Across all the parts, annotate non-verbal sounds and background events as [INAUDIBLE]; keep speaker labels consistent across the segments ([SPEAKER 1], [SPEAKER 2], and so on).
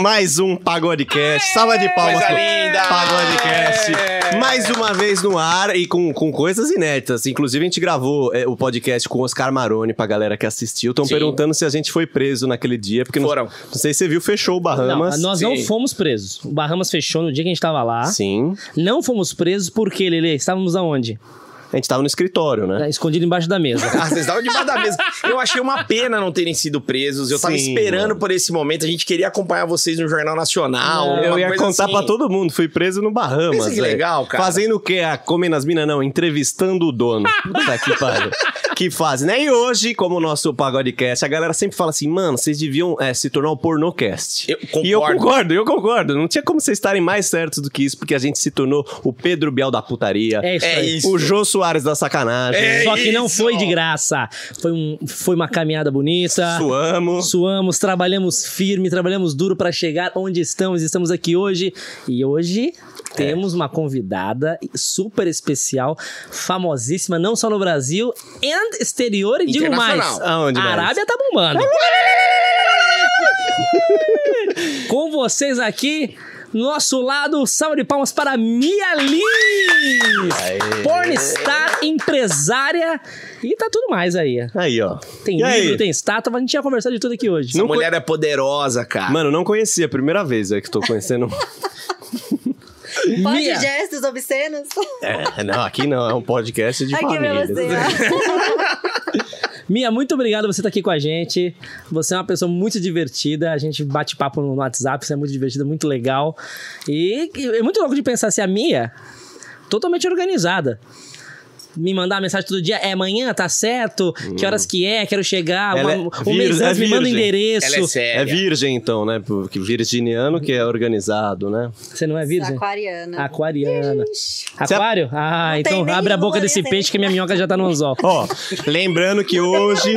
[SPEAKER 1] Mais um Pagodecast. Salva de palmas.
[SPEAKER 2] Coisa
[SPEAKER 1] pro
[SPEAKER 2] linda!
[SPEAKER 1] Pagodecast.
[SPEAKER 2] Aê!
[SPEAKER 1] Mais uma vez no ar e com, com coisas inéditas. Inclusive, a gente gravou é, o podcast com o Oscar Maroni pra galera que assistiu. Estão
[SPEAKER 2] Sim.
[SPEAKER 1] perguntando se a gente foi preso naquele dia. Porque não-
[SPEAKER 2] [LAUGHS] Foram.
[SPEAKER 1] Não, sei se você viu, fechou o
[SPEAKER 3] Não,
[SPEAKER 1] Bahamas. Ah,
[SPEAKER 3] nós não
[SPEAKER 2] Sim.
[SPEAKER 3] fomos presos. O Bahamas fechou no dia que a gente tava lá.
[SPEAKER 1] Sim.
[SPEAKER 3] Não fomos presos porque, Lele, estávamos aonde?
[SPEAKER 1] A gente tava no escritório, né?
[SPEAKER 3] Escondido embaixo da
[SPEAKER 2] [LAUGHS]
[SPEAKER 3] mesa.
[SPEAKER 2] Ah, vocês estavam debaixo da mesa. Eu achei uma pena não terem sido presos. Eu tava
[SPEAKER 1] Sim,
[SPEAKER 2] esperando
[SPEAKER 1] mano.
[SPEAKER 2] por esse momento. A gente queria acompanhar vocês no Jornal Nacional.
[SPEAKER 3] Não,
[SPEAKER 2] alguma
[SPEAKER 1] É, Eu ia
[SPEAKER 2] Ah, coisa
[SPEAKER 1] contar
[SPEAKER 2] assim.
[SPEAKER 1] pra todo mundo, fui preso no Bahamas.
[SPEAKER 2] Pensa que
[SPEAKER 1] velho.
[SPEAKER 2] legal, cara.
[SPEAKER 1] Fazendo o quê? Ah, comendo as minas, não, entrevistando o dono. Puta que
[SPEAKER 2] [LAUGHS]
[SPEAKER 1] pariu. Que fase, né? E hoje, como o nosso pagodecast, a galera sempre fala assim, mano, vocês deviam eh, se tornar o pornocast.
[SPEAKER 2] Eu concordo.
[SPEAKER 1] E eu concordo, eu concordo. Não tinha como vocês estarem mais certos do que isso, porque a gente se tornou o Pedro Biel da putaria.
[SPEAKER 3] É isso
[SPEAKER 2] É
[SPEAKER 3] aí.
[SPEAKER 2] isso.
[SPEAKER 1] O Jô Soares da sacanagem.
[SPEAKER 2] É
[SPEAKER 3] Só que não
[SPEAKER 2] isso!
[SPEAKER 3] foi de graça. Foi, um, foi uma caminhada bonita.
[SPEAKER 1] Suamos.
[SPEAKER 3] Suamos, trabalhamos firme, trabalhamos duro pra chegar onde estamos. Estamos aqui hoje e hoje temos uma convidada super especial, famosíssima não só no Brasil, and exterior e digo mais.
[SPEAKER 2] Internacional.
[SPEAKER 1] Aonde
[SPEAKER 3] a
[SPEAKER 1] mais?
[SPEAKER 3] Arábia tá bombando. Com vocês aqui, nosso lado, salve de palmas para Mia Lins, pornstar, empresária e tá tudo mais aí.
[SPEAKER 1] Aí, ó.
[SPEAKER 3] Tem
[SPEAKER 1] E aí?
[SPEAKER 3] livro, tem estátua, mas a gente ia conversar de tudo aqui hoje.
[SPEAKER 2] Essa
[SPEAKER 1] Não
[SPEAKER 2] mulher é poderosa, cara.
[SPEAKER 1] Mano, não conhecia, primeira vez é que tô conhecendo.
[SPEAKER 2] [LAUGHS]
[SPEAKER 4] Pode
[SPEAKER 3] Mia.
[SPEAKER 4] gestos obscenos?
[SPEAKER 1] é, [LAUGHS] não, aqui não, é um podcast de
[SPEAKER 4] Aqui
[SPEAKER 1] família.
[SPEAKER 4] pra você. né?
[SPEAKER 3] Mia, muito obrigado por você estar aqui com a gente. Você é uma pessoa muito divertida. A gente bate papo no WhatsApp, você é muito divertida, muito legal. E é muito louco de pensar assim, a Mia, totalmente organizada. Me mandar mensagem todo dia, é amanhã, tá certo? Que horas que é? Quero chegar.
[SPEAKER 1] Hum. Ela
[SPEAKER 3] uma-
[SPEAKER 1] é
[SPEAKER 3] um mês
[SPEAKER 1] vir- é
[SPEAKER 3] antes, me manda o
[SPEAKER 1] virgem.
[SPEAKER 3] endereço.
[SPEAKER 2] Ela é séria.
[SPEAKER 1] É virgem, então, né? Porque virginiano que é organizado, né?
[SPEAKER 3] Você não é virgem?
[SPEAKER 4] Aquariana.
[SPEAKER 3] Aquariana. Aquário? Ah,
[SPEAKER 4] Não tem
[SPEAKER 3] então
[SPEAKER 4] nem
[SPEAKER 3] abre a boca
[SPEAKER 4] lua,
[SPEAKER 3] desse
[SPEAKER 4] né?
[SPEAKER 3] peixe que minha minhoca já tá no
[SPEAKER 1] [LAUGHS]
[SPEAKER 3] anzol.
[SPEAKER 1] [LAUGHS] Ó, lembrando que hoje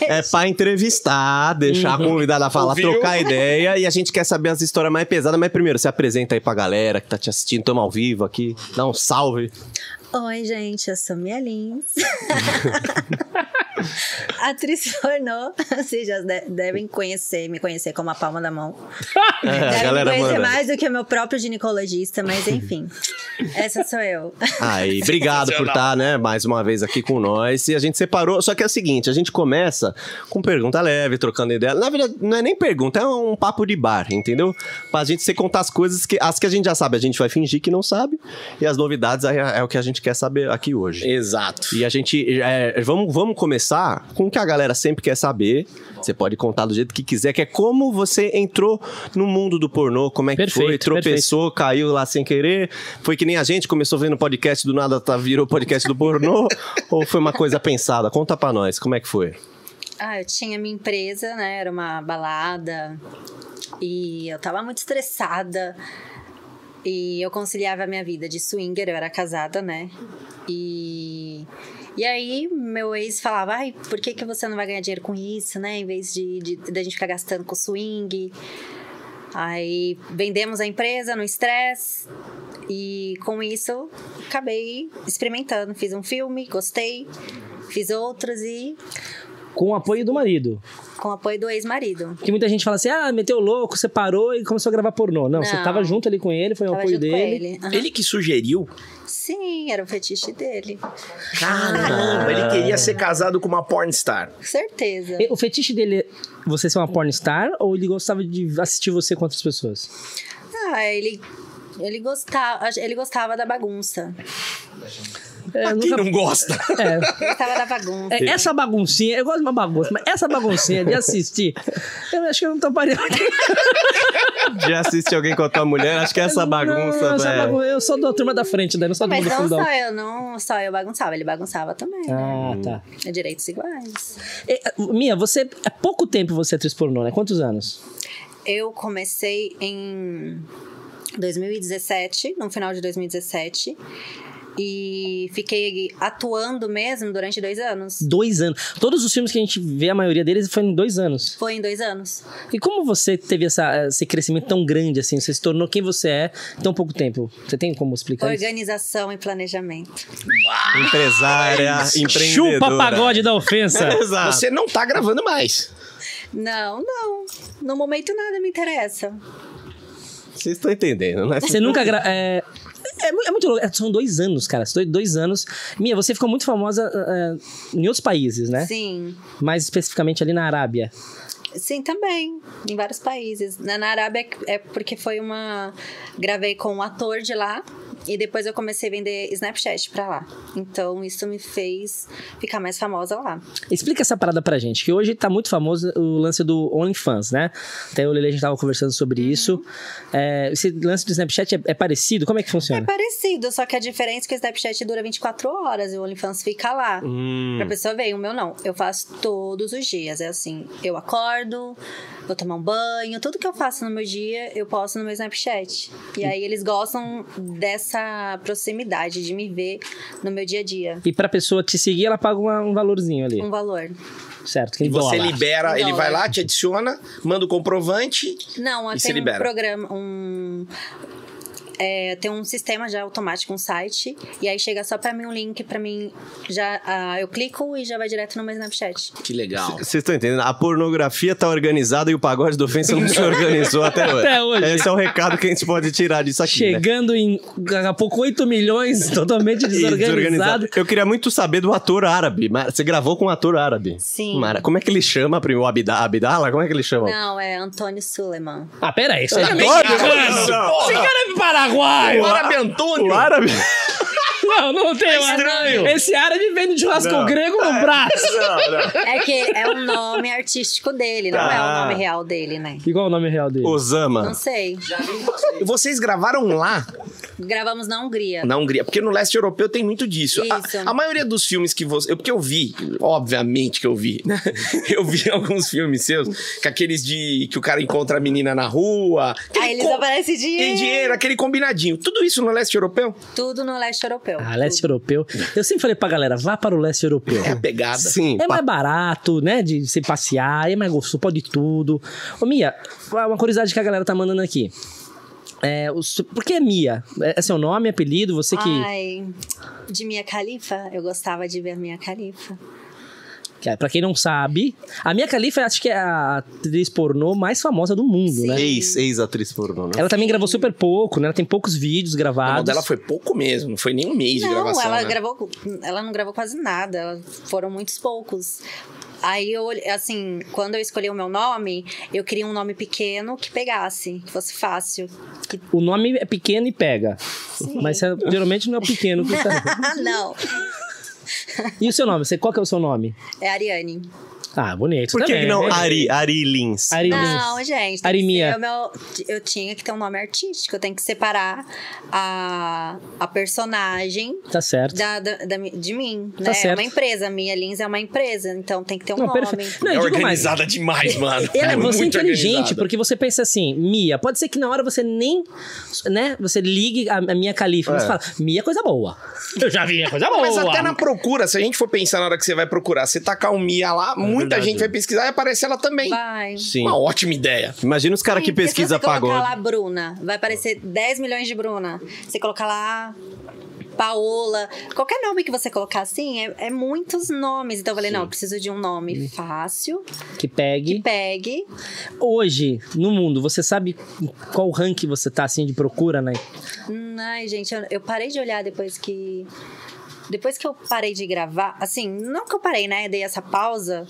[SPEAKER 1] é pra entrevistar, deixar a convidada falar,
[SPEAKER 2] Ouviu?
[SPEAKER 1] trocar ideia. E a gente quer saber as histórias mais pesadas. Mas primeiro, se apresenta aí pra galera que tá te assistindo, tamo ao vivo aqui. Dá um salve.
[SPEAKER 4] Oi, gente, eu sou Mia Lins. [LAUGHS] Atriz pornô. Vocês já de- devem conhecer, me conhecer como a palma da mão.
[SPEAKER 1] É,
[SPEAKER 4] devem
[SPEAKER 1] a galera
[SPEAKER 4] conhecer
[SPEAKER 1] manda.
[SPEAKER 4] mais do que o meu próprio ginecologista, mas
[SPEAKER 1] [LAUGHS]
[SPEAKER 4] enfim. essa sou eu.
[SPEAKER 1] Aí, obrigado por estar, né, mais uma vez aqui com nós. E a gente separou. Só que é o seguinte: a gente começa com pergunta leve, trocando ideia. Na verdade, não é nem pergunta, é um papo de bar, entendeu? Pra gente se contar as coisas que. As que a gente já sabe, a gente vai fingir que não sabe. E as novidades aí é, é o que a gente quer saber aqui hoje.
[SPEAKER 2] Exato.
[SPEAKER 1] E a gente. é, vamos, vamos começar com o que a galera sempre quer saber. Você pode contar do jeito que quiser, que é como você entrou no mundo do pornô, como é que
[SPEAKER 3] Perfeito,
[SPEAKER 1] foi, tropeçou, caiu lá sem querer. Foi que nem a gente começou vendo podcast do nada, tá, virou podcast do [LAUGHS] pornô. ou foi uma coisa pensada? Conta pra nós, como é que foi?
[SPEAKER 4] Ah, eu tinha minha empresa, né? Era uma balada. E eu tava muito estressada. E eu conciliava a minha vida de swinger, eu era casada, né? E. E aí, meu ex falava, ai, por que, que você não vai ganhar dinheiro com isso, né? Em vez de, de, da gente ficar gastando com swing. Aí vendemos a empresa no estresse. E com isso, acabei experimentando. Fiz um filme, gostei. Fiz outros e
[SPEAKER 3] Com o apoio do marido.
[SPEAKER 4] com o apoio do ex-marido.
[SPEAKER 3] Porque muita gente fala assim, ah, meteu louco, separou e começou a gravar pornô. Não, você
[SPEAKER 4] Não.
[SPEAKER 3] tava junto ali com ele, foi o
[SPEAKER 4] Tava
[SPEAKER 3] apoio
[SPEAKER 4] junto
[SPEAKER 3] dele.
[SPEAKER 4] com ele. Aham.
[SPEAKER 2] Ele que sugeriu.
[SPEAKER 4] Sim, era o fetiche dele.
[SPEAKER 2] Caramba, ele queria ser casado com uma pornstar.
[SPEAKER 4] Com certeza.
[SPEAKER 3] E O fetiche dele é você ser uma pornstar ou ele gostava de assistir você com outras pessoas?
[SPEAKER 4] Ah, ele. Ele gostava, ele gostava da bagunça.
[SPEAKER 3] É, eu
[SPEAKER 2] Quem
[SPEAKER 3] nunca-
[SPEAKER 2] não gosta? [LAUGHS]
[SPEAKER 3] é.
[SPEAKER 4] Gostava da bagunça.
[SPEAKER 3] [LAUGHS] É, essa baguncinha, eu gosto de uma bagunça, mas essa baguncinha de assistir, eu acho que eu não tô parando.
[SPEAKER 1] Já assiste alguém com a tua mulher? Acho que [LAUGHS] é essa bagunça,
[SPEAKER 3] não, essa
[SPEAKER 1] velho.
[SPEAKER 3] bagun- Eu sou da turma da frente, daí, não sou da
[SPEAKER 4] Mas
[SPEAKER 3] turma do
[SPEAKER 4] não
[SPEAKER 3] fundão.
[SPEAKER 4] só eu, não só eu bagunçava, ele bagunçava também. né?
[SPEAKER 3] Ah, tá.
[SPEAKER 4] É direitos iguais.
[SPEAKER 3] E, Mia, você. Há pouco tempo você é atriz pornô, né? Quantos anos?
[SPEAKER 4] Eu comecei em 2017, no final de 2017. E fiquei atuando mesmo durante dois anos.
[SPEAKER 3] Dois anos. Todos os filmes que a gente vê, a maioria deles foi em dois anos.
[SPEAKER 4] Foi em dois anos.
[SPEAKER 3] E como você teve essa- esse crescimento tão grande, assim? Você se tornou quem você é em tão pouco tempo? Você tem como explicar isso?
[SPEAKER 4] Organização e planejamento.
[SPEAKER 1] Empresária, empreendedora.
[SPEAKER 3] Chupa pagode da ofensa!
[SPEAKER 4] [LAUGHS]
[SPEAKER 1] Exato.
[SPEAKER 2] Você não tá gravando mais.
[SPEAKER 4] Não, não. No momento nada me interessa.
[SPEAKER 1] Vocês estão entendendo, né?
[SPEAKER 3] Você nunca. gra- É... É, mu- é muito louco. É, São dois anos, cara. São dois- Dois anos. Minha, você ficou muito famosa é, em outros países, né?
[SPEAKER 4] Sim.
[SPEAKER 3] Mais especificamente ali na Arábia.
[SPEAKER 4] Sim, também. Em vários países. Na, na Arábia é porque foi uma. Gravei com um ator de lá. E depois eu comecei a vender Snapchat pra lá. Então isso me fez ficar mais famosa lá.
[SPEAKER 3] Explica essa parada pra gente, que hoje tá muito famoso o lance do OnlyFans, né? Até eu e o Lele a gente tava conversando
[SPEAKER 4] Uhum.
[SPEAKER 3] sobre isso. É, esse lance do Snapchat é, é parecido? Como é que
[SPEAKER 4] É
[SPEAKER 3] funciona?
[SPEAKER 4] parecido, só que a diferença é que o Snapchat dura 24 horas e o OnlyFans fica lá. Pra pessoa ver, o meu não. Eu faço todos os dias. É assim, eu acordo, vou tomar um banho, tudo que eu faço no meu dia, eu posto no meu Snapchat. E aí eles gostam dessa proximidade de me ver no meu dia a dia.
[SPEAKER 3] E pra pessoa te seguir, ela paga uma- um valorzinho ali,
[SPEAKER 4] Um valor.
[SPEAKER 3] certo? Que
[SPEAKER 2] E
[SPEAKER 3] em
[SPEAKER 2] você
[SPEAKER 3] dólar.
[SPEAKER 2] libera, né? ele
[SPEAKER 4] Dólar.
[SPEAKER 2] vai lá, te adiciona, manda o comprovante.
[SPEAKER 4] Não,
[SPEAKER 2] E se
[SPEAKER 4] tem um
[SPEAKER 2] libera.
[SPEAKER 4] programa, um. é, tem um sistema já automático, um site, e aí chega só pra mim um link pra mim. Já, ah, eu clico e já vai direto no meu Snapchat.
[SPEAKER 2] Que legal.
[SPEAKER 1] Vocês estão entendendo? A pornografia tá organizada e o pagode do ofensa não se organizou [LAUGHS] até hoje.
[SPEAKER 3] Até hoje.
[SPEAKER 1] Esse é o recado que a gente pode tirar disso aqui. né?
[SPEAKER 3] Chegando em, daqui a pouco, 8 milhões, [LAUGHS] totalmente desorganizado.
[SPEAKER 1] Eu queria muito saber do ator árabe. Mas Você gravou com um ator árabe?
[SPEAKER 4] Sim.
[SPEAKER 1] Mara, como é que ele chama primeiro? O Abda- Abdala? Como é que ele chama?
[SPEAKER 4] Não, é Antônio Suleiman.
[SPEAKER 3] Ah, pera aí, isso aí é
[SPEAKER 1] Olha,
[SPEAKER 2] né?
[SPEAKER 3] mexicano.
[SPEAKER 1] isso,
[SPEAKER 3] Esse cara é paraguaio!
[SPEAKER 2] O árabe Antônio.
[SPEAKER 1] O árabe?
[SPEAKER 3] Não, não tem
[SPEAKER 2] estranho.
[SPEAKER 3] Esse árabe vem de churrasco
[SPEAKER 1] Não.
[SPEAKER 3] grego no braço.
[SPEAKER 4] É que é o nome artístico dele, não é
[SPEAKER 2] Ah.
[SPEAKER 1] Tá.
[SPEAKER 4] o nome real dele, né?
[SPEAKER 3] E qual é o nome real
[SPEAKER 1] [LAUGHS]
[SPEAKER 3] dele?
[SPEAKER 1] Osama.
[SPEAKER 4] Não sei.
[SPEAKER 2] E vocês gravaram lá,
[SPEAKER 4] Gravamos na Hungria.
[SPEAKER 2] na Hungria? Porque no leste europeu tem muito disso. A-
[SPEAKER 4] Isso.
[SPEAKER 2] A, maioria dos filmes que você. eu- Porque eu vi, obviamente que eu vi, [LAUGHS] né? Eu vi alguns filmes seus, com aqueles de. que o cara encontra a menina na rua. aquele
[SPEAKER 4] Aí eles
[SPEAKER 2] com-
[SPEAKER 4] aparecem
[SPEAKER 2] Tem
[SPEAKER 4] dinheiro.
[SPEAKER 2] dinheiro, aquele combinadinho. Tudo isso no leste europeu?
[SPEAKER 4] Tudo no leste europeu.
[SPEAKER 3] Ah, leste
[SPEAKER 4] Tudo.
[SPEAKER 3] europeu. Eu sempre falei pra galera, vá para o leste europeu.
[SPEAKER 2] É a pegada.
[SPEAKER 1] Sim.
[SPEAKER 3] É
[SPEAKER 1] pa-
[SPEAKER 3] mais barato, né? De se passear, é mais gostoso, pode tudo. Ô, Mia, uma curiosidade que a galera tá mandando aqui. É, o su- por que é Mia? É é seu nome, apelido? Você que.
[SPEAKER 4] Ai, de Mia Khalifa, eu gostava de ver a Mia Khalifa.
[SPEAKER 3] que é, pra quem não sabe, a Mia Khalifa acho que é a atriz pornô mais famosa do mundo, né?
[SPEAKER 4] é
[SPEAKER 1] Ex- Ex-atriz pornô, né?
[SPEAKER 3] Ela também gravou super pouco, né? Ela tem poucos vídeos
[SPEAKER 2] A
[SPEAKER 3] gravados.
[SPEAKER 2] mão dela foi pouco mesmo, não foi nem um mês de
[SPEAKER 4] Não,
[SPEAKER 2] gravação.
[SPEAKER 4] ela
[SPEAKER 2] né?
[SPEAKER 4] gravou, ela não gravou quase nada, ela- foram muitos poucos. Aí eu, olhe- assim, quando eu escolhi o meu nome, eu queria um nome pequeno que pegasse, que fosse fácil. [LAUGHS] Que...
[SPEAKER 3] O nome é pequeno e pega. Mas é- geralmente não é o pequeno. que tá-
[SPEAKER 4] não,
[SPEAKER 3] e o seu nome? Você, qual que é o seu nome?
[SPEAKER 4] é Ariane.
[SPEAKER 3] Ah, bonito.
[SPEAKER 1] Por que,
[SPEAKER 3] também,
[SPEAKER 1] que não?
[SPEAKER 3] né?
[SPEAKER 1] Ari, Ari Lins.
[SPEAKER 3] Ari
[SPEAKER 4] Não,
[SPEAKER 3] Lins.
[SPEAKER 4] gente. tem
[SPEAKER 3] Arimia.
[SPEAKER 4] que ser o meu- eu tinha que ter um nome artístico. Eu tenho que separar a, a personagem
[SPEAKER 3] Tá certo.
[SPEAKER 4] da, da- da mi- de mim.
[SPEAKER 3] Tá
[SPEAKER 4] né? É
[SPEAKER 3] certo.
[SPEAKER 4] uma empresa. A Minha Lins é uma empresa. Então tem que ter um nome.
[SPEAKER 3] perfeito. Não,
[SPEAKER 2] É
[SPEAKER 3] eu digo mais.
[SPEAKER 2] organizada [LAUGHS] demais, mano.
[SPEAKER 3] Ela, você é
[SPEAKER 2] Muito
[SPEAKER 3] inteligente,
[SPEAKER 2] organizada.
[SPEAKER 3] porque você pensa assim, Mia, pode ser que na hora você nem, né, você ligue a, a Mia Califa, mas
[SPEAKER 1] É.
[SPEAKER 3] você fala, Mia é coisa boa. Eu já vi, é coisa boa.
[SPEAKER 2] Mas até na procura, se a gente for pensar na hora que você vai procurar, você tacar um Mia lá,
[SPEAKER 3] É
[SPEAKER 2] muita
[SPEAKER 1] verdade.
[SPEAKER 2] gente vai pesquisar e aparece ela também.
[SPEAKER 4] Vai.
[SPEAKER 1] Sim.
[SPEAKER 2] Uma ótima ideia.
[SPEAKER 1] Imagina os caras que
[SPEAKER 4] Sim, porque
[SPEAKER 1] pesquisa
[SPEAKER 4] se você colocar
[SPEAKER 1] pagode.
[SPEAKER 4] lá Bruna, vai aparecer 10 milhões de Bruna. Você colocar lá Paola, qualquer nome que você colocar assim, é, é muitos nomes. Então eu falei, não, eu preciso de um nome fácil,
[SPEAKER 3] Que pegue.
[SPEAKER 4] que pegue.
[SPEAKER 3] Hoje, no mundo, você sabe qual rank você tá, assim, de procura, né?
[SPEAKER 4] Hum, Ai, gente, eu, eu parei de olhar depois que. Depois que eu parei de gravar, assim, não que eu parei, né? Dei essa pausa,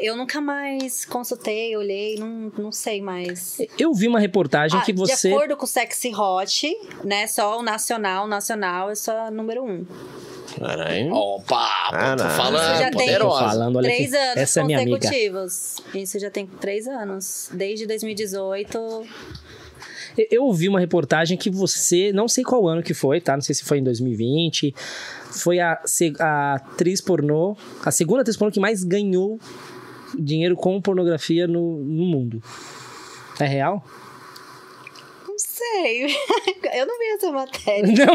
[SPEAKER 4] eu nunca mais consultei, olhei, não, não sei mais.
[SPEAKER 3] Eu vi uma reportagem
[SPEAKER 4] Ah,
[SPEAKER 3] que você...
[SPEAKER 4] De acordo com o Sexy Hot, né? Só o nacional, o nacional é só número um.
[SPEAKER 1] Caralho.
[SPEAKER 2] Opa, tô
[SPEAKER 1] Caralho.
[SPEAKER 2] falando,
[SPEAKER 4] Você já tem-
[SPEAKER 2] poderosa.
[SPEAKER 3] Tô falando, olha
[SPEAKER 4] três
[SPEAKER 3] aqui,
[SPEAKER 4] anos
[SPEAKER 3] essa é minha amiga.
[SPEAKER 4] consecutivos. Isso já tem três anos. Desde 2018.
[SPEAKER 3] Eu- Eu ouvi uma reportagem que você, não sei qual ano que foi, tá? Não sei se foi em 2020. Foi a, se- a atriz pornô, a segunda atriz pornô que mais ganhou dinheiro com pornografia no, no mundo. É real?
[SPEAKER 4] Não sei. [LAUGHS] Eu não vi essa matéria.
[SPEAKER 3] Não.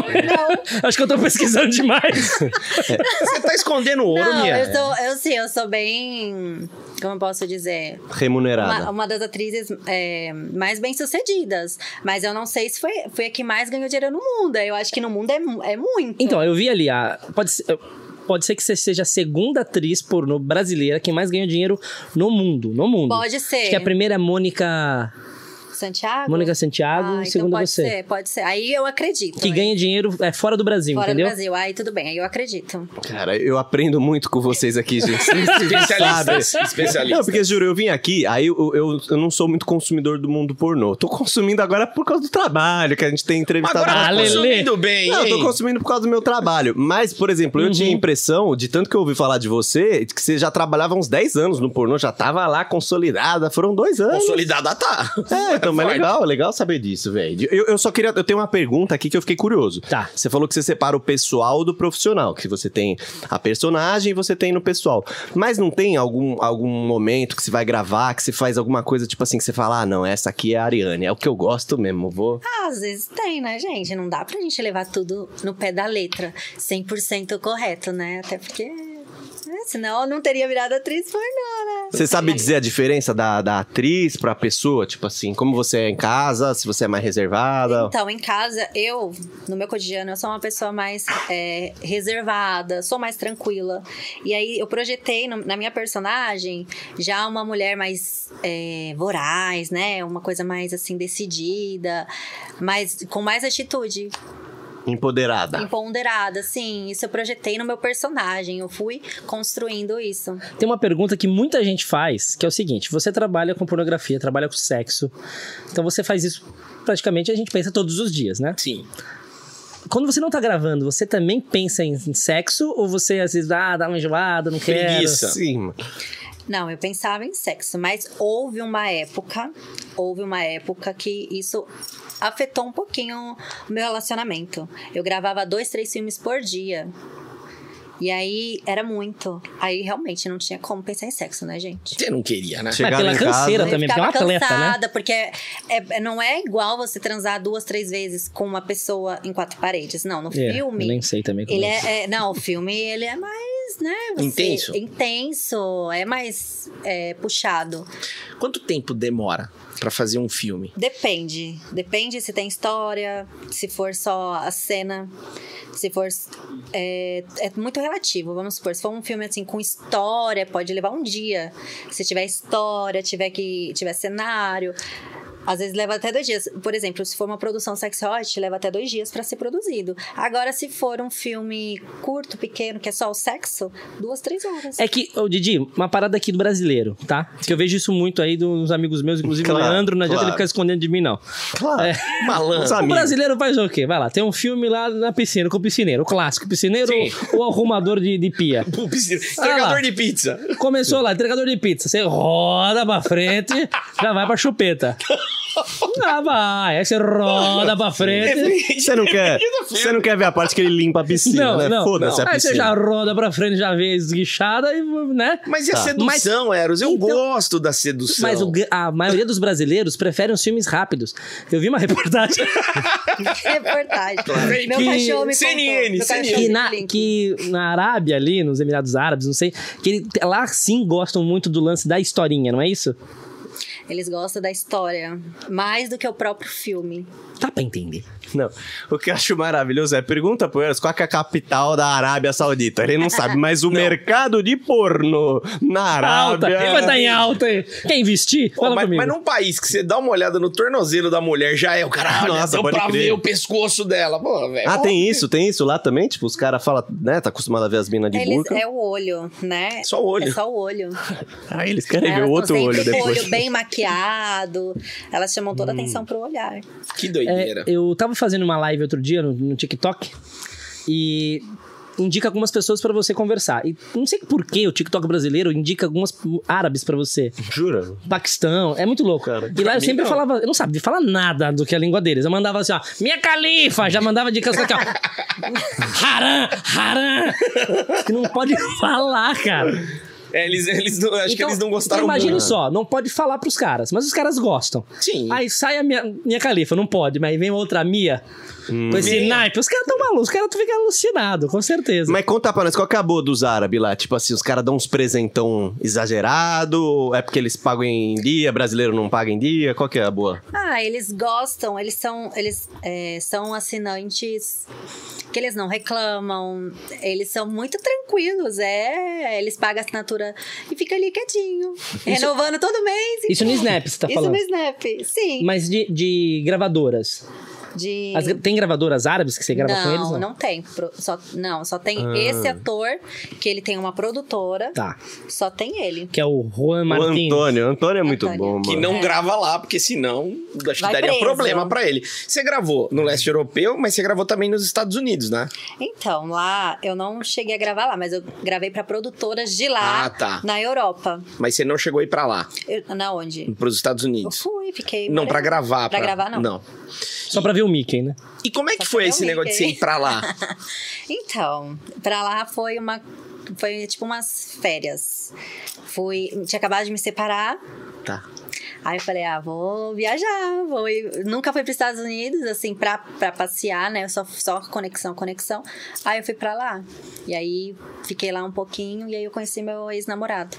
[SPEAKER 3] [LAUGHS]
[SPEAKER 4] Não.
[SPEAKER 3] Acho que eu tô pesquisando demais.
[SPEAKER 2] Você tá escondendo ouro,
[SPEAKER 4] Não,
[SPEAKER 2] Mia.
[SPEAKER 4] eu
[SPEAKER 3] é.
[SPEAKER 4] sou, eu sim, eu sou bem. Como eu posso dizer? Uma,
[SPEAKER 1] Remunerada.
[SPEAKER 4] uma das atrizes é, mais bem-sucedidas. Mas eu não sei se foi, foi a que mais ganhou dinheiro no mundo. Eu acho que no mundo é, mu- é muito.
[SPEAKER 3] então, eu vi ali a. Pode ser. eu- pode ser que você seja a segunda atriz pornô brasileira que mais ganha dinheiro no mundo. No mundo.
[SPEAKER 4] Pode ser.
[SPEAKER 3] Acho que a primeira é Mônica.
[SPEAKER 4] Santiago?
[SPEAKER 3] Mônica Santiago,
[SPEAKER 4] ah, então
[SPEAKER 3] segundo
[SPEAKER 4] pode
[SPEAKER 3] você.
[SPEAKER 4] ser, pode ser. Aí eu acredito.
[SPEAKER 3] Que
[SPEAKER 4] hein?
[SPEAKER 3] ganha dinheiro é, fora do Brasil,
[SPEAKER 4] Fora
[SPEAKER 3] entendeu?
[SPEAKER 4] do Brasil. Aí tudo bem, aí eu acredito.
[SPEAKER 1] Cara, eu aprendo muito com vocês aqui, gente. Vocês
[SPEAKER 2] Especialista.
[SPEAKER 1] sabem.
[SPEAKER 2] Especialista.
[SPEAKER 1] Não, porque juro, eu vim aqui, aí eu, eu, eu não sou muito consumidor do mundo pornô. Tô consumindo agora por causa do trabalho, que a gente tem entrevistado.
[SPEAKER 2] Agora tá
[SPEAKER 3] Ah, Lelê.
[SPEAKER 2] consumindo bem,
[SPEAKER 1] Não, eu
[SPEAKER 2] hein?
[SPEAKER 1] tô consumindo por causa do meu trabalho. Mas, por exemplo, eu tinha a impressão, de tanto que eu ouvi falar de você, de que você já trabalhava uns 10 anos no pornô, já tava lá consolidada, foram dois anos.
[SPEAKER 2] Consolidada tá.
[SPEAKER 1] É, então, mas
[SPEAKER 2] Forte.
[SPEAKER 1] legal, legal saber disso, velho. Eu, eu só queria. Eu tenho uma pergunta aqui que eu fiquei curioso.
[SPEAKER 3] Tá.
[SPEAKER 1] Você falou que você separa o pessoal do profissional, que você tem a personagem e você tem no pessoal. Mas não tem algum, algum momento que você vai gravar, que você faz alguma coisa, tipo assim, que você fala, ah, não, essa aqui é a Ariane, é o que eu gosto mesmo, eu vou.
[SPEAKER 4] Ah, às vezes tem, né, gente? Não dá pra gente levar tudo no pé da letra. 100% correto, né? Até porque... né, Senão eu não teria virado atriz pornô, né?
[SPEAKER 1] Você sabe dizer a diferença da, da atriz pra pessoa? Tipo assim, como você é em casa, se você é mais reservada?
[SPEAKER 4] Então, em casa, eu, no meu cotidiano, eu sou uma pessoa mais é, reservada, sou mais tranquila. E aí eu projetei no- na minha personagem já uma mulher mais é, voraz, né? Uma coisa mais assim decidida, mas com mais atitude,
[SPEAKER 1] Empoderada.
[SPEAKER 4] empoderada, assim. Isso eu projetei no meu personagem, eu fui construindo isso.
[SPEAKER 3] Tem uma pergunta que muita gente faz, que é o seguinte: você trabalha com pornografia, trabalha com sexo. Então você faz isso praticamente, a gente pensa todos os dias, né?
[SPEAKER 2] Sim.
[SPEAKER 3] Quando você não tá gravando, você também pensa em em sexo? Ou você às vezes, ah, dá uma enjoada, não quero? É
[SPEAKER 2] Preguiça.
[SPEAKER 1] Sim, mano.
[SPEAKER 4] Não, eu pensava em sexo, mas houve uma época, houve uma época que isso afetou um pouquinho o meu relacionamento. Eu gravava dois, três filmes por dia. E aí era muito. Aí realmente não tinha como pensar em sexo, né, gente?
[SPEAKER 2] Você não queria, né?
[SPEAKER 1] Chegava
[SPEAKER 3] pela
[SPEAKER 1] em casa-
[SPEAKER 3] canseira Eu
[SPEAKER 4] Eu
[SPEAKER 3] também,
[SPEAKER 4] ficava
[SPEAKER 3] porque é um atleta,
[SPEAKER 4] cansada, porque é- é- não é igual você transar duas, três vezes com uma pessoa em quatro paredes. Não, no
[SPEAKER 3] É,
[SPEAKER 4] filme.
[SPEAKER 3] eu nem sei também como
[SPEAKER 4] Ele
[SPEAKER 3] é.
[SPEAKER 4] é, é- não, o filme ele é mais, né? você-
[SPEAKER 2] Intenso.
[SPEAKER 4] Intenso, é mais é, puxado.
[SPEAKER 2] Quanto tempo demora pra fazer um filme? [LAUGHS]
[SPEAKER 4] Depende, depende se tem história, se for só a cena, se for é, é muito relativo. Vamos supor, se for um filme assim com história, pode levar um dia. Se tiver história, tiver que tiver cenário. Às vezes leva até dois dias. Por exemplo, se for uma produção sexy leva até dois dias pra ser produzido. Agora, se for um filme curto, pequeno, que é só o sexo, duas, três horas. [LAUGHS]
[SPEAKER 3] É que, ô Didi, uma parada aqui do brasileiro, tá? Que eu vejo isso muito aí dos amigos meus, inclusive o
[SPEAKER 1] Claro,
[SPEAKER 3] Leandro, não adianta
[SPEAKER 1] claro.
[SPEAKER 3] ele ficar escondendo de mim, não.
[SPEAKER 1] Claro.
[SPEAKER 3] É.
[SPEAKER 1] Malandro. Os
[SPEAKER 3] O
[SPEAKER 1] amigos.
[SPEAKER 3] brasileiro faz o quê? Vai lá, tem um filme lá na piscina, com o piscineiro, o clássico, piscineiro [LAUGHS] ou, ou arrumador de, de pia.
[SPEAKER 2] Pô, piscina.
[SPEAKER 3] Ah, lá.
[SPEAKER 2] Entregador Um de pizza.
[SPEAKER 3] Começou lá, entregador de pizza. Você roda pra frente, já vai pra chupeta. Ah, vai. Aí você roda pra
[SPEAKER 2] É
[SPEAKER 3] frente.
[SPEAKER 1] Você não
[SPEAKER 3] [LAUGHS]
[SPEAKER 1] quer, você não quer ver a parte que ele limpa a piscina,
[SPEAKER 3] Não,
[SPEAKER 1] né?
[SPEAKER 3] não.
[SPEAKER 1] Foda-se a
[SPEAKER 3] Aí você já
[SPEAKER 1] piscina.
[SPEAKER 3] roda pra frente, já vê esguichada e, né?
[SPEAKER 2] [LAUGHS] Mas e a
[SPEAKER 1] Tá.
[SPEAKER 2] sedução, Eros? Eu
[SPEAKER 3] Então-
[SPEAKER 2] gosto da sedução.
[SPEAKER 3] Mas o gra- a maioria dos brasileiros prefere os filmes rápidos. Eu vi uma [LAUGHS] reportagem
[SPEAKER 4] Reportagem. É Meu
[SPEAKER 3] Que-
[SPEAKER 4] cachorro
[SPEAKER 2] CNN,
[SPEAKER 4] me contou. Meu
[SPEAKER 2] CNN.
[SPEAKER 4] cachorro
[SPEAKER 3] que
[SPEAKER 4] me
[SPEAKER 3] na,
[SPEAKER 4] linka.
[SPEAKER 3] que na Arábia ali, nos Emirados Árabes, não sei, que ele- lá sim gostam muito do lance da historinha, não é isso?
[SPEAKER 4] Eles gostam da história mais do que o próprio filme.
[SPEAKER 3] Dá pra entender.
[SPEAKER 1] Não. O que eu acho maravilhoso é pergunta pro Eros qual que é a capital da Arábia Saudita. Ele não
[SPEAKER 3] [LAUGHS]
[SPEAKER 1] sabe, mas o mercado de porno na
[SPEAKER 3] Alta,
[SPEAKER 1] Arábia.
[SPEAKER 3] ele vai estar em alta aí. Quer investir?
[SPEAKER 2] Pô,
[SPEAKER 3] Fala
[SPEAKER 2] mas,
[SPEAKER 3] comigo.
[SPEAKER 2] mas é num país que você dá uma olhada no tornozelo da mulher, já é o cara, olha,
[SPEAKER 1] Nossa,
[SPEAKER 2] deu
[SPEAKER 1] pode
[SPEAKER 2] pra
[SPEAKER 1] crer.
[SPEAKER 2] ver o pescoço dela. Pô, velho.
[SPEAKER 1] Ah, tem isso, tem isso lá também? Tipo, os caras falam, né? Tá acostumado a ver as minas de
[SPEAKER 4] Eles,
[SPEAKER 1] burca.
[SPEAKER 4] é o olho, né?
[SPEAKER 2] Só o olho.
[SPEAKER 4] É só o olho.
[SPEAKER 1] Ah, eles querem ver
[SPEAKER 4] É, Elas
[SPEAKER 1] o outro
[SPEAKER 4] tão sempre
[SPEAKER 1] olho
[SPEAKER 4] com o
[SPEAKER 1] depois.
[SPEAKER 4] olho bem maquiado. Elas chamam
[SPEAKER 3] Hum.
[SPEAKER 4] toda a atenção pro olhar.
[SPEAKER 2] Que
[SPEAKER 3] É,
[SPEAKER 2] doideira.
[SPEAKER 3] eu tava fazendo uma live outro dia no, no TikTok e indica algumas pessoas pra você conversar. E não sei por que o TikTok brasileiro indica algumas árabes pra você.
[SPEAKER 1] Jura?
[SPEAKER 3] Paquistão, é muito louco.
[SPEAKER 1] Cara,
[SPEAKER 3] e lá eu sempre
[SPEAKER 2] não.
[SPEAKER 3] falava, eu não sabia falar nada do que a língua deles. Eu mandava assim, ó, minha califa, já mandava de
[SPEAKER 2] [LAUGHS]
[SPEAKER 3] casa aqui, ó. Haram, haram. Que não pode falar, cara.
[SPEAKER 2] É, eles, eles não- acho que
[SPEAKER 3] Então,
[SPEAKER 2] eles não gostaram
[SPEAKER 3] Imagine
[SPEAKER 2] muito. né?
[SPEAKER 3] só, não pode falar pros caras, mas os caras gostam.
[SPEAKER 2] Sim.
[SPEAKER 3] Aí sai a minha, minha califa, não pode, mas aí vem outra minha.
[SPEAKER 2] Hum.
[SPEAKER 3] Com esse naipe, os caras tão malucos, os caras tão ficando alucinados, com certeza.
[SPEAKER 1] Mas conta pra nós, qual que é a boa dos árabes lá? Tipo assim, os caras dão uns presentão exagerado? É porque eles pagam em dia, brasileiro não paga em dia? Qual que é a boa?
[SPEAKER 4] Ah, eles gostam, eles são, eles é, são assinantes Que eles não reclamam, eles são muito tranquilos, é. Eles pagam a assinatura e fica ali quietinho, renovando todo mês.
[SPEAKER 3] Isso no Snap, você tá
[SPEAKER 4] Isso
[SPEAKER 3] falando.
[SPEAKER 4] no Snap, sim.
[SPEAKER 3] Mas de, de gravadoras.
[SPEAKER 4] De...
[SPEAKER 3] As gra- tem gravadoras árabes que você grava
[SPEAKER 4] não,
[SPEAKER 3] com eles? Não,
[SPEAKER 4] Não, tem. Pro- Só, não, só tem esse ator, que ele tem uma produtora,
[SPEAKER 3] Tá.
[SPEAKER 4] só tem ele.
[SPEAKER 3] Que é o Juan
[SPEAKER 1] O
[SPEAKER 3] Martins.
[SPEAKER 1] Antônio, o Antônio é muito
[SPEAKER 4] Antônio.
[SPEAKER 1] bom, mano.
[SPEAKER 2] Que não
[SPEAKER 4] É.
[SPEAKER 2] grava lá, porque senão acho que
[SPEAKER 4] Vai
[SPEAKER 2] daria
[SPEAKER 4] preso.
[SPEAKER 2] problema pra ele. Você gravou
[SPEAKER 1] Uhum.
[SPEAKER 2] no leste europeu, mas você gravou também nos Estados Unidos, né?
[SPEAKER 4] Então, lá eu não cheguei a gravar lá, mas eu gravei pra produtoras de lá
[SPEAKER 2] Ah, tá.
[SPEAKER 4] na Europa.
[SPEAKER 2] Mas você não chegou a ir pra lá,
[SPEAKER 4] Eu- na onde?
[SPEAKER 2] pros Estados
[SPEAKER 4] Eu
[SPEAKER 2] Unidos.
[SPEAKER 4] fui, fiquei.
[SPEAKER 2] Não, pra
[SPEAKER 4] morando.
[SPEAKER 2] gravar.
[SPEAKER 4] Pra gravar, não.
[SPEAKER 2] Não.
[SPEAKER 3] Só pra ver o Mickey, né?
[SPEAKER 2] E como é que
[SPEAKER 4] Só um
[SPEAKER 2] foi
[SPEAKER 4] pra
[SPEAKER 2] esse
[SPEAKER 4] eu ir,
[SPEAKER 2] negócio de você ir
[SPEAKER 4] hein?
[SPEAKER 2] pra
[SPEAKER 4] [LAUGHS]
[SPEAKER 2] lá?
[SPEAKER 4] [LAUGHS] Então, pra lá foi uma. Foi tipo umas férias. Fui. Tinha acabado de me separar.
[SPEAKER 2] Tá.
[SPEAKER 4] Aí eu falei, ah, vou viajar, vou ir. Nunca fui para os Estados Unidos, assim, pra, pra passear, né? Eu só, só conexão, conexão. Aí eu fui pra lá. E aí fiquei lá um pouquinho e aí eu conheci meu ex-namorado.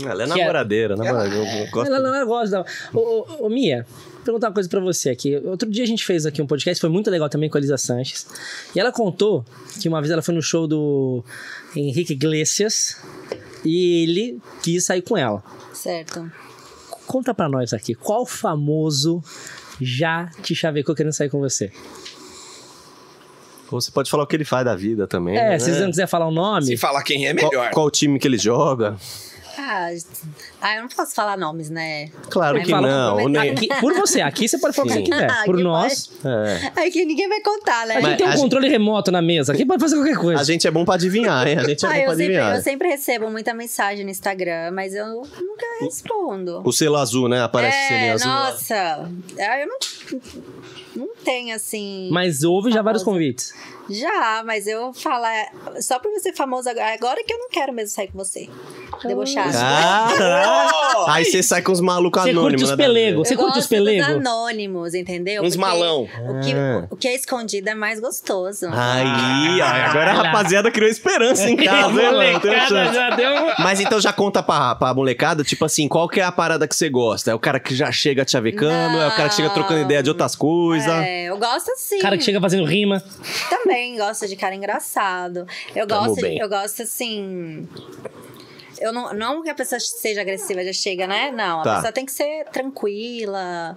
[SPEAKER 1] Ela é
[SPEAKER 3] Que é-
[SPEAKER 1] namoradeira, namoradeira. Eu
[SPEAKER 3] [LAUGHS]
[SPEAKER 1] gosto
[SPEAKER 3] Ela não gosta. Ô, ô, ô, Mia, vou perguntar uma coisa pra você aqui. Outro dia a gente fez aqui um podcast, foi muito legal também com a Elisa Sanches. E ela contou que uma vez ela foi no show do Henrique Iglesias e ele quis sair com ela.
[SPEAKER 4] Certo.
[SPEAKER 3] Conta pra nós aqui, qual famoso já te chavecou querendo sair com você?
[SPEAKER 1] Ou você pode falar o que ele faz da vida também.
[SPEAKER 3] É,
[SPEAKER 1] né?
[SPEAKER 3] se você não quiser falar o nome,
[SPEAKER 2] Se falar quem é,
[SPEAKER 1] Qual-
[SPEAKER 2] melhor.
[SPEAKER 1] Qual, time que ele joga?
[SPEAKER 4] Ah, ah, eu não posso falar nomes, né?
[SPEAKER 1] Claro
[SPEAKER 4] Aí
[SPEAKER 1] que
[SPEAKER 4] fala-
[SPEAKER 1] não. né? Nem...
[SPEAKER 3] aqui- por você, aqui você pode falar o que você
[SPEAKER 1] Sim.
[SPEAKER 3] quiser. Por
[SPEAKER 4] Aqui
[SPEAKER 3] nós,
[SPEAKER 1] É.
[SPEAKER 4] Aí que ninguém vai contar, né?
[SPEAKER 3] a gente
[SPEAKER 1] Mas
[SPEAKER 3] tem um
[SPEAKER 1] a gente-
[SPEAKER 3] controle remoto na mesa, aqui pode fazer qualquer coisa.
[SPEAKER 1] A gente é bom pra adivinhar, hein? A gente é
[SPEAKER 4] Ah,
[SPEAKER 1] bom pra
[SPEAKER 4] eu sempre,
[SPEAKER 1] adivinhar.
[SPEAKER 4] eu sempre recebo muita mensagem no Instagram, mas eu nunca respondo.
[SPEAKER 1] O selo azul, né? Aparece o
[SPEAKER 4] é,
[SPEAKER 1] selinho azul. lá.
[SPEAKER 4] nossa. Ah, Eu não, não tenho, assim...
[SPEAKER 3] Mas houve já vários
[SPEAKER 4] Famoso.
[SPEAKER 3] convites.
[SPEAKER 4] Já, mas eu falo, é, só por você famoso agora, agora que eu não quero mesmo sair com você. Debochado.
[SPEAKER 1] Caralho! Aí você sai com os malucos
[SPEAKER 3] Você
[SPEAKER 1] anônimos. né,
[SPEAKER 3] curte os
[SPEAKER 1] nada a ver.
[SPEAKER 3] pelego. Você
[SPEAKER 4] eu
[SPEAKER 3] curte
[SPEAKER 4] gosto
[SPEAKER 3] os pelego?
[SPEAKER 4] Dos anônimos, entendeu?
[SPEAKER 2] Uns
[SPEAKER 4] Porque
[SPEAKER 2] malão.
[SPEAKER 4] O que,
[SPEAKER 1] Ah.
[SPEAKER 4] o que é escondido é mais gostoso.
[SPEAKER 1] Aí, ó, agora a
[SPEAKER 3] Caralho.
[SPEAKER 1] rapaziada criou esperança
[SPEAKER 3] [LAUGHS]
[SPEAKER 1] em casa, hein, mano? Tem chance.
[SPEAKER 3] já deu uma-
[SPEAKER 1] Mas então já conta pra, pra molecada, tipo assim, qual que é a parada que você gosta? É o cara que já chega te avecando, é o cara que chega trocando
[SPEAKER 4] Não.
[SPEAKER 1] ideia de outras coisas.
[SPEAKER 4] É, eu gosto assim.
[SPEAKER 3] Cara que chega fazendo rima.
[SPEAKER 4] Também gosto de cara engraçado. Eu
[SPEAKER 1] Tamo
[SPEAKER 4] gosto,
[SPEAKER 1] bem.
[SPEAKER 4] eu gosto assim. Eu não, não que a pessoa seja agressiva, já chega, né? Não, a
[SPEAKER 1] Tá.
[SPEAKER 4] pessoa tem que ser tranquila,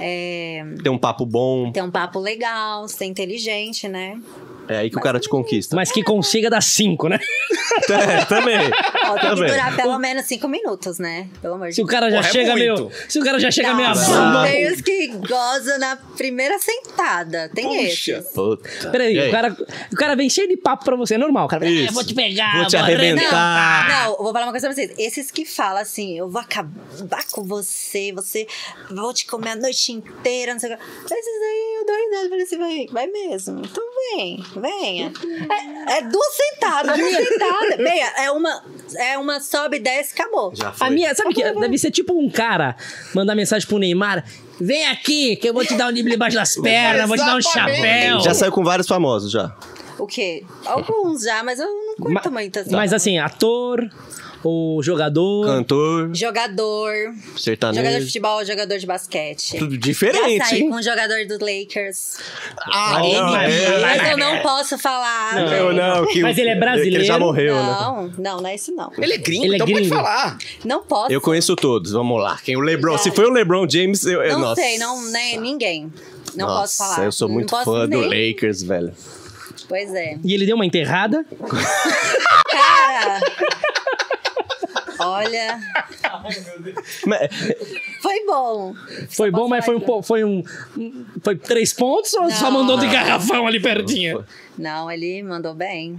[SPEAKER 4] é,
[SPEAKER 1] Tem um papo bom,
[SPEAKER 4] ter um papo legal, ser inteligente, né?
[SPEAKER 1] é aí que o cara te conquista.
[SPEAKER 3] Mas que consiga dar cinco, né?
[SPEAKER 1] [LAUGHS] É, também.
[SPEAKER 4] Ó, tem que
[SPEAKER 1] Também.
[SPEAKER 4] durar pelo menos cinco minutos, né? Pelo amor
[SPEAKER 3] Se
[SPEAKER 4] de
[SPEAKER 3] o cara já
[SPEAKER 2] Porra, é
[SPEAKER 3] chega
[SPEAKER 2] muito.
[SPEAKER 3] meio. Se o cara já chega meio
[SPEAKER 1] Nossa.
[SPEAKER 3] bamba.
[SPEAKER 4] Tem os que gozam na primeira sentada. Tem
[SPEAKER 2] Puxa.
[SPEAKER 4] esses.
[SPEAKER 1] Puta. E
[SPEAKER 3] Peraí,
[SPEAKER 1] aí?
[SPEAKER 3] o cara, o cara vem cheio de papo pra você. É normal. O cara fala,
[SPEAKER 1] Isso.
[SPEAKER 3] "Ah, vou te pegar,
[SPEAKER 1] Vou te
[SPEAKER 4] Não,
[SPEAKER 1] arrebentar. Tá.
[SPEAKER 4] não, eu vou falar uma coisa pra vocês. Esses que falam assim, eu vou acabar com você, você vou te comer a noite inteira, não sei o que. Esses aí eu dou risada. eu Falei assim, vai, vai mesmo. Então vem, venha. É, é duas sentadas, duas sentadas. Meia, é uma, é uma sobe e desce, acabou.
[SPEAKER 1] Já foi.
[SPEAKER 3] A minha, sabe o que? Deve ser tipo um cara mandar mensagem pro Neymar: vem aqui, que eu vou te dar um nible embaixo das pernas, vou te dar um
[SPEAKER 2] Exatamente.
[SPEAKER 3] chapéu.
[SPEAKER 1] Já saiu com vários famosos, já.
[SPEAKER 4] O quê? Alguns já, mas eu não
[SPEAKER 3] Ma-
[SPEAKER 4] curto muito assim.
[SPEAKER 3] Mas assim, ator, ou jogador.
[SPEAKER 1] Cantor,
[SPEAKER 4] Jogador. Jogador de
[SPEAKER 1] sertanejo.
[SPEAKER 4] futebol, jogador de basquete.
[SPEAKER 1] Tudo
[SPEAKER 4] Já
[SPEAKER 1] diferente,
[SPEAKER 4] saí
[SPEAKER 1] hein?
[SPEAKER 4] com um jogador do Lakers.
[SPEAKER 1] Ah, não, é.
[SPEAKER 4] Mas eu não posso falar. né?
[SPEAKER 1] Eu não, que
[SPEAKER 3] Mas ele é
[SPEAKER 1] que Ele
[SPEAKER 3] brasileiro?
[SPEAKER 1] já morreu, né?
[SPEAKER 4] não, não, não é isso não.
[SPEAKER 2] Ele é gringo,
[SPEAKER 3] Ele é
[SPEAKER 2] então pode
[SPEAKER 3] gringo.
[SPEAKER 2] falar.
[SPEAKER 4] Não posso.
[SPEAKER 1] Eu conheço todos, vamos lá. Quem o LeBron? Se foi o LeBron James, eu. eu-
[SPEAKER 4] não
[SPEAKER 1] nossa.
[SPEAKER 4] sei, não, né, ninguém. Não
[SPEAKER 1] Nossa,
[SPEAKER 4] posso falar.
[SPEAKER 1] Eu sou
[SPEAKER 4] Não
[SPEAKER 1] muito
[SPEAKER 4] posso
[SPEAKER 1] fã do
[SPEAKER 4] nem-
[SPEAKER 1] Lakers, velho.
[SPEAKER 4] Pois é.
[SPEAKER 3] E ele deu uma enterrada.
[SPEAKER 4] Cara! [LAUGHS] Olha,
[SPEAKER 1] Mas- eh,
[SPEAKER 4] foi bom.
[SPEAKER 3] Foi bom, mas foi um, po- foi um. Foi três pontos ou só
[SPEAKER 4] Não.
[SPEAKER 3] mandou de garrafão ali pertinho?
[SPEAKER 4] Não, ele mandou bem.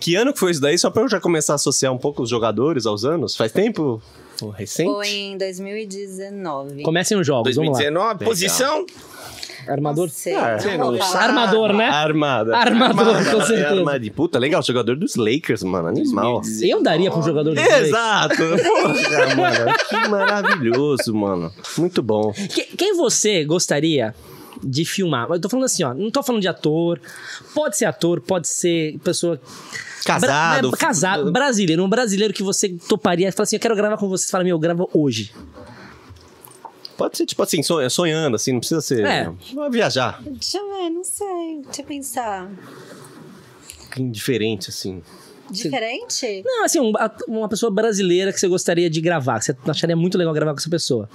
[SPEAKER 1] que ano que foi isso daí? Só pra eu já começar a associar um pouco os jogadores aos anos? Faz tempo? Pô, Recente?
[SPEAKER 4] Foi em 2019.
[SPEAKER 1] é
[SPEAKER 3] Comecem os jogos, vamos lá.
[SPEAKER 2] 2019, posição.
[SPEAKER 3] Armador.
[SPEAKER 4] Não sei.
[SPEAKER 1] Ah,
[SPEAKER 4] não vou
[SPEAKER 2] não
[SPEAKER 4] falar.
[SPEAKER 3] Armador, né?
[SPEAKER 1] Armada.
[SPEAKER 3] Armador, com
[SPEAKER 1] Armada,
[SPEAKER 3] certeza.
[SPEAKER 1] armada. Puta, legal, jogador dos Lakers, mano. Animal.
[SPEAKER 3] Eu daria pra um jogador de vôlei.
[SPEAKER 1] [LAUGHS] Exato! Porra, mano. Que maravilhoso, mano. Muito bom.
[SPEAKER 3] Que- Quem você gostaria de filmar? Eu tô falando assim, ó. Não tô falando de ator. Pode ser ator, pode ser pessoa.
[SPEAKER 1] Casado.
[SPEAKER 3] Bra- é, casado. Brasileiro. Um brasileiro que você toparia e fala assim: eu quero gravar com você. Você fala, meu, eu gravo hoje.
[SPEAKER 1] Pode ser, tipo assim, sonha- sonhando, assim, não precisa ser.
[SPEAKER 3] É.
[SPEAKER 1] Vai viajar.
[SPEAKER 4] Deixa eu ver, não sei. Deixa eu pensar.
[SPEAKER 1] Diferente, assim.
[SPEAKER 4] Diferente?
[SPEAKER 3] Não, assim, um- a- uma pessoa brasileira que você gostaria de gravar, que você acharia muito legal gravar com essa pessoa.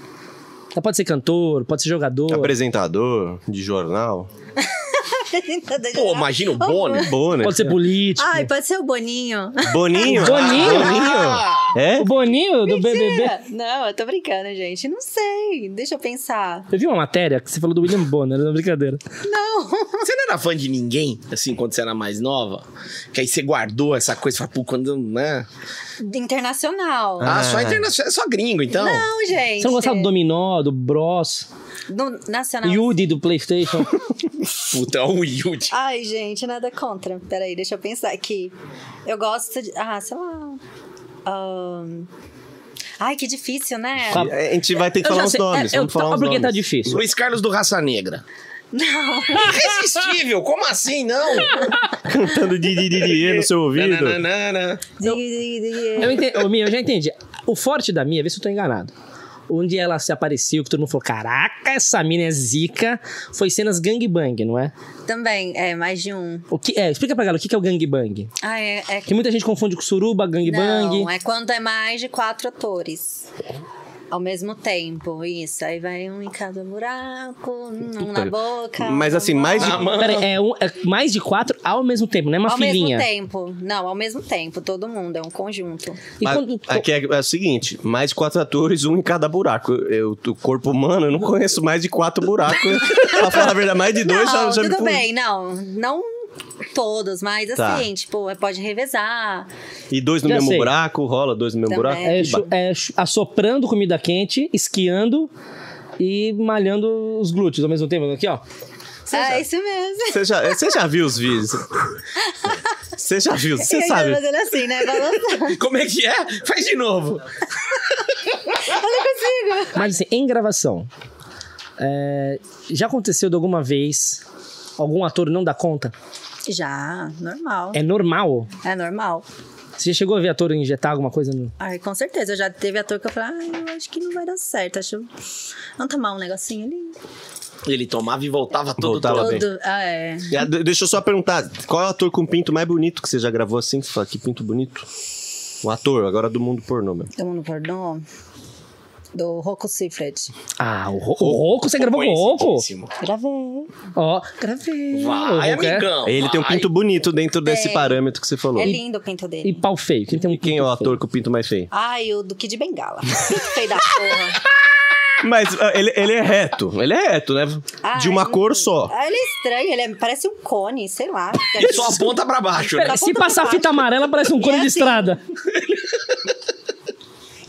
[SPEAKER 3] Ela pode ser cantor, pode ser jogador.
[SPEAKER 1] Apresentador de jornal.
[SPEAKER 2] Pô, imagina o Tipo, Boni.
[SPEAKER 1] Bono.
[SPEAKER 3] Pode ser político.
[SPEAKER 4] um Ai, pode ser o Boninho.
[SPEAKER 1] né? Boninho.
[SPEAKER 2] Ah!
[SPEAKER 3] Boninho?
[SPEAKER 1] Ah, Boninho. É?
[SPEAKER 3] O Boninho do BBB.
[SPEAKER 4] Mentira. [LAUGHS] Não, eu tô brincando, gente. Não sei. Deixa eu pensar.
[SPEAKER 3] Eu vi uma matéria que você falou do William Bonner, não é brincadeira.
[SPEAKER 2] Você não era fã de ninguém, assim, quando você era mais nova? Que aí você guardou essa coisa, fala, pô, quando, né?
[SPEAKER 4] Internacional.
[SPEAKER 2] Ah,
[SPEAKER 1] Ah.
[SPEAKER 2] só internacional, é só gringo, então.
[SPEAKER 4] Não, gente.
[SPEAKER 3] Você não gostava do Dominó, do Bros,
[SPEAKER 4] No nacional.
[SPEAKER 3] Yudi do Playstation?
[SPEAKER 2] Puta, é o Yud.
[SPEAKER 4] Ai, gente, nada contra. Peraí, deixa eu pensar aqui. Eu gosto de. Ah, sei lá. Ahn. Ai, que difícil, né?
[SPEAKER 3] Tá.
[SPEAKER 1] A gente vai ter que
[SPEAKER 3] Eu
[SPEAKER 1] falar
[SPEAKER 3] já
[SPEAKER 1] uns
[SPEAKER 3] sei.
[SPEAKER 1] nomes.
[SPEAKER 3] É, eu-
[SPEAKER 1] Vamos falar uns
[SPEAKER 3] porque
[SPEAKER 1] nomes.
[SPEAKER 3] tá difícil.
[SPEAKER 2] Luiz Carlos do Raça Negra.
[SPEAKER 3] [LAUGHS]
[SPEAKER 4] Não.
[SPEAKER 2] Irresistível, como assim, não?
[SPEAKER 1] Cantando de no seu ouvido.
[SPEAKER 2] Nananana.
[SPEAKER 3] Eu, ente- Ô, Mia, eu já entendi. O forte da Mia, vê se eu tô enganado. Onde ela se apareceu, que todo mundo falou: Caraca, essa mina é zica. Foi cenas gangbang, não é?
[SPEAKER 4] Também, é, mais de um.
[SPEAKER 3] O que é? Explica pra galera o que que é o gangbang.
[SPEAKER 4] Ah, é. é...
[SPEAKER 3] Que muita gente confunde com suruba, gangbang.
[SPEAKER 4] Não, é quando é mais de quatro atores. Ao mesmo tempo, isso. Aí vai um em cada buraco, um na
[SPEAKER 1] Puta.
[SPEAKER 4] boca.
[SPEAKER 1] Mas
[SPEAKER 4] um
[SPEAKER 1] assim,
[SPEAKER 4] na
[SPEAKER 1] mais de-
[SPEAKER 4] boca.
[SPEAKER 3] Pera aí, é, um- é mais de quatro ao mesmo tempo, não é uma
[SPEAKER 4] Ao
[SPEAKER 3] filhinha.
[SPEAKER 4] mesmo tempo. Não, ao mesmo tempo, todo mundo, é um conjunto.
[SPEAKER 3] E
[SPEAKER 1] Mas
[SPEAKER 3] quando-
[SPEAKER 1] Aqui é, é o seguinte: mais quatro atores, um em cada buraco. Eu, o corpo humano, eu não conheço mais de quatro buracos.
[SPEAKER 3] [LAUGHS]
[SPEAKER 1] pra falar a verdade, mais de dois
[SPEAKER 4] não,
[SPEAKER 1] já, já me
[SPEAKER 4] tudo
[SPEAKER 1] fui.
[SPEAKER 4] bem, não. Não todos, mas
[SPEAKER 1] Tá.
[SPEAKER 4] assim, tipo, pode revezar.
[SPEAKER 1] E dois no
[SPEAKER 3] Já
[SPEAKER 1] mesmo
[SPEAKER 3] sei.
[SPEAKER 1] buraco, rola dois no mesmo
[SPEAKER 4] Também.
[SPEAKER 1] buraco.
[SPEAKER 3] É, chu- é chu- assoprando comida quente, esquiando e malhando os glúteos ao mesmo tempo. Aqui, ó.
[SPEAKER 4] É isso mesmo.
[SPEAKER 1] Você já, é, você já viu os
[SPEAKER 3] [LAUGHS]
[SPEAKER 1] vídeos? Você já viu, você
[SPEAKER 4] Fica
[SPEAKER 1] sabe.
[SPEAKER 4] fazendo assim, né? Balançando. [LAUGHS]
[SPEAKER 2] Como é que é? Faz de novo.
[SPEAKER 3] Mas assim, em gravação, é, já aconteceu de alguma vez algum ator não dar conta?
[SPEAKER 4] Já, normal.
[SPEAKER 3] É normal?
[SPEAKER 4] É. normal.
[SPEAKER 3] Você já chegou a ver ator injetar alguma coisa no.
[SPEAKER 4] Ai, com certeza. Já teve ator que eu falei, ai, eu acho que não vai dar certo. Acho. Vamos tomar um negocinho ali.
[SPEAKER 2] Ele tomava e voltava todo
[SPEAKER 1] Voltava. Tá bem.
[SPEAKER 4] Todo. Ah, é.
[SPEAKER 1] Já- de- Deixa eu só perguntar: qual é o ator com pinto mais bonito que você já gravou assim? Você fala, que pinto bonito? Um ator, agora do mundo pornô, meu.
[SPEAKER 4] Todo mundo pornô. Do Rocco Siffred.
[SPEAKER 3] Ah, o, Ro- o Roco? Você gravou com o Roco?
[SPEAKER 2] Conhecidíssimo.
[SPEAKER 4] Gravei.
[SPEAKER 3] Ó, gravei. O
[SPEAKER 2] Vai,
[SPEAKER 3] Rocco é-
[SPEAKER 2] amigão.
[SPEAKER 1] Ele tem um
[SPEAKER 2] vai.
[SPEAKER 1] pinto bonito dentro desse
[SPEAKER 4] Tem.
[SPEAKER 1] parâmetro que você falou.
[SPEAKER 4] É lindo o pinto dele.
[SPEAKER 3] E pau feio. Quem, tem um
[SPEAKER 1] E quem é o
[SPEAKER 3] pinto
[SPEAKER 1] ator com o pinto mais feio?
[SPEAKER 4] Ai, o do Kid Bengala. [LAUGHS] Pinto feio da porra.
[SPEAKER 1] Mas ah, ele, ele é reto, ele é reto, né? De
[SPEAKER 4] Ai,
[SPEAKER 1] uma
[SPEAKER 4] não-
[SPEAKER 1] cor só.
[SPEAKER 4] Ah, ele é estranho, ele é- parece um cone, sei lá.
[SPEAKER 2] Ele só aponta pra baixo, né?
[SPEAKER 3] Pera, se passar
[SPEAKER 4] baixo.
[SPEAKER 3] fita amarela, parece um cone de
[SPEAKER 4] assim.
[SPEAKER 3] estrada.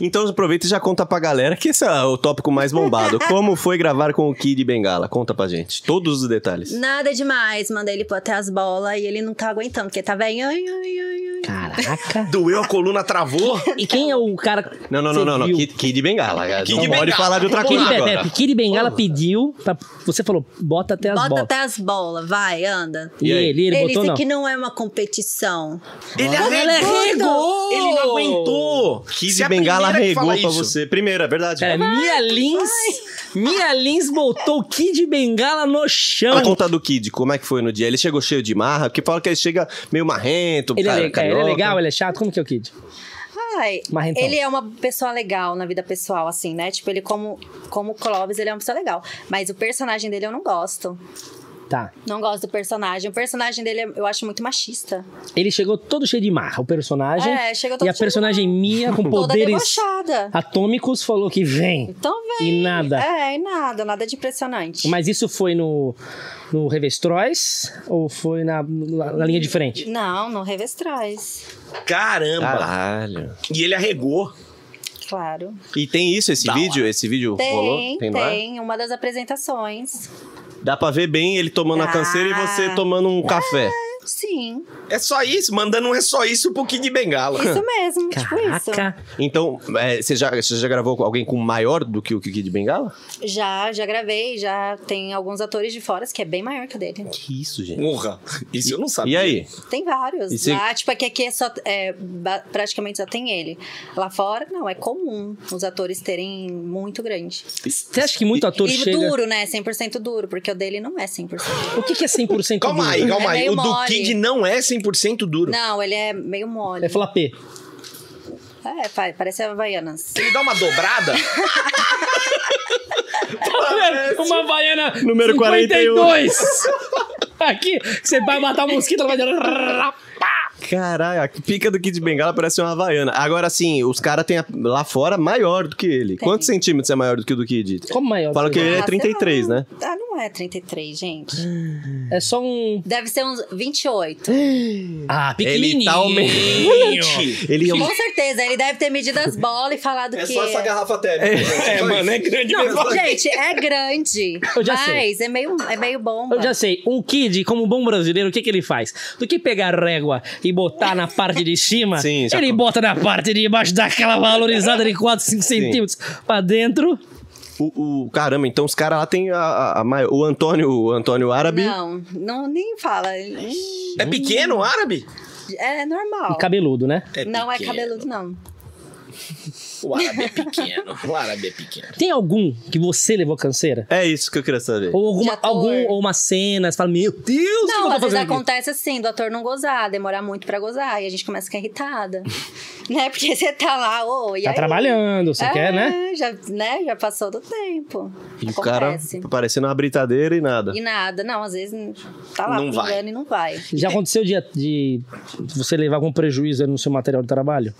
[SPEAKER 1] Então aproveita e já conta pra galera que esse é o tópico mais bombado. Como foi gravar com o Kid Bengala? Conta pra gente. Todos os detalhes.
[SPEAKER 4] Nada demais, mandei ele pôr até as bolas e ele não tá aguentando, porque tá velho. Ai, ai, ai, ai.
[SPEAKER 3] Caraca.
[SPEAKER 2] Doeu, a coluna travou.
[SPEAKER 3] E quem é o cara.
[SPEAKER 1] Não, não,
[SPEAKER 3] que
[SPEAKER 1] não, não,
[SPEAKER 3] você
[SPEAKER 1] não.
[SPEAKER 3] viu?
[SPEAKER 1] Kid, Kid Bengala. cara.
[SPEAKER 2] Kid
[SPEAKER 1] não pode
[SPEAKER 2] Bengala.
[SPEAKER 1] falar de outra
[SPEAKER 2] Vamos
[SPEAKER 1] coisa
[SPEAKER 3] Kid,
[SPEAKER 2] lá
[SPEAKER 1] agora.
[SPEAKER 3] Bebe, Kid Bengala pediu. pra- Você falou, bota até as
[SPEAKER 4] Bota
[SPEAKER 3] botas.
[SPEAKER 4] até as bolas, vai, anda.
[SPEAKER 3] E,
[SPEAKER 1] E aí?
[SPEAKER 3] ele, ele, botou
[SPEAKER 4] disse
[SPEAKER 3] não.
[SPEAKER 4] que não é uma competição.
[SPEAKER 2] Ele
[SPEAKER 3] é
[SPEAKER 2] arregou! Ele não aguentou!
[SPEAKER 1] Kid
[SPEAKER 2] Se a
[SPEAKER 1] Bengala
[SPEAKER 2] primeira que fala
[SPEAKER 1] arregou pra
[SPEAKER 2] isso-
[SPEAKER 1] você. Primeira, é verdade.
[SPEAKER 3] Pera, Mia Lins. Mia Lins botou o Kid Bengala no
[SPEAKER 1] Pra
[SPEAKER 3] chão.
[SPEAKER 1] contar do Kid, como é que foi no dia? Ele chegou cheio de marra, porque fala que ele chega meio marrento,
[SPEAKER 3] Ele é,
[SPEAKER 1] cara,
[SPEAKER 3] le- é, ele é
[SPEAKER 1] carioca.
[SPEAKER 3] legal, ele é chato? Como que é o Kid?
[SPEAKER 4] Ai,
[SPEAKER 3] Mas então.
[SPEAKER 4] ele é uma pessoa legal na vida pessoal, assim, né? Tipo, ele como, como Clóvis, ele é uma pessoa legal. Mas o personagem dele eu não gosto.
[SPEAKER 3] Tá.
[SPEAKER 4] Não gosto do personagem. O personagem dele é, eu acho muito machista.
[SPEAKER 3] Ele chegou todo cheio de marra, o personagem.
[SPEAKER 4] É, chegou todo
[SPEAKER 3] E a
[SPEAKER 4] cheio de
[SPEAKER 3] personagem Mia, com
[SPEAKER 4] Toda
[SPEAKER 3] poderes
[SPEAKER 4] debochada.
[SPEAKER 3] atômicos, falou que vem.
[SPEAKER 4] Então vem.
[SPEAKER 3] E nada.
[SPEAKER 4] É, e nada, nada de impressionante.
[SPEAKER 3] Mas isso foi no, no Revestróis ou foi na, na- na linha de frente?
[SPEAKER 4] Não, não revestrais.
[SPEAKER 2] Caramba!
[SPEAKER 1] Caralho.
[SPEAKER 2] E ele arregou.
[SPEAKER 4] Claro.
[SPEAKER 1] E tem isso, esse
[SPEAKER 2] Da
[SPEAKER 1] vídeo? Esse vídeo rolou?
[SPEAKER 4] Tem,
[SPEAKER 1] no ar?
[SPEAKER 4] tem. Uma das apresentações.
[SPEAKER 1] Dá pra ver bem ele tomando a
[SPEAKER 4] Ah.
[SPEAKER 1] canseira e você tomando um café.
[SPEAKER 4] Sim.
[SPEAKER 2] É só isso, mandando um é só isso pro Kid Bengala.
[SPEAKER 4] Isso mesmo, tipo isso.
[SPEAKER 3] Caraca.
[SPEAKER 1] Então, é, você, já, você já gravou com alguém com maior do que o Kiki de Bengala?
[SPEAKER 4] Já, já gravei, já tem alguns atores de fora que é bem maior que o dele.
[SPEAKER 1] Que isso, gente.
[SPEAKER 2] Porra, isso eu não sabia.
[SPEAKER 1] E aí?
[SPEAKER 4] Tem vários.
[SPEAKER 1] E se-
[SPEAKER 4] Lá, tipo, é que aqui é só, é, ba- praticamente só tem ele. Lá fora, não, é comum os atores terem muito grande.
[SPEAKER 3] Você acha que muito ator
[SPEAKER 4] e
[SPEAKER 3] chega...
[SPEAKER 4] duro, né? 100% duro, porque o dele não é 100%.
[SPEAKER 3] O que, que é 100%
[SPEAKER 2] Calma aí,
[SPEAKER 3] duro?
[SPEAKER 2] calma
[SPEAKER 4] É
[SPEAKER 2] aí.
[SPEAKER 4] meio
[SPEAKER 2] o do
[SPEAKER 4] mole.
[SPEAKER 2] Kid não é 100% duro.
[SPEAKER 4] Não, ele é meio mole.
[SPEAKER 3] É flapê.
[SPEAKER 4] É, fa- parece Havaianas.
[SPEAKER 2] Ele dá uma dobrada.
[SPEAKER 3] Uma baiana
[SPEAKER 1] Número
[SPEAKER 3] 52. Aqui, você vai matar o mosquito, ela vai...
[SPEAKER 1] Caralho, a pica do Kid Bengala parece uma havaiana. Agora, assim, os caras têm a- lá fora maior do que ele. Quantos centímetros é maior do que o do Kid?
[SPEAKER 3] Como maior?
[SPEAKER 1] Fala que ele é
[SPEAKER 4] Ah,
[SPEAKER 1] 33,
[SPEAKER 4] sei lá.
[SPEAKER 1] né?
[SPEAKER 4] Ah, não é 33, gente.
[SPEAKER 3] É só um...
[SPEAKER 4] Deve ser uns 28.
[SPEAKER 3] Ah, pequenininho.
[SPEAKER 1] Ele tá aumentando. Ele é um
[SPEAKER 4] Com certeza, ele deve ter medido as bolas e falado que.
[SPEAKER 1] [LAUGHS] garrafa térmica.
[SPEAKER 2] é, mano, é grande mesmo.
[SPEAKER 4] Não, gente, é grande.
[SPEAKER 3] Eu já
[SPEAKER 4] mas
[SPEAKER 3] sei.
[SPEAKER 4] é meio, é meio bomba.
[SPEAKER 3] Eu já sei, um kid, como um bom brasileiro, o que, que ele faz? Do que pegar régua e botar na parte de cima,
[SPEAKER 1] Sim, já-
[SPEAKER 3] ele bota na parte de baixo, dá aquela valorizada de 4, 5 centímetros pra dentro.
[SPEAKER 1] O, o- caramba, então os caras lá têm a, a- a maior. O Antônio, o Antônio Árabe.
[SPEAKER 4] Não, não, nem fala. Hum,
[SPEAKER 2] É pequeno o árabe?
[SPEAKER 4] É normal.
[SPEAKER 3] E cabeludo, né?
[SPEAKER 4] não é
[SPEAKER 2] pequeno.
[SPEAKER 4] cabeludo, não.
[SPEAKER 2] O árabe é pequeno. O árabe é [LAUGHS] pequeno.
[SPEAKER 3] Tem algum que você levou canseira?
[SPEAKER 1] É isso que eu queria saber.
[SPEAKER 3] Ou alguma,
[SPEAKER 4] ator.
[SPEAKER 3] algum, ou uma cena, você fala, meu Deus, o que eu
[SPEAKER 4] Não,
[SPEAKER 3] tô
[SPEAKER 4] às vezes
[SPEAKER 3] fazendo aqui?
[SPEAKER 4] acontece assim, do ator não gozar, demorar muito pra gozar, e a gente começa a ficar irritada. [LAUGHS] né? Porque você tá lá, ô, e
[SPEAKER 3] Tá
[SPEAKER 4] aí?
[SPEAKER 3] trabalhando, você
[SPEAKER 4] É,
[SPEAKER 3] quer, né?
[SPEAKER 4] Já, né? Já passou do tempo.
[SPEAKER 1] E o cara
[SPEAKER 4] Acontece.
[SPEAKER 1] parecendo uma britadeira e nada.
[SPEAKER 4] E nada. Não, às vezes tá lá
[SPEAKER 2] Não vai.
[SPEAKER 4] pingando e não vai.
[SPEAKER 3] Já aconteceu de, de você levar algum prejuízo no seu material de trabalho?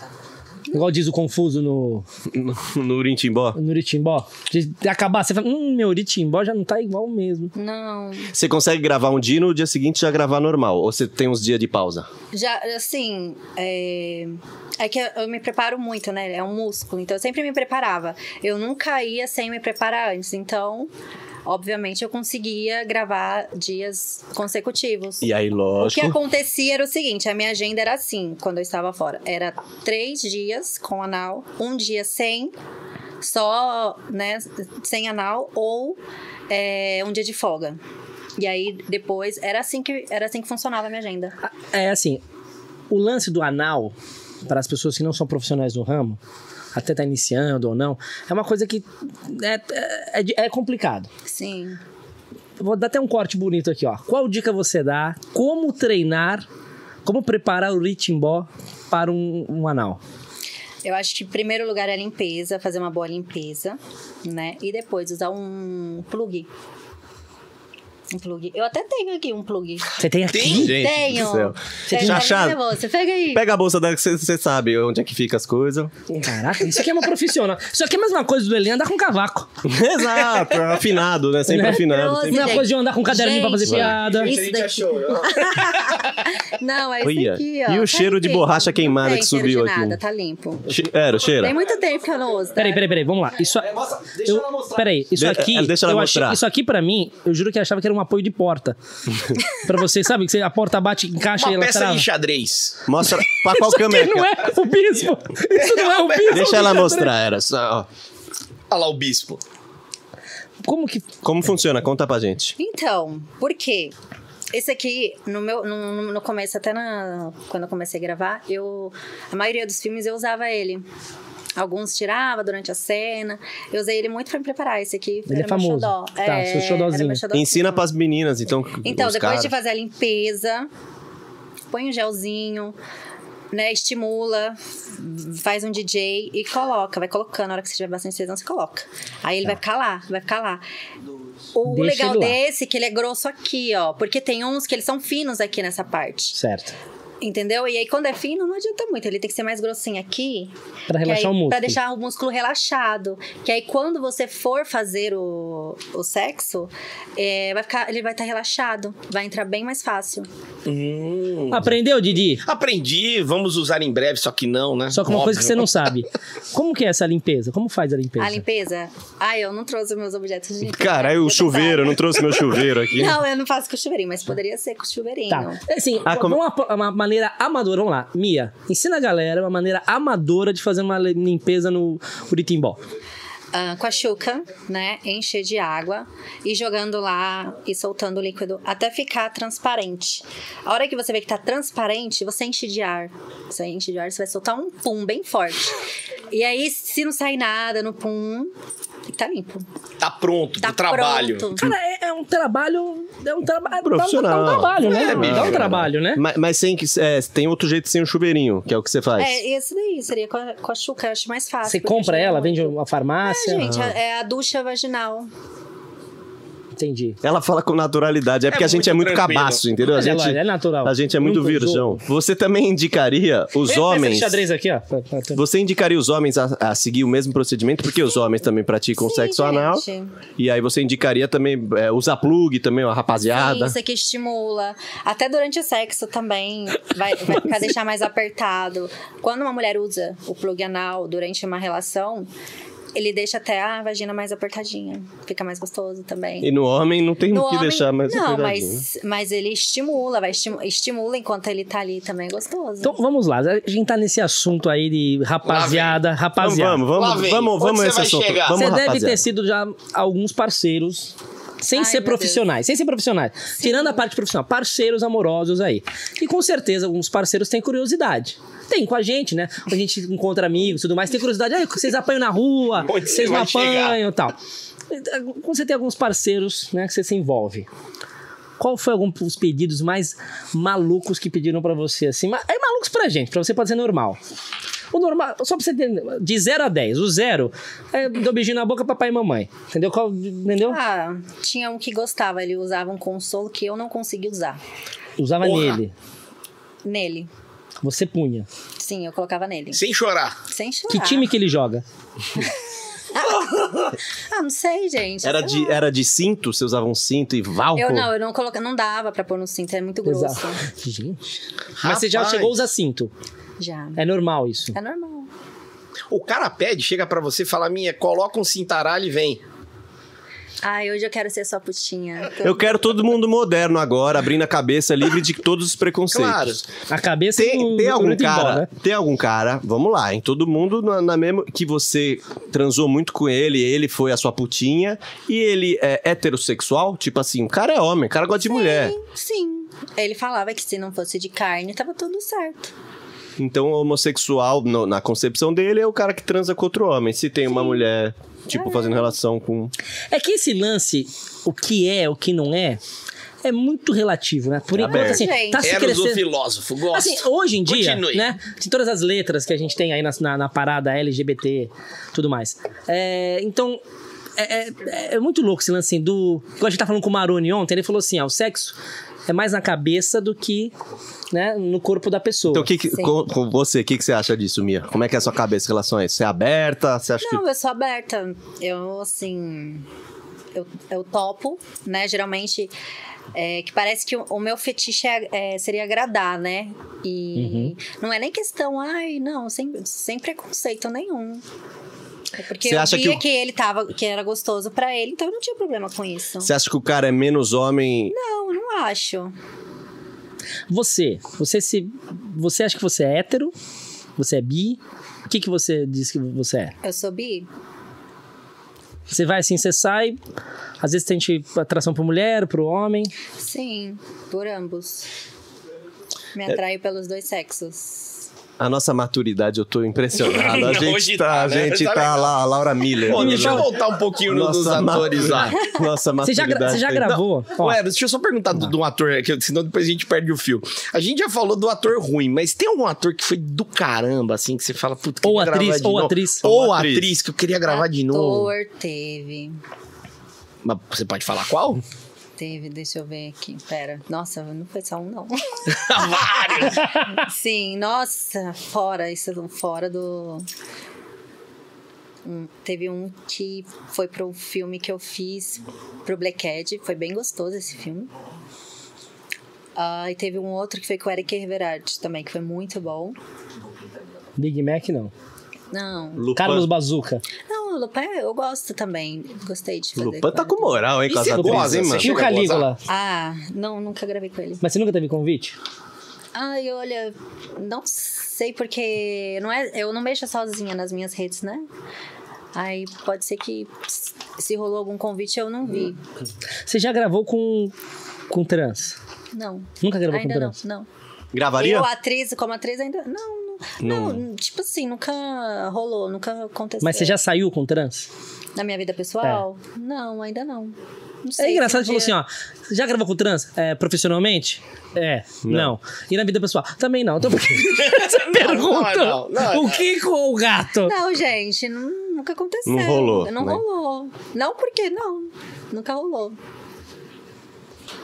[SPEAKER 3] Igual diz o Confuso no,
[SPEAKER 1] No, no Uritimbó.
[SPEAKER 3] no Uritimbó. De acabar, você fala, hum, meu Uritimbó já não tá igual mesmo.
[SPEAKER 4] Não.
[SPEAKER 1] Você consegue gravar um dia e no dia seguinte já gravar normal? Ou você tem uns dias de pausa?
[SPEAKER 4] Já, assim, é... é que eu, eu me preparo muito, né? É um músculo, então eu sempre me preparava. Eu nunca ia sem me preparar antes, então, obviamente, eu conseguia gravar dias consecutivos.
[SPEAKER 1] E aí,
[SPEAKER 4] O que é
[SPEAKER 1] lógico.
[SPEAKER 4] acontecia era o seguinte, a minha agenda era assim, quando eu estava fora. Era três dias com anal, um dia sem, só, né, sem anal, ou é, um dia de folga. E aí, depois, era assim que, era assim que funcionava a minha agenda.
[SPEAKER 3] É assim, o lance do anal, para as pessoas que não são profissionais do ramo, até tá iniciando ou não, é uma coisa que é, é, é- é complicado.
[SPEAKER 4] Sim.
[SPEAKER 3] Vou dar até um corte bonito aqui, ó. Qual dica você dá? Como treinar, como preparar o ritimbó para um, um anal?
[SPEAKER 4] Eu acho que em primeiro lugar é a limpeza, fazer uma boa limpeza, né? E depois usar um plug. Um plug. Eu até tenho aqui um plug.
[SPEAKER 3] Você tem aqui?
[SPEAKER 1] Gente do
[SPEAKER 4] tenho.
[SPEAKER 1] céu.
[SPEAKER 4] Pega-
[SPEAKER 1] Chachá.
[SPEAKER 4] pega Você pega aí.
[SPEAKER 1] Pega a bolsa dela que você- você sabe onde é que fica as coisas. [LAUGHS]
[SPEAKER 3] Caraca, isso aqui é uma profissional. Isso aqui é mais uma coisa do Elian andar com cavaco.
[SPEAKER 1] Exato, é afinado, né? Sempre
[SPEAKER 3] Né?
[SPEAKER 1] afinado.
[SPEAKER 4] Trouxe,
[SPEAKER 1] Sempre...
[SPEAKER 3] Não é
[SPEAKER 4] gente.
[SPEAKER 3] coisa de eu andar com um caderninho pra fazer
[SPEAKER 4] Gente,
[SPEAKER 3] piada.
[SPEAKER 4] isso daqui-
[SPEAKER 2] é [LAUGHS]
[SPEAKER 4] Não, é
[SPEAKER 1] Olha,
[SPEAKER 4] isso aqui, ó.
[SPEAKER 1] e o cheiro de
[SPEAKER 4] limpo.
[SPEAKER 1] borracha queimada
[SPEAKER 4] Não
[SPEAKER 1] que
[SPEAKER 4] tem cheiro
[SPEAKER 1] subiu
[SPEAKER 4] de
[SPEAKER 1] aqui?
[SPEAKER 4] nada, tá limpo.
[SPEAKER 1] Che- Era, cheira.
[SPEAKER 4] Tem muito tempo que eu não uso. tá?
[SPEAKER 3] Peraí, peraí, peraí, vamos lá. Isso, a- eu, Peraí, isso
[SPEAKER 1] De-
[SPEAKER 3] aqui.
[SPEAKER 1] é, deixa ela
[SPEAKER 3] eu achei-
[SPEAKER 1] mostrar.
[SPEAKER 3] isso aqui pra mim, eu juro que eu achava que era um apoio de
[SPEAKER 1] [LAUGHS]
[SPEAKER 3] porta. pra você, sabe? Que você- a porta bate, encaixa e
[SPEAKER 2] Uma
[SPEAKER 3] ela
[SPEAKER 2] peça
[SPEAKER 3] trava.
[SPEAKER 2] de xadrez.
[SPEAKER 1] Mostra pra qual
[SPEAKER 3] isso aqui
[SPEAKER 1] câmera.
[SPEAKER 3] não é o bispo.
[SPEAKER 1] [LAUGHS]
[SPEAKER 3] Isso não é o bispo.
[SPEAKER 1] Deixa ela mostrar, era. Só, ó.
[SPEAKER 2] Olha lá o bispo.
[SPEAKER 3] Como que.
[SPEAKER 1] Como funciona? Conta pra gente.
[SPEAKER 4] Então, por quê? Esse aqui, no meu no, no- no começo, até na, quando eu comecei a gravar, eu a maioria dos filmes eu usava ele. Alguns tirava durante a cena. Eu usei ele muito pra me preparar. Esse aqui
[SPEAKER 3] Ele é
[SPEAKER 4] era meu
[SPEAKER 3] famoso.
[SPEAKER 4] xodó.
[SPEAKER 3] Tá,
[SPEAKER 4] É,
[SPEAKER 3] seu xodózinho.
[SPEAKER 4] era meu xodózinho.
[SPEAKER 1] Ensina pras meninas, então.
[SPEAKER 4] Então,
[SPEAKER 1] os
[SPEAKER 4] depois
[SPEAKER 1] caras.
[SPEAKER 4] de fazer a limpeza, põe um gelzinho, né? Estimula, faz um DJ e coloca. Vai colocando, na hora que você tiver bastante tesão, você coloca. Aí ele vai ficar lá, vai ficar lá. O
[SPEAKER 3] Tá. Deixa
[SPEAKER 4] legal
[SPEAKER 3] ele lá.
[SPEAKER 4] desse é que ele é grosso aqui, ó. Porque tem uns que eles são finos aqui nessa parte.
[SPEAKER 3] Certo.
[SPEAKER 4] Entendeu? E aí, quando é fino, não adianta muito. Ele tem que ser mais grossinho aqui.
[SPEAKER 3] Pra
[SPEAKER 4] que
[SPEAKER 3] relaxar
[SPEAKER 4] aí-
[SPEAKER 3] o músculo.
[SPEAKER 4] Pra deixar o músculo relaxado. Que aí, quando você for fazer o, o sexo, é, vai ficar, ele vai estar relaxado. Vai entrar bem mais fácil.
[SPEAKER 2] Hum.
[SPEAKER 3] Aprendeu, Didi?
[SPEAKER 2] Aprendi, vamos usar em breve, só que não, né?
[SPEAKER 3] Só que uma
[SPEAKER 2] Óbvio.
[SPEAKER 3] coisa que você não sabe. Como que é essa limpeza? Como faz a limpeza?
[SPEAKER 4] A limpeza. Ai, eu não trouxe meus objetos de limpeza.
[SPEAKER 1] Cara, eu, o
[SPEAKER 4] Eu tô
[SPEAKER 1] chuveiro, né? eu não trouxe meu chuveiro aqui.
[SPEAKER 4] Não, eu não faço com chuveirinho, mas poderia ser com chuveirinho.
[SPEAKER 3] Tá. Assim,
[SPEAKER 1] Ah, como-
[SPEAKER 3] uma, uma maneira amadora, vamos lá. Mia, ensina a galera uma maneira amadora de fazer uma limpeza no Uritimbó.
[SPEAKER 4] Ah, com a chuca, né? Encher de água e jogando lá e soltando o líquido até ficar transparente. A hora que você vê que tá transparente, você enche de ar. Você enche de ar, você vai soltar um pum bem forte. E aí, se não sai nada no pum, tá limpo.
[SPEAKER 2] Tá pronto
[SPEAKER 4] Tá
[SPEAKER 2] pro trabalho.
[SPEAKER 4] pronto.
[SPEAKER 3] Cara, é, é um trabalho. É um trabalho.
[SPEAKER 1] Profissional.
[SPEAKER 3] Dá um trabalho, né?
[SPEAKER 2] É, bicho,
[SPEAKER 3] dá um
[SPEAKER 2] cara.
[SPEAKER 3] trabalho, né?
[SPEAKER 1] Mas, mas sem que- é, tem outro jeito sem o chuveirinho, que é o que você faz.
[SPEAKER 4] É, esse daí seria com a, com a chuca, eu acho mais
[SPEAKER 3] Ah,
[SPEAKER 4] fácil.
[SPEAKER 3] Você
[SPEAKER 4] porque
[SPEAKER 3] compra
[SPEAKER 4] ajuda
[SPEAKER 3] ela,
[SPEAKER 4] muito.
[SPEAKER 3] vende uma farmácia.
[SPEAKER 4] É, gente, é a ducha vaginal.
[SPEAKER 3] Entendi.
[SPEAKER 1] Ela fala com naturalidade, é porque a gente é
[SPEAKER 2] muito
[SPEAKER 1] muito
[SPEAKER 2] tranquilo.
[SPEAKER 1] cabaço, entendeu? A
[SPEAKER 3] Mas é
[SPEAKER 1] gente,
[SPEAKER 3] lógico, é natural.
[SPEAKER 1] A gente é muito
[SPEAKER 3] Nunca usou.
[SPEAKER 1] virgão. Você também indicaria os
[SPEAKER 3] Esse
[SPEAKER 1] homens.
[SPEAKER 3] xadrez aqui, ó.
[SPEAKER 1] Você indicaria os homens a, a seguir o mesmo procedimento, porque os homens também praticam
[SPEAKER 4] Sim,
[SPEAKER 1] sexo
[SPEAKER 4] gente.
[SPEAKER 1] anal. E aí você indicaria também é, usar plug também, ó, a rapaziada.
[SPEAKER 4] Isso é que estimula. Até durante o sexo também. Vai,
[SPEAKER 1] [LAUGHS]
[SPEAKER 4] vai ficar deixar mais apertado. Quando uma mulher usa o plug anal durante uma relação, ele deixa até a vagina mais apertadinha. Fica mais gostoso também.
[SPEAKER 1] E no homem não tem
[SPEAKER 4] No
[SPEAKER 1] o que
[SPEAKER 4] homem,
[SPEAKER 1] deixar é mais
[SPEAKER 4] Não,
[SPEAKER 1] apertadinho. né?
[SPEAKER 4] mas, mas ele estimula, vai estimu- estimula enquanto ele tá ali também, é gostoso.
[SPEAKER 3] Então vamos lá, a gente tá nesse assunto aí de rapaziada,
[SPEAKER 1] Vamos,
[SPEAKER 3] rapaziada.
[SPEAKER 1] Então, vamos,
[SPEAKER 2] Lá
[SPEAKER 1] vamos,
[SPEAKER 2] vem.
[SPEAKER 1] vamos,
[SPEAKER 2] Onde
[SPEAKER 1] vamos
[SPEAKER 2] você
[SPEAKER 1] esse
[SPEAKER 2] vai
[SPEAKER 1] assunto.
[SPEAKER 2] chegar?
[SPEAKER 1] Vamos,
[SPEAKER 3] Você deve
[SPEAKER 1] rapaziada.
[SPEAKER 3] ter sido já alguns parceiros, sem
[SPEAKER 4] Ai,
[SPEAKER 3] ser
[SPEAKER 4] meu
[SPEAKER 3] profissionais, sem ser profissionais. Tirando a parte profissional, parceiros amorosos aí. E com certeza alguns parceiros têm curiosidade. Tem com a gente, né? A gente encontra amigos e tudo mais, tem curiosidade. Ah, vocês apanham na rua,
[SPEAKER 2] Onde você
[SPEAKER 3] vocês não
[SPEAKER 2] vai chegar?
[SPEAKER 3] apanham e tal. Quando você tem alguns parceiros, né, que você se envolve. Qual foi algum dos pedidos mais malucos que pediram pra você assim? Ma- É malucos pra gente, pra você pode ser normal. O normal, só pra você ter, de 0 a 10, o zero é dou beijinho na boca papai e mamãe. Entendeu? Qual, entendeu?
[SPEAKER 1] então.
[SPEAKER 4] Ah, tinha um que gostava, ele usava um consolo que eu não consegui usar.
[SPEAKER 3] Usava
[SPEAKER 2] porra.
[SPEAKER 3] nele.
[SPEAKER 4] Nele.
[SPEAKER 3] Você punha.
[SPEAKER 4] Sim, eu colocava nele.
[SPEAKER 2] Sem chorar.
[SPEAKER 4] Sem chorar.
[SPEAKER 3] Que time que ele joga?
[SPEAKER 4] Ah, não sei, gente. Ah.
[SPEAKER 1] Era
[SPEAKER 4] Sei lá.
[SPEAKER 1] de, era de cinto? Você usava um cinto e válvula?
[SPEAKER 4] Eu não, eu não coloca, não dava pra pôr no cinto, é muito grosso.
[SPEAKER 3] Exato. Gente. Mas você já
[SPEAKER 2] Rapaz.
[SPEAKER 3] chegou a usar cinto.
[SPEAKER 4] Já.
[SPEAKER 3] É normal isso.
[SPEAKER 4] É normal.
[SPEAKER 2] O cara pede, chega pra você e fala: Minha, coloca um cintaralho e vem.
[SPEAKER 4] Ai, hoje eu quero ser só putinha.
[SPEAKER 1] Eu quero todo mundo moderno agora, abrindo a cabeça, livre de todos os preconceitos.
[SPEAKER 2] Claro.
[SPEAKER 3] A cabeça
[SPEAKER 1] Tem,
[SPEAKER 3] do-
[SPEAKER 1] tem
[SPEAKER 3] do
[SPEAKER 1] algum
[SPEAKER 3] Bruno
[SPEAKER 1] cara,
[SPEAKER 3] Embora, né?
[SPEAKER 1] tem algum cara, vamos lá, em todo mundo na, na mesma que você transou muito com ele, ele foi a sua putinha e ele é heterossexual, tipo assim, o cara é homem, o cara gosta de mulher.
[SPEAKER 4] Sim. Ele falava que se não fosse de carne, tava tudo certo.
[SPEAKER 1] Então homossexual no- na concepção dele é o cara que transa com outro homem. Se tem uma mulher
[SPEAKER 4] É.
[SPEAKER 1] tipo fazendo relação com
[SPEAKER 3] É que esse lance, o que é, o que não é, é muito relativo, né? Por enquanto,
[SPEAKER 1] aberto.
[SPEAKER 3] assim, tá se
[SPEAKER 2] Eros o
[SPEAKER 3] crescendo.
[SPEAKER 2] filósofo, gosto.
[SPEAKER 3] Assim, hoje em dia,
[SPEAKER 2] Continue.
[SPEAKER 3] né? De todas as letras que a gente tem aí na, na, na parada LGBT, tudo mais. É, então. É, é- é muito louco esse lance assim, do. Quando a gente tá falando com o Maroni ontem, ele falou assim: ah, o sexo é mais na cabeça do que né, no corpo da pessoa.
[SPEAKER 1] Então o que, que-
[SPEAKER 4] Sim.
[SPEAKER 1] com, com você, o que, que você acha disso, Mia? Como é que é a sua cabeça em relação a isso? Você é aberta? Você acha que
[SPEAKER 4] Não, eu sou aberta. Eu, assim. Eu, eu topo, né? Geralmente. é, que parece que o, o meu fetiche é- é- seria agradar, né?
[SPEAKER 1] Uhum.
[SPEAKER 4] E não é nem questão, ai, não, sem, sem preconceito nenhum. É porque
[SPEAKER 1] Você
[SPEAKER 4] eu
[SPEAKER 1] acha que
[SPEAKER 4] via que,
[SPEAKER 1] o-
[SPEAKER 4] ele tava, que era gostoso pra ele, então eu não tinha problema com isso.
[SPEAKER 1] você acha que o cara é menos homem?
[SPEAKER 4] Não, eu não acho.
[SPEAKER 3] Você, você se. Você acha que você é hétero? Você é bi? O que, que você diz que você é?
[SPEAKER 4] Eu sou bi.
[SPEAKER 3] Você vai assim, você sai. Às vezes tem gente- atração por mulher, pro homem.
[SPEAKER 4] Sim, por ambos. Me
[SPEAKER 2] É.
[SPEAKER 4] atraio pelos dois sexos.
[SPEAKER 1] A nossa maturidade, eu tô
[SPEAKER 5] [LAUGHS]
[SPEAKER 1] impressionado. A
[SPEAKER 2] Não,
[SPEAKER 1] gente
[SPEAKER 2] hoje
[SPEAKER 1] tá,
[SPEAKER 2] tá,
[SPEAKER 1] a
[SPEAKER 2] né?
[SPEAKER 1] gente
[SPEAKER 2] Tá
[SPEAKER 1] tá,
[SPEAKER 2] legal.
[SPEAKER 1] lá, a Laura Miller.
[SPEAKER 2] Pô,
[SPEAKER 1] né?
[SPEAKER 2] deixa eu voltar um pouquinho no- nos atores lá.
[SPEAKER 1] matu- [LAUGHS] Nossa
[SPEAKER 3] Você já, gra-
[SPEAKER 1] maturidade
[SPEAKER 3] você já
[SPEAKER 1] tem-
[SPEAKER 3] gravou? Ó.
[SPEAKER 2] Ué, deixa eu só perguntar do- de um ator, que, senão depois a gente perde o fio. A gente já falou do ator ruim, mas tem algum ator que foi do caramba, assim, que você fala, puta,
[SPEAKER 3] Ou
[SPEAKER 2] queria gravar
[SPEAKER 3] atriz,
[SPEAKER 2] de
[SPEAKER 3] ou
[SPEAKER 2] novo.
[SPEAKER 3] atriz.
[SPEAKER 2] Ou
[SPEAKER 1] Ou
[SPEAKER 2] atriz.
[SPEAKER 1] atriz.
[SPEAKER 2] que eu queria gravar de novo.
[SPEAKER 4] Ator teve.
[SPEAKER 2] Mas você pode falar qual?
[SPEAKER 4] Teve, deixa eu ver aqui. Pera. Nossa, não foi só um,
[SPEAKER 2] [LAUGHS]
[SPEAKER 4] não.
[SPEAKER 2] Vários!
[SPEAKER 4] Sim, nossa, fora, isso fora do. Um- teve um que foi pro filme que eu fiz pro Black Ed, foi bem gostoso esse filme. Ah, e teve um outro que foi com o Eric Riverard também, que foi muito bom.
[SPEAKER 3] Big Mac não.
[SPEAKER 4] Não,
[SPEAKER 1] Lupan,
[SPEAKER 3] Carlos Bazuca.
[SPEAKER 4] não, o Lupin eu gosto também, gostei de fazer.
[SPEAKER 1] Lupan tá
[SPEAKER 4] com
[SPEAKER 1] com moral, hein,
[SPEAKER 2] E
[SPEAKER 1] com as
[SPEAKER 3] é
[SPEAKER 2] você
[SPEAKER 1] atrizes,
[SPEAKER 2] goza,
[SPEAKER 1] hein,
[SPEAKER 2] você
[SPEAKER 1] mano?
[SPEAKER 3] E o
[SPEAKER 2] Chega a
[SPEAKER 3] Calígula?
[SPEAKER 4] ele. Ah, não, nunca gravei com ele.
[SPEAKER 3] Mas você nunca teve convite?
[SPEAKER 4] Ai, olha, não sei porque não é, eu não mexo sozinha nas minhas redes, né? Aí pode ser que se rolou algum convite eu não vi.
[SPEAKER 3] Você já gravou com, com trans?
[SPEAKER 4] Não.
[SPEAKER 3] Nunca gravou com
[SPEAKER 4] Ainda não,
[SPEAKER 3] trans?
[SPEAKER 4] não.
[SPEAKER 1] Gravaria?
[SPEAKER 4] Eu, atriz, como atriz, ainda. Não, não. Não, tipo assim, nunca rolou, nunca aconteceu.
[SPEAKER 3] Mas você já saiu com trans?
[SPEAKER 4] Na minha vida pessoal? Não, ainda não. Não sei.
[SPEAKER 3] É engraçado,
[SPEAKER 4] se
[SPEAKER 3] você
[SPEAKER 4] um
[SPEAKER 3] falou assim, ó. "Você Já gravou com trans? É, profissionalmente? É, não. E na vida pessoal? Também não.
[SPEAKER 2] [LAUGHS]
[SPEAKER 3] Então [LAUGHS] por que você pergunta?
[SPEAKER 2] é não, é não,
[SPEAKER 3] o
[SPEAKER 2] não.
[SPEAKER 3] que com o gato?
[SPEAKER 4] dia- Não, gente, nu- nunca aconteceu.
[SPEAKER 1] Não rolou,
[SPEAKER 4] Não
[SPEAKER 1] né?
[SPEAKER 4] rolou. Não porque não. Nunca rolou.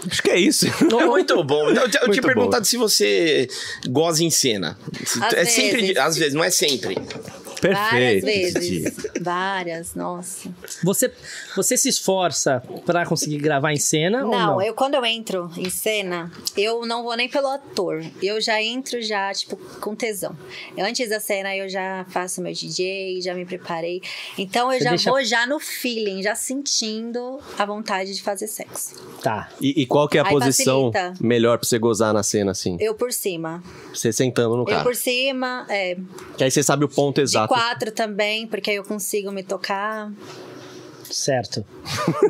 [SPEAKER 1] Acho que é
[SPEAKER 3] [LAUGHS]
[SPEAKER 1] isso.
[SPEAKER 2] Muito bom. Eu, te- eu
[SPEAKER 1] Muito
[SPEAKER 2] tinha
[SPEAKER 1] bom.
[SPEAKER 2] perguntado se você goza em cena. Se-
[SPEAKER 4] Às
[SPEAKER 2] é sempre,
[SPEAKER 4] vezes.
[SPEAKER 2] de- às vezes, não é sempre.
[SPEAKER 4] Várias
[SPEAKER 1] Perfeito.
[SPEAKER 4] vezes.
[SPEAKER 1] Titi.
[SPEAKER 4] Várias, nossa.
[SPEAKER 3] Você, você se esforça pra conseguir gravar em cena ou
[SPEAKER 4] Não,
[SPEAKER 3] não?
[SPEAKER 4] eu quando eu entro em cena, eu não vou nem pelo ator. Eu já entro já, tipo, com tesão. Eu, antes da cena, eu já faço meu DJ, já me preparei. Então eu
[SPEAKER 3] Você
[SPEAKER 4] já
[SPEAKER 3] deixa-
[SPEAKER 4] vou já no feeling, já sentindo a vontade de fazer sexo.
[SPEAKER 3] Tá.
[SPEAKER 1] E, e qual que é a
[SPEAKER 4] Aí
[SPEAKER 1] posição
[SPEAKER 4] facilita.
[SPEAKER 1] melhor pra você gozar na cena, assim?
[SPEAKER 4] Eu por cima.
[SPEAKER 1] Você sentando no
[SPEAKER 4] Eu
[SPEAKER 1] carro.
[SPEAKER 4] por cima, é.
[SPEAKER 1] Que aí você sabe o ponto Tá.
[SPEAKER 4] De
[SPEAKER 1] exato.
[SPEAKER 4] quatro também, porque aí eu consigo me tocar.
[SPEAKER 3] Certo.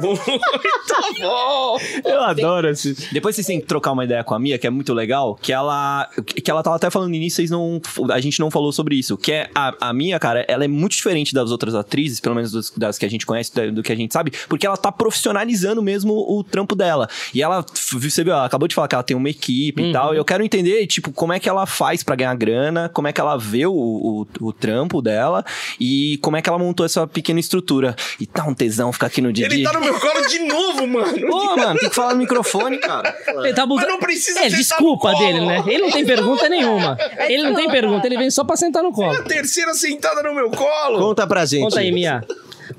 [SPEAKER 2] Muito bom!
[SPEAKER 1] Eu adoro esse.
[SPEAKER 5] Depois vocês têm que trocar uma ideia com a Mia, que é muito legal, que ela. Que ela tava até falando no início, vocês não. A gente não falou sobre isso. Que é a, a Mia, cara, ela é muito diferente das outras atrizes, pelo menos dos- das que a gente conhece, da- do que a gente sabe, porque ela tá profissionalizando mesmo o trampo dela. E ela, f- você viu, ela acabou de falar que ela tem uma equipe
[SPEAKER 2] Uhum.
[SPEAKER 5] e tal. E eu quero entender, tipo, como é que ela faz pra ganhar grana, como é que ela vê o, o, o trampo dela e como é que ela montou essa pequena estrutura. E tá um tesão ficar aqui no Didi.
[SPEAKER 2] Ele tá no meu colo de novo, mano.
[SPEAKER 5] Pô, mano, tem que falar no microfone, cara.
[SPEAKER 3] Ele tá
[SPEAKER 2] Mas
[SPEAKER 3] abusando.
[SPEAKER 2] não precisa
[SPEAKER 3] É
[SPEAKER 2] sentar no
[SPEAKER 3] desculpa
[SPEAKER 2] colo. É
[SPEAKER 3] dele, né? Ele não tem
[SPEAKER 2] [LAUGHS]
[SPEAKER 3] pergunta nenhuma. Ele não tem pergunta, ele vem só pra sentar no
[SPEAKER 2] A
[SPEAKER 3] colo.
[SPEAKER 2] terceira sentada no meu colo.
[SPEAKER 1] Conta pra gente.
[SPEAKER 3] Conta aí, Mia.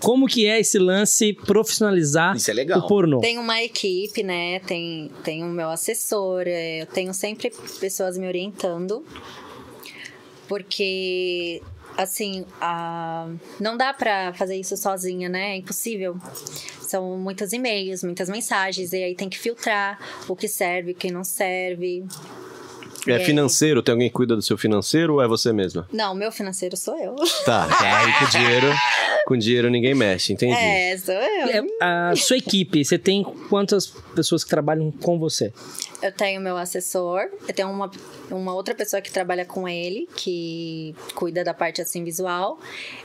[SPEAKER 3] Como que é esse lance profissionalizar
[SPEAKER 2] Isso é legal.
[SPEAKER 3] o pornô?
[SPEAKER 4] Tem uma equipe, né? Tem, tem o meu assessor, é, eu tenho sempre pessoas me orientando. Porque, assim, a- não dá pra fazer isso sozinha, né? É impossível. São muitos e-mails, muitas mensagens, e aí tem que filtrar o que serve, o que não serve.
[SPEAKER 1] É financeiro? Tem alguém que cuida do seu financeiro ou é você mesma?
[SPEAKER 4] Não, meu financeiro sou eu.
[SPEAKER 1] Tá, tá, aí com dinheiro. Com dinheiro ninguém mexe, entendi.
[SPEAKER 4] É, sou eu.
[SPEAKER 3] É, A sua equipe, você tem quantas pessoas que trabalham com você?
[SPEAKER 4] Eu tenho meu assessor, eu tenho uma, uma outra pessoa que trabalha com ele, que cuida da parte assim visual,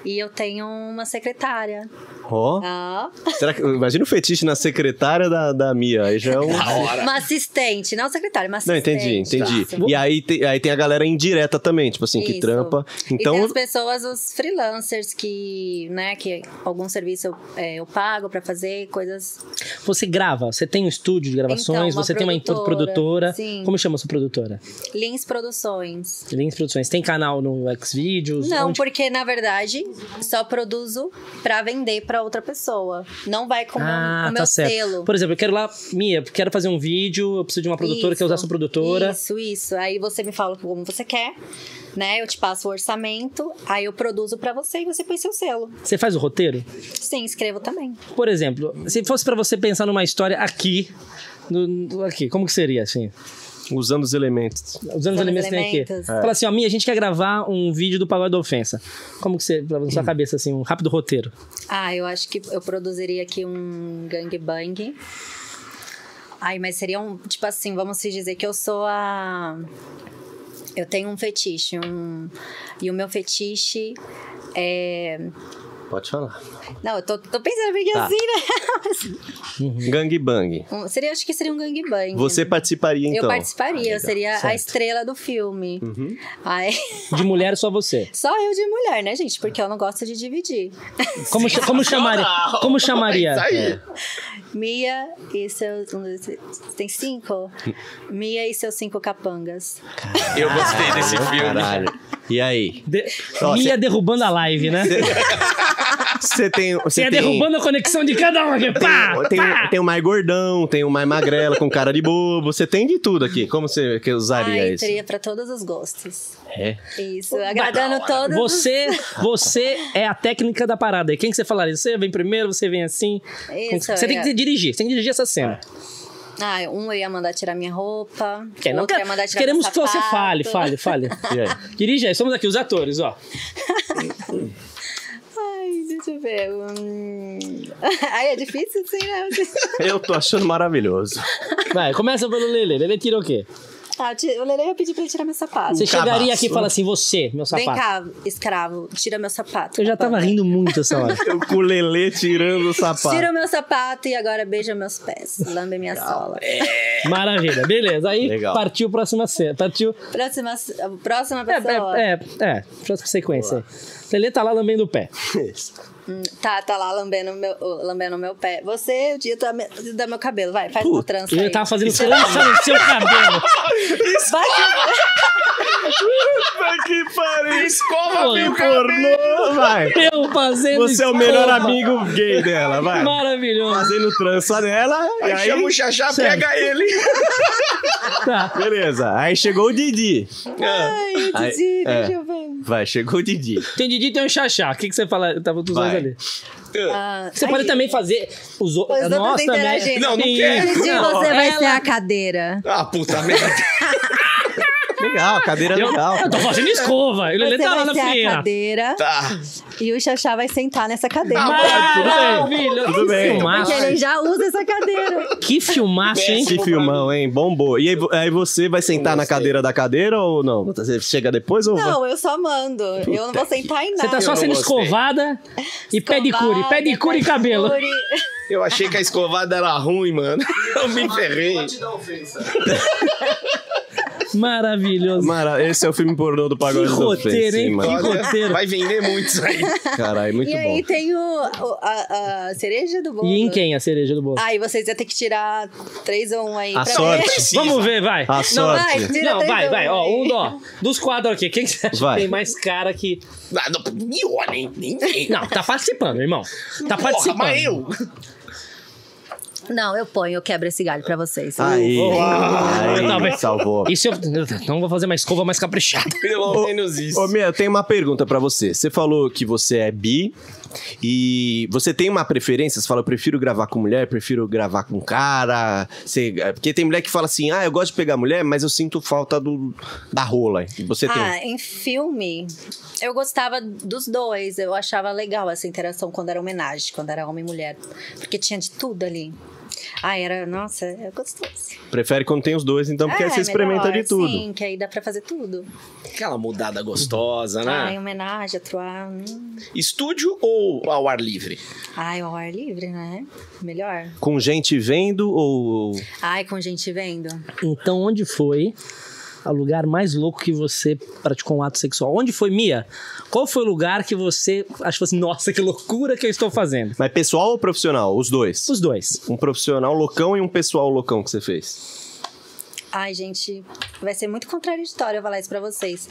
[SPEAKER 4] e eu tenho uma secretária.
[SPEAKER 1] Ó,
[SPEAKER 4] Ah,
[SPEAKER 1] será que. Imagina o fetiche na secretária da, da Mia. Aí já é um.
[SPEAKER 2] Da hora.
[SPEAKER 4] uma assistente, não secretária, uma
[SPEAKER 1] Não,
[SPEAKER 4] assistente. Tá.
[SPEAKER 1] entendi, entendi.
[SPEAKER 4] Isso.
[SPEAKER 1] E aí, te- aí tem a galera indireta também, tipo assim, que
[SPEAKER 4] Isso.
[SPEAKER 1] trampa.
[SPEAKER 4] e tem
[SPEAKER 1] Então,
[SPEAKER 4] as pessoas, os freelancers que, né, que algum serviço eu, é, eu pago pra fazer coisas.
[SPEAKER 3] Você grava, você tem um estúdio de gravações,
[SPEAKER 4] Então, uma
[SPEAKER 3] você tem uma input-
[SPEAKER 4] produtora,
[SPEAKER 3] produtora.
[SPEAKER 4] sim.
[SPEAKER 3] Como chama a sua produtora?
[SPEAKER 4] Lins Produções.
[SPEAKER 3] Lins Produções. Tem canal no Xvideos?
[SPEAKER 4] Não,
[SPEAKER 3] Onde-
[SPEAKER 4] porque na verdade só produzo pra vender pra outra pessoa. Não vai com o meu-
[SPEAKER 3] Ah,
[SPEAKER 4] com o meu
[SPEAKER 3] tá certo.
[SPEAKER 4] selo.
[SPEAKER 3] Por exemplo, eu quero lá, Mia, eu quero fazer um vídeo, eu preciso de uma produtora, quero usar sua produtora.
[SPEAKER 4] Isso, isso. Aí você me fala como você quer, né? Eu te passo o orçamento, aí eu produzo pra você e você põe seu selo.
[SPEAKER 3] Você faz o roteiro?
[SPEAKER 4] Sim, escrevo também.
[SPEAKER 3] Por exemplo, se fosse pra você pensar numa história aqui, no- no- aqui, como que seria assim?
[SPEAKER 1] usando os elementos.
[SPEAKER 3] Usando os
[SPEAKER 4] Os
[SPEAKER 3] elementos que tem aqui.
[SPEAKER 4] elementos.
[SPEAKER 1] É.
[SPEAKER 3] Fala assim, ó, Mia, a gente quer gravar um vídeo do Pagode da Ofensa. Como que você, pra- na
[SPEAKER 1] Hum.
[SPEAKER 3] sua cabeça, assim, um rápido roteiro?
[SPEAKER 4] Ah, eu acho que eu produziria aqui um gangbang. Ai, mas seria um. Tipo assim, vamos se dizer que eu sou a. Eu tenho um fetiche, um. E o meu fetiche é.
[SPEAKER 1] Pode falar.
[SPEAKER 4] Não, eu tô, tô pensando porque
[SPEAKER 1] Tá.
[SPEAKER 4] assim, né? [LAUGHS]
[SPEAKER 1] Gangbang.
[SPEAKER 4] Um- seria, acho que seria um gangbang.
[SPEAKER 1] Você participaria então?
[SPEAKER 4] Eu participaria, eu seria a
[SPEAKER 3] Certo. Uhum.
[SPEAKER 4] estrela do filme. Ai, [LAUGHS]
[SPEAKER 3] De mulher, só você.
[SPEAKER 4] só eu de mulher, né, gente? Porque eu não gosto de dividir. [LAUGHS]
[SPEAKER 1] É
[SPEAKER 3] Como, cha- como chamaria? Como chamaria?
[SPEAKER 2] Isso aí.
[SPEAKER 4] Mia e seus. um, dois, três,
[SPEAKER 3] [LAUGHS]
[SPEAKER 4] Tem cinco? Mia e seus cinco capangas.
[SPEAKER 2] Eu gostei desse filme.
[SPEAKER 1] Caralho. E aí?
[SPEAKER 3] De...
[SPEAKER 1] Ó,
[SPEAKER 3] Mia
[SPEAKER 1] cê-
[SPEAKER 3] derrubando a live, né?
[SPEAKER 1] Você tem.
[SPEAKER 3] Você
[SPEAKER 1] Você
[SPEAKER 3] ia
[SPEAKER 1] tem...
[SPEAKER 3] derrubando a conexão de cada um aqui. Pá,
[SPEAKER 1] Tem,
[SPEAKER 3] pá.
[SPEAKER 1] tem o mais gordão, tem o mais magrelo, com cara de bobo. Você tem de tudo aqui. Como você que usaria
[SPEAKER 4] Ai,
[SPEAKER 1] isso?
[SPEAKER 4] teria pra todos os gostos.
[SPEAKER 1] É.
[SPEAKER 4] Isso, agradando todos.
[SPEAKER 3] Você, você é a técnica da parada. E quem que você falaria? Você vem primeiro, você vem assim.
[SPEAKER 4] Isso,
[SPEAKER 3] você tem
[SPEAKER 4] é.
[SPEAKER 3] que dirigir, você tem que dirigir essa cena.
[SPEAKER 1] É.
[SPEAKER 4] Ah, um eu ia mandar tirar minha roupa.
[SPEAKER 3] Quem não
[SPEAKER 4] outro
[SPEAKER 3] quer-
[SPEAKER 4] ia mandar tirar
[SPEAKER 3] queremos
[SPEAKER 4] meu
[SPEAKER 3] que você
[SPEAKER 4] sapato.
[SPEAKER 3] fale, fale, fale.
[SPEAKER 1] E aí?
[SPEAKER 3] Dirige aí, somos aqui os atores, ó.
[SPEAKER 4] Ai, deixa eu ver. Hum... [LAUGHS] Ai, é difícil assim, né? [LAUGHS]
[SPEAKER 1] Eu tô achando maravilhoso.
[SPEAKER 3] Vai, começa pelo Lele. Lele tira o quê?
[SPEAKER 4] Ah, eu ti- o Lele ia pedir pra ele tirar meu sapato.
[SPEAKER 3] Você
[SPEAKER 1] cabaço.
[SPEAKER 3] chegaria aqui e fala assim, você, meu
[SPEAKER 4] Vem
[SPEAKER 3] sapato.
[SPEAKER 4] cá, escravo, tira meu sapato.
[SPEAKER 3] Eu já tava
[SPEAKER 4] capanga.
[SPEAKER 3] rindo muito essa [LAUGHS] hora.
[SPEAKER 1] Eu com o Lelê tirando o sapato.
[SPEAKER 4] Tira o meu sapato e agora beija meus pés. Lambe minha sola.
[SPEAKER 3] É. Maravilha, beleza. Aí
[SPEAKER 1] Legal.
[SPEAKER 3] partiu a próxima cena. Partiu.
[SPEAKER 4] Próxima, próxima
[SPEAKER 3] É,
[SPEAKER 4] pessoa.
[SPEAKER 3] é, é, é, próxima sequência. aí. Lele tá lá lambendo o pé.
[SPEAKER 4] Hum, Tá, tá lá lambendo meu, oh, lambendo meu pé. Você, o dia da, me- da meu cabelo. Vai, faz uma trança.
[SPEAKER 3] E ele tá
[SPEAKER 4] aí.
[SPEAKER 3] tava fazendo trança no seu cabelo.
[SPEAKER 4] Vai,
[SPEAKER 1] que pariu!
[SPEAKER 2] Escova, meu cabelo.
[SPEAKER 1] Pornô, vai!
[SPEAKER 3] [LAUGHS] Eu fazendo
[SPEAKER 1] Você é o
[SPEAKER 3] escova.
[SPEAKER 1] melhor amigo gay dela, vai!
[SPEAKER 3] Maravilhoso.
[SPEAKER 1] Fazendo trança nela, e
[SPEAKER 2] Aí
[SPEAKER 1] aí...
[SPEAKER 2] chama o Xaxá, pega ele.
[SPEAKER 3] Tá.
[SPEAKER 1] Beleza, aí chegou o Didi.
[SPEAKER 4] ai, Didi,
[SPEAKER 1] é.
[SPEAKER 4] deixa eu ver.
[SPEAKER 1] Vai, chegou o Didi.
[SPEAKER 3] Tem Didi e tem o Xaxá. O que, que você fala? Tava dos dois
[SPEAKER 1] Vai.
[SPEAKER 3] ali.
[SPEAKER 4] Ah,
[SPEAKER 3] Você
[SPEAKER 4] ai,
[SPEAKER 3] pode também fazer os outros.
[SPEAKER 4] Os outros
[SPEAKER 3] Nós também.
[SPEAKER 4] interagindo.
[SPEAKER 2] Não, não
[SPEAKER 3] Tem
[SPEAKER 2] quero.
[SPEAKER 3] isso.
[SPEAKER 4] Didi,
[SPEAKER 3] Não,
[SPEAKER 4] você vai
[SPEAKER 3] ela-
[SPEAKER 4] ser a cadeira.
[SPEAKER 2] Ah, puta merda.
[SPEAKER 1] Legal, a cadeira é
[SPEAKER 3] Eu,
[SPEAKER 1] legal.
[SPEAKER 3] eu tô
[SPEAKER 4] [LAUGHS]
[SPEAKER 3] fazendo escova. Ele
[SPEAKER 4] Você
[SPEAKER 3] tá lá
[SPEAKER 4] vai
[SPEAKER 3] na
[SPEAKER 4] ser a
[SPEAKER 3] frieira.
[SPEAKER 4] cadeira
[SPEAKER 2] Tá.
[SPEAKER 4] e o Xaxá vai sentar nessa cadeira.
[SPEAKER 3] Maravilhoso.
[SPEAKER 1] Tudo bem.
[SPEAKER 3] Que filmaço.
[SPEAKER 4] Porque ele já usa essa cadeira.
[SPEAKER 3] Que filmaço, hein?
[SPEAKER 1] Que filmão, hein? Bombou. E aí, vo- aí você vai sentar na cadeira da cadeira ou não? Você chega depois ou vai?
[SPEAKER 4] Não, eu só mando. eu não vou sentar em nada.
[SPEAKER 3] Você tá só
[SPEAKER 2] Eu
[SPEAKER 3] sendo
[SPEAKER 2] não gostei.
[SPEAKER 3] escovada e pé de
[SPEAKER 4] né?
[SPEAKER 3] cure. Pé de cure e cabelo.
[SPEAKER 2] Eu achei que a escovada era ruim, mano. [LAUGHS] Eu me ferrei.
[SPEAKER 3] Maravilhoso.
[SPEAKER 1] Mara, esse é o filme pornô do Pagode
[SPEAKER 3] Que
[SPEAKER 1] do
[SPEAKER 3] roteiro,
[SPEAKER 1] Ofensa,
[SPEAKER 3] hein?
[SPEAKER 1] mano.
[SPEAKER 3] Que roteiro.
[SPEAKER 2] vai vender muito
[SPEAKER 1] [LAUGHS]
[SPEAKER 2] isso aí.
[SPEAKER 1] Caralho, muito
[SPEAKER 4] E
[SPEAKER 1] bom.
[SPEAKER 4] aí tem o, o- a, a cereja do bolo.
[SPEAKER 3] E em quem a cereja do bolo?
[SPEAKER 4] Aí vocês iam ter que tirar três ou um aí.
[SPEAKER 1] A
[SPEAKER 4] pra
[SPEAKER 1] sorte.
[SPEAKER 4] ver.
[SPEAKER 3] Vamos ver, vai.
[SPEAKER 1] A [LAUGHS] sorte.
[SPEAKER 4] vai, tira
[SPEAKER 3] Não,
[SPEAKER 4] três
[SPEAKER 3] vai,
[SPEAKER 4] ou
[SPEAKER 3] vai.
[SPEAKER 4] um
[SPEAKER 3] Ó,
[SPEAKER 4] aí.
[SPEAKER 3] um, ó. Dos quadros aqui, quem que você acha
[SPEAKER 1] Vai.
[SPEAKER 3] que tem mais cara que.
[SPEAKER 2] Ah, não, me olha, hein? Ninguém.
[SPEAKER 3] Não, tá participando, irmão. Tá
[SPEAKER 2] Porra,
[SPEAKER 3] participando.
[SPEAKER 2] mas eu.
[SPEAKER 4] Não, eu ponho, eu quebro esse galho pra vocês.
[SPEAKER 1] Aí,
[SPEAKER 3] Eu tava-
[SPEAKER 1] aí salvou.
[SPEAKER 3] Isso eu. Então vou fazer uma escova mais caprichada.
[SPEAKER 2] Pelo menos isso.
[SPEAKER 1] Ô, Mia, eu tenho uma pergunta pra você. Você falou que você é bi e você tem uma preferência? Você fala, eu prefiro gravar com mulher, prefiro gravar com cara. Você- é, porque tem mulher que fala assim, ah, eu gosto de pegar mulher, mas eu sinto falta do, da rola. E você
[SPEAKER 4] Ah,
[SPEAKER 1] tem.
[SPEAKER 4] em filme, eu gostava dos dois. Eu achava legal essa interação quando era homenagem, quando era homem e mulher. Porque tinha de tudo ali. Ah, era, nossa, é gostoso.
[SPEAKER 1] Prefere quando tem os dois, então, porque
[SPEAKER 4] É,
[SPEAKER 1] aí você experimenta
[SPEAKER 4] melhor,
[SPEAKER 1] de tudo.
[SPEAKER 4] Sim, que aí dá pra fazer tudo.
[SPEAKER 2] Aquela mudada gostosa,
[SPEAKER 1] Ah.
[SPEAKER 2] né?
[SPEAKER 4] Ai, homenagem, atuar. Hum.
[SPEAKER 2] Estúdio ou ao ar livre?
[SPEAKER 4] Ai, o ar livre, né? Melhor.
[SPEAKER 1] Com gente vendo ou.
[SPEAKER 4] Ai, com gente vendo.
[SPEAKER 3] Então, onde foi o lugar mais louco que você praticou um ato sexual? Onde foi, Mia? Qual foi o lugar que você achou assim, nossa, que loucura que eu estou fazendo?
[SPEAKER 1] Mas pessoal ou profissional? Os dois.
[SPEAKER 3] Os dois.
[SPEAKER 1] Um profissional loucão e um pessoal loucão que você fez.
[SPEAKER 4] Ai, gente, vai ser muito contraditório eu falar isso pra vocês.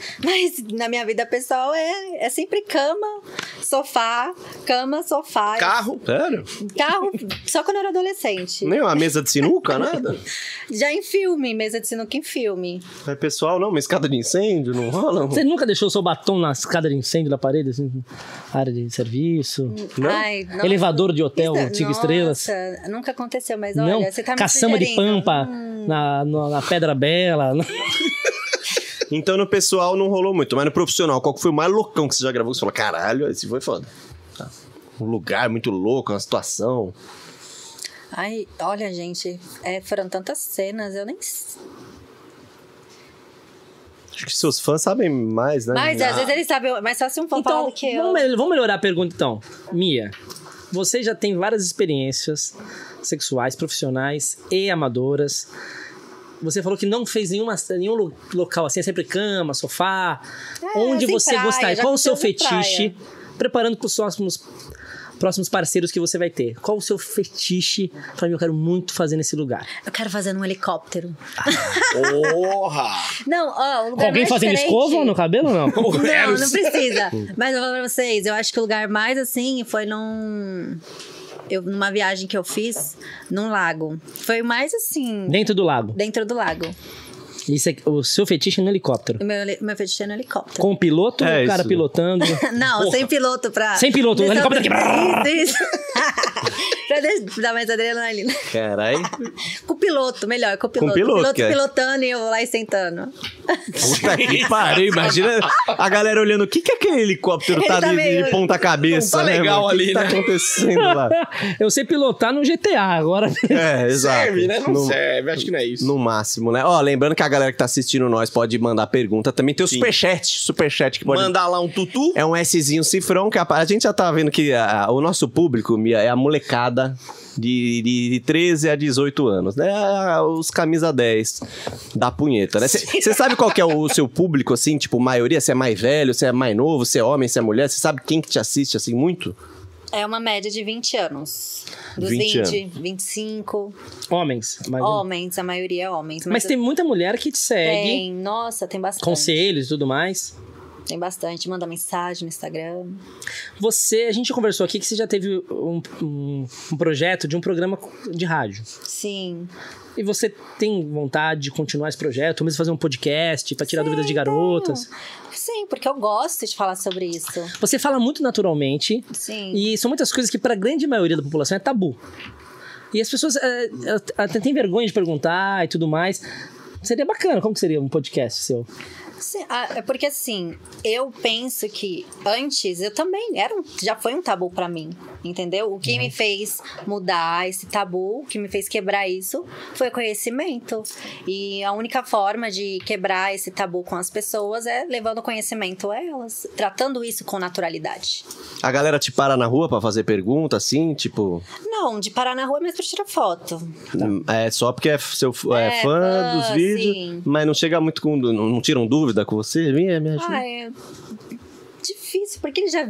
[SPEAKER 4] [LAUGHS] Mas na minha vida pessoal é, é sempre cama, sofá, cama, sofá.
[SPEAKER 2] Carro?
[SPEAKER 1] Sério?
[SPEAKER 4] Carro, só quando eu era adolescente.
[SPEAKER 1] Nem uma mesa de sinuca, nada?
[SPEAKER 4] Já em filme, mesa de sinuca em filme.
[SPEAKER 1] É pessoal, não, uma escada de incêndio, não
[SPEAKER 2] [LAUGHS]
[SPEAKER 1] rola?
[SPEAKER 3] Você nunca deixou seu batom na escada de incêndio da parede, assim, área de serviço?
[SPEAKER 4] Ai, nossa.
[SPEAKER 3] Elevador de hotel,
[SPEAKER 4] Isso- é-
[SPEAKER 3] antigo
[SPEAKER 4] nossa,
[SPEAKER 3] estrelas?
[SPEAKER 4] Nunca aconteceu, mas
[SPEAKER 3] Não,
[SPEAKER 4] olha, você tá me
[SPEAKER 3] caçamba de
[SPEAKER 4] sugerindo.
[SPEAKER 3] pampa na, no- na Pedra Bela.
[SPEAKER 1] Então no pessoal não rolou muito, mas no profissional, qual que foi o mais loucão que você já gravou? que Você falou, caralho, esse foi foda. Tá. Um lugar muito louco, uma situação.
[SPEAKER 4] Ai, olha, gente, é, foram tantas cenas, eu nem. s-
[SPEAKER 1] Acho que seus fãs sabem mais, né?
[SPEAKER 4] Mas às vezes eles sabem, mas só se um for falar
[SPEAKER 3] Então,
[SPEAKER 4] do que eu.
[SPEAKER 3] vamos, mel- vamos melhorar a pergunta então. Mia, você já tem várias experiências sexuais, profissionais e amadoras. Você falou que não fez nenhuma, nenhum lo- local assim, é sempre cama, sofá.
[SPEAKER 4] É,
[SPEAKER 3] onde
[SPEAKER 4] assim,
[SPEAKER 3] você
[SPEAKER 4] praia,
[SPEAKER 3] gostaria?
[SPEAKER 4] já
[SPEAKER 3] Qual o seu
[SPEAKER 4] aconteceu de
[SPEAKER 3] fetiche? Preparando para os próximos próximos parceiros que você vai ter. Qual o seu fetiche? Fala, mim, eu quero muito fazer nesse lugar.
[SPEAKER 4] Eu quero fazer num helicóptero.
[SPEAKER 2] Porra!
[SPEAKER 4] Não, ó, o
[SPEAKER 3] Com
[SPEAKER 4] lugar
[SPEAKER 3] alguém
[SPEAKER 4] mais
[SPEAKER 3] fazendo
[SPEAKER 4] diferente-
[SPEAKER 3] escova no cabelo ou não?
[SPEAKER 2] O
[SPEAKER 4] Não, não
[SPEAKER 2] Eros.
[SPEAKER 4] precisa.
[SPEAKER 1] [LAUGHS]
[SPEAKER 4] Mas eu vou pra vocês, eu acho que o lugar mais assim foi num. Eu, numa viagem que eu fiz num lago. Foi mais assim,
[SPEAKER 3] [LAUGHS] Dentro do lago.
[SPEAKER 4] dentro do lago.
[SPEAKER 3] Isso é o seu fetiche é no helicóptero.
[SPEAKER 4] O meu, heli- meu fetiche é no helicóptero.
[SPEAKER 3] Com o piloto
[SPEAKER 1] É
[SPEAKER 3] ou o cara
[SPEAKER 1] isso.
[SPEAKER 3] pilotando?
[SPEAKER 4] [LAUGHS] Não, sem piloto pra.
[SPEAKER 3] Sem piloto, o
[SPEAKER 4] Deixar-
[SPEAKER 3] helicóptero aqui.
[SPEAKER 4] Isso, isso. [LAUGHS] pra des- dar mais adrenalina.
[SPEAKER 2] [LAUGHS]
[SPEAKER 1] Caralho.
[SPEAKER 4] Com o piloto, melhor, com o piloto.
[SPEAKER 1] o piloto,
[SPEAKER 4] piloto
[SPEAKER 1] que é.
[SPEAKER 4] pilotando e eu lá e sentando.
[SPEAKER 1] Puta que pariu. Imagina a galera olhando. O que, que aquele helicóptero
[SPEAKER 4] Ele
[SPEAKER 1] tá
[SPEAKER 4] tá
[SPEAKER 1] ali
[SPEAKER 4] meio-
[SPEAKER 1] de ponta cabeça,
[SPEAKER 2] Não tá
[SPEAKER 1] né?
[SPEAKER 2] legal
[SPEAKER 1] mano? O que
[SPEAKER 2] ali,
[SPEAKER 1] que tá
[SPEAKER 2] né?
[SPEAKER 1] acontecendo
[SPEAKER 2] [LAUGHS]
[SPEAKER 1] lá?
[SPEAKER 3] [LAUGHS] eu sei pilotar no GTA agora.
[SPEAKER 1] É, [LAUGHS] exato.
[SPEAKER 2] Serve, né? Não,
[SPEAKER 1] No-
[SPEAKER 2] serve. Acho que não é isso.
[SPEAKER 1] No máximo, né? Ó, lembrando que a galera que tá assistindo nós pode mandar pergunta. Também tem o superchat. Superchat que pode.
[SPEAKER 2] Mandar lá um tutu.
[SPEAKER 1] É um Szinho cifrão que a, a gente já tá vendo que a- o nosso público, Mia, é a molecada de, de, de 13 a 18 anos, né? Os camisa 10 da punheta, né? Você sabe qual que é o seu público, assim, tipo, maioria? Você é mais velho, você é mais novo, você é homem, você é mulher? Você sabe quem que te assiste, assim, muito?
[SPEAKER 4] É uma média de 20 anos. Dos
[SPEAKER 1] 20
[SPEAKER 4] 20, 25.
[SPEAKER 3] [LAUGHS] Homens. Mas,
[SPEAKER 4] Homens, a maioria é homens.
[SPEAKER 3] mas tem muita mulher que te segue.
[SPEAKER 4] Tem, nossa, tem bastante.
[SPEAKER 3] Conselhos e tudo mais.
[SPEAKER 4] Tem bastante. Manda mensagem no Instagram.
[SPEAKER 3] Você, a gente conversou aqui que você já teve um, um- um projeto de um programa de rádio.
[SPEAKER 4] Sim.
[SPEAKER 3] E você tem vontade de continuar esse projeto, ou mesmo fazer um podcast pra tirar dúvidas de garotas?
[SPEAKER 4] Sim, porque eu gosto de falar sobre isso.
[SPEAKER 3] Você fala muito naturalmente,
[SPEAKER 4] Sim.
[SPEAKER 3] E são muitas coisas que, para a grande maioria da população, é tabu. E as pessoas é, é, até têm vergonha de perguntar e tudo mais. Seria bacana, como que seria um podcast seu?
[SPEAKER 4] Sim, ah, é porque assim, eu penso que antes eu também era um- já foi um tabu pra mim, entendeu? O que me fez mudar esse tabu, o que me fez quebrar isso, foi o conhecimento. E a única forma de quebrar esse tabu com as pessoas é levando conhecimento a elas, tratando isso com naturalidade.
[SPEAKER 1] A galera te para na rua pra fazer pergunta, assim, tipo.
[SPEAKER 4] Não, de parar na rua é mais pra tirar foto.
[SPEAKER 1] hum, É só porque é f- seu f- é
[SPEAKER 4] É,
[SPEAKER 1] fã
[SPEAKER 4] fã,
[SPEAKER 1] dos vídeos,
[SPEAKER 4] sim.
[SPEAKER 1] mas não chega muito com. Não, não tiram dúvida com você? Minha, me ajuda.
[SPEAKER 4] Ah, é difícil, porque eles já.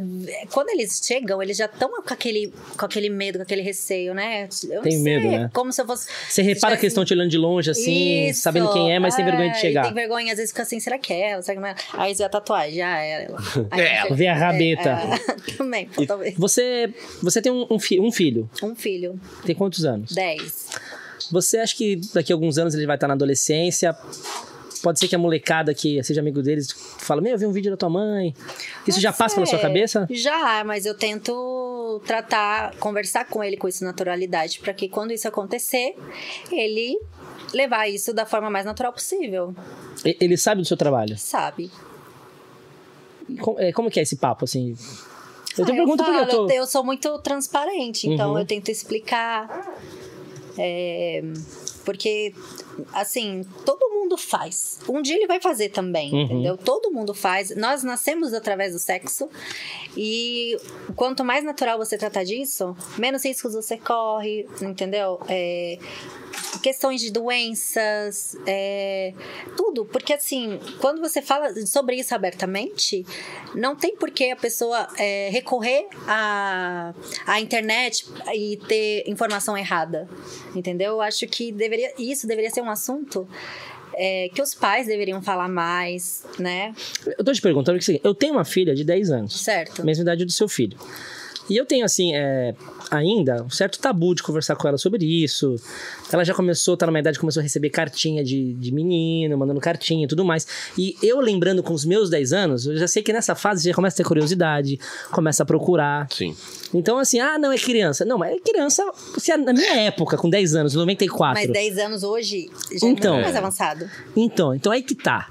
[SPEAKER 4] Quando eles chegam, eles já estão com aquele, com aquele medo, com aquele receio, né? Eu
[SPEAKER 3] Tem
[SPEAKER 4] não sei,
[SPEAKER 3] medo, né?
[SPEAKER 4] Como se eu fosse.
[SPEAKER 3] Você repara
[SPEAKER 4] tivesse-
[SPEAKER 3] que eles estão te olhando de longe, assim,
[SPEAKER 4] Tipo Isso,
[SPEAKER 3] sabendo quem é, mas tem vergonha de
[SPEAKER 4] é, e
[SPEAKER 3] chegar.
[SPEAKER 4] Tem vergonha, às vezes fica assim, será que é ela? Será que não é? Aí vê a tatuagem, ah, é
[SPEAKER 3] [LAUGHS]
[SPEAKER 4] ela. Aí
[SPEAKER 2] É
[SPEAKER 4] não sei.
[SPEAKER 3] Vê a rabeta.
[SPEAKER 4] é, [LAUGHS] também, talvez.
[SPEAKER 3] Você, você tem um, um fi- um filho,
[SPEAKER 4] Um filho,
[SPEAKER 3] tem quantos anos?
[SPEAKER 4] 10.
[SPEAKER 3] Você acha que daqui a alguns anos ele vai estar na adolescência? Pode ser que a molecada que seja amigo deles fala: Meu, eu vi um vídeo da tua mãe. Isso já passa pela sua
[SPEAKER 4] É,
[SPEAKER 3] cabeça?
[SPEAKER 4] Já, mas eu tento tratar, conversar com ele com isso naturalidade, pra que quando isso acontecer, ele levar isso da forma mais natural possível,
[SPEAKER 3] E- Ele sabe do seu trabalho?
[SPEAKER 4] sabe?
[SPEAKER 3] Como, é, como que é esse papo, assim? Eu tô
[SPEAKER 4] Ah,
[SPEAKER 3] perguntando
[SPEAKER 4] falo,
[SPEAKER 3] porque eu tô...
[SPEAKER 4] eu sou muito transparente, então
[SPEAKER 3] Uhum.
[SPEAKER 4] eu tento explicar. É, porque, assim, todo mundo faz. Um dia ele vai fazer também,
[SPEAKER 3] Uhum.
[SPEAKER 4] entendeu? Todo mundo faz. Nós nascemos através do sexo. E quanto mais natural você tratar disso, menos riscos você corre, entendeu? É, questões de doenças, é, tudo. Porque, assim, quando você fala sobre isso abertamente, não tem por que a pessoa é, recorrer à, à internet e ter informação errada, entendeu? Eu acho que deveria, isso deveria ser um assunto é, que os pais deveriam falar mais, né?
[SPEAKER 3] Eu tô te perguntando porque é o seguinte, eu tenho uma filha de 10 anos,
[SPEAKER 4] Certo?
[SPEAKER 3] mesma idade do seu filho. E eu tenho, assim, é, ainda um certo tabu de conversar com ela sobre isso. Ela já começou, tá numa idade, que começou a receber cartinha de, de menino, mandando cartinha e tudo mais. E eu lembrando com os meus 10 anos, eu já sei que nessa fase já começa a ter curiosidade, começa a procurar.
[SPEAKER 1] Sim.
[SPEAKER 3] Então, assim, ah, não, é criança. Não, mas é criança, se a- na minha época, com 10 anos, 94.
[SPEAKER 4] Mas é- 10 anos hoje já é
[SPEAKER 3] Então.
[SPEAKER 4] muito mais avançado.
[SPEAKER 3] Então, então aí que tá.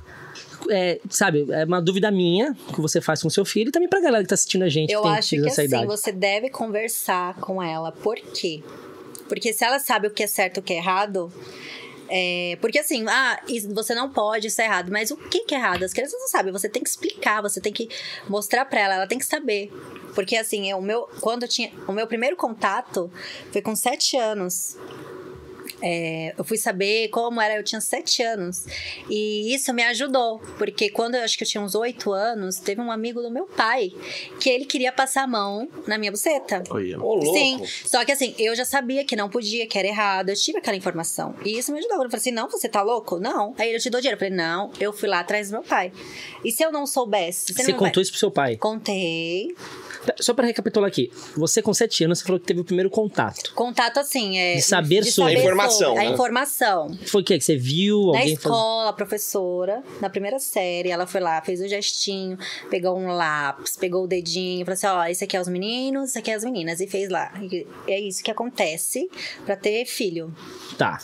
[SPEAKER 3] É, sabe, é uma dúvida minha que você faz com seu filho e também pra galera que tá assistindo a gente.
[SPEAKER 4] Eu
[SPEAKER 3] que tem
[SPEAKER 4] acho
[SPEAKER 3] filhos
[SPEAKER 4] que
[SPEAKER 3] dessa
[SPEAKER 4] assim,
[SPEAKER 3] idade.
[SPEAKER 4] você deve conversar com ela. Por quê? Porque se ela sabe o que é certo e o que é errado. é, porque assim, ah, isso- você não pode, isso é errado. Mas o que que é errado? As crianças não sabem. Você tem que explicar, você tem que mostrar pra ela, ela tem que saber. Porque assim, eu- o meu, quando eu tinha, o meu primeiro contato foi com sete anos. É, eu fui saber como era, eu tinha sete anos. E isso me ajudou, porque quando eu acho que eu tinha uns oito anos, teve um amigo do meu pai que ele queria passar a mão na minha buceta.
[SPEAKER 1] Olha.
[SPEAKER 2] Ô, louco.
[SPEAKER 4] Sim, só que assim, eu já sabia que não podia, que era errado, eu tive aquela informação. E isso me ajudou. Eu falei assim: não, você tá louco? Não. Aí ele, eu te dou dinheiro. Eu falei: não, eu fui lá atrás do meu pai. E se eu não soubesse?
[SPEAKER 3] Você contou isso pro seu pai.
[SPEAKER 4] Contei.
[SPEAKER 3] Tá, Só pra recapitular aqui. Você, com 7 anos, você falou que teve o primeiro contato.
[SPEAKER 4] Contato assim, é.
[SPEAKER 3] De saber sobre.
[SPEAKER 2] A informação,
[SPEAKER 4] sobre,
[SPEAKER 2] né?
[SPEAKER 4] A informação.
[SPEAKER 3] Foi o quê? Que você viu
[SPEAKER 4] Na
[SPEAKER 3] alguém fazendo-
[SPEAKER 4] escola, a professora, na primeira série, ela foi lá, fez um gestinho, pegou um lápis, pegou o dedinho, falou assim: ó, esse aqui é os meninos, esse aqui é as meninas, e fez lá. E é isso que acontece pra ter filho.
[SPEAKER 3] Tá.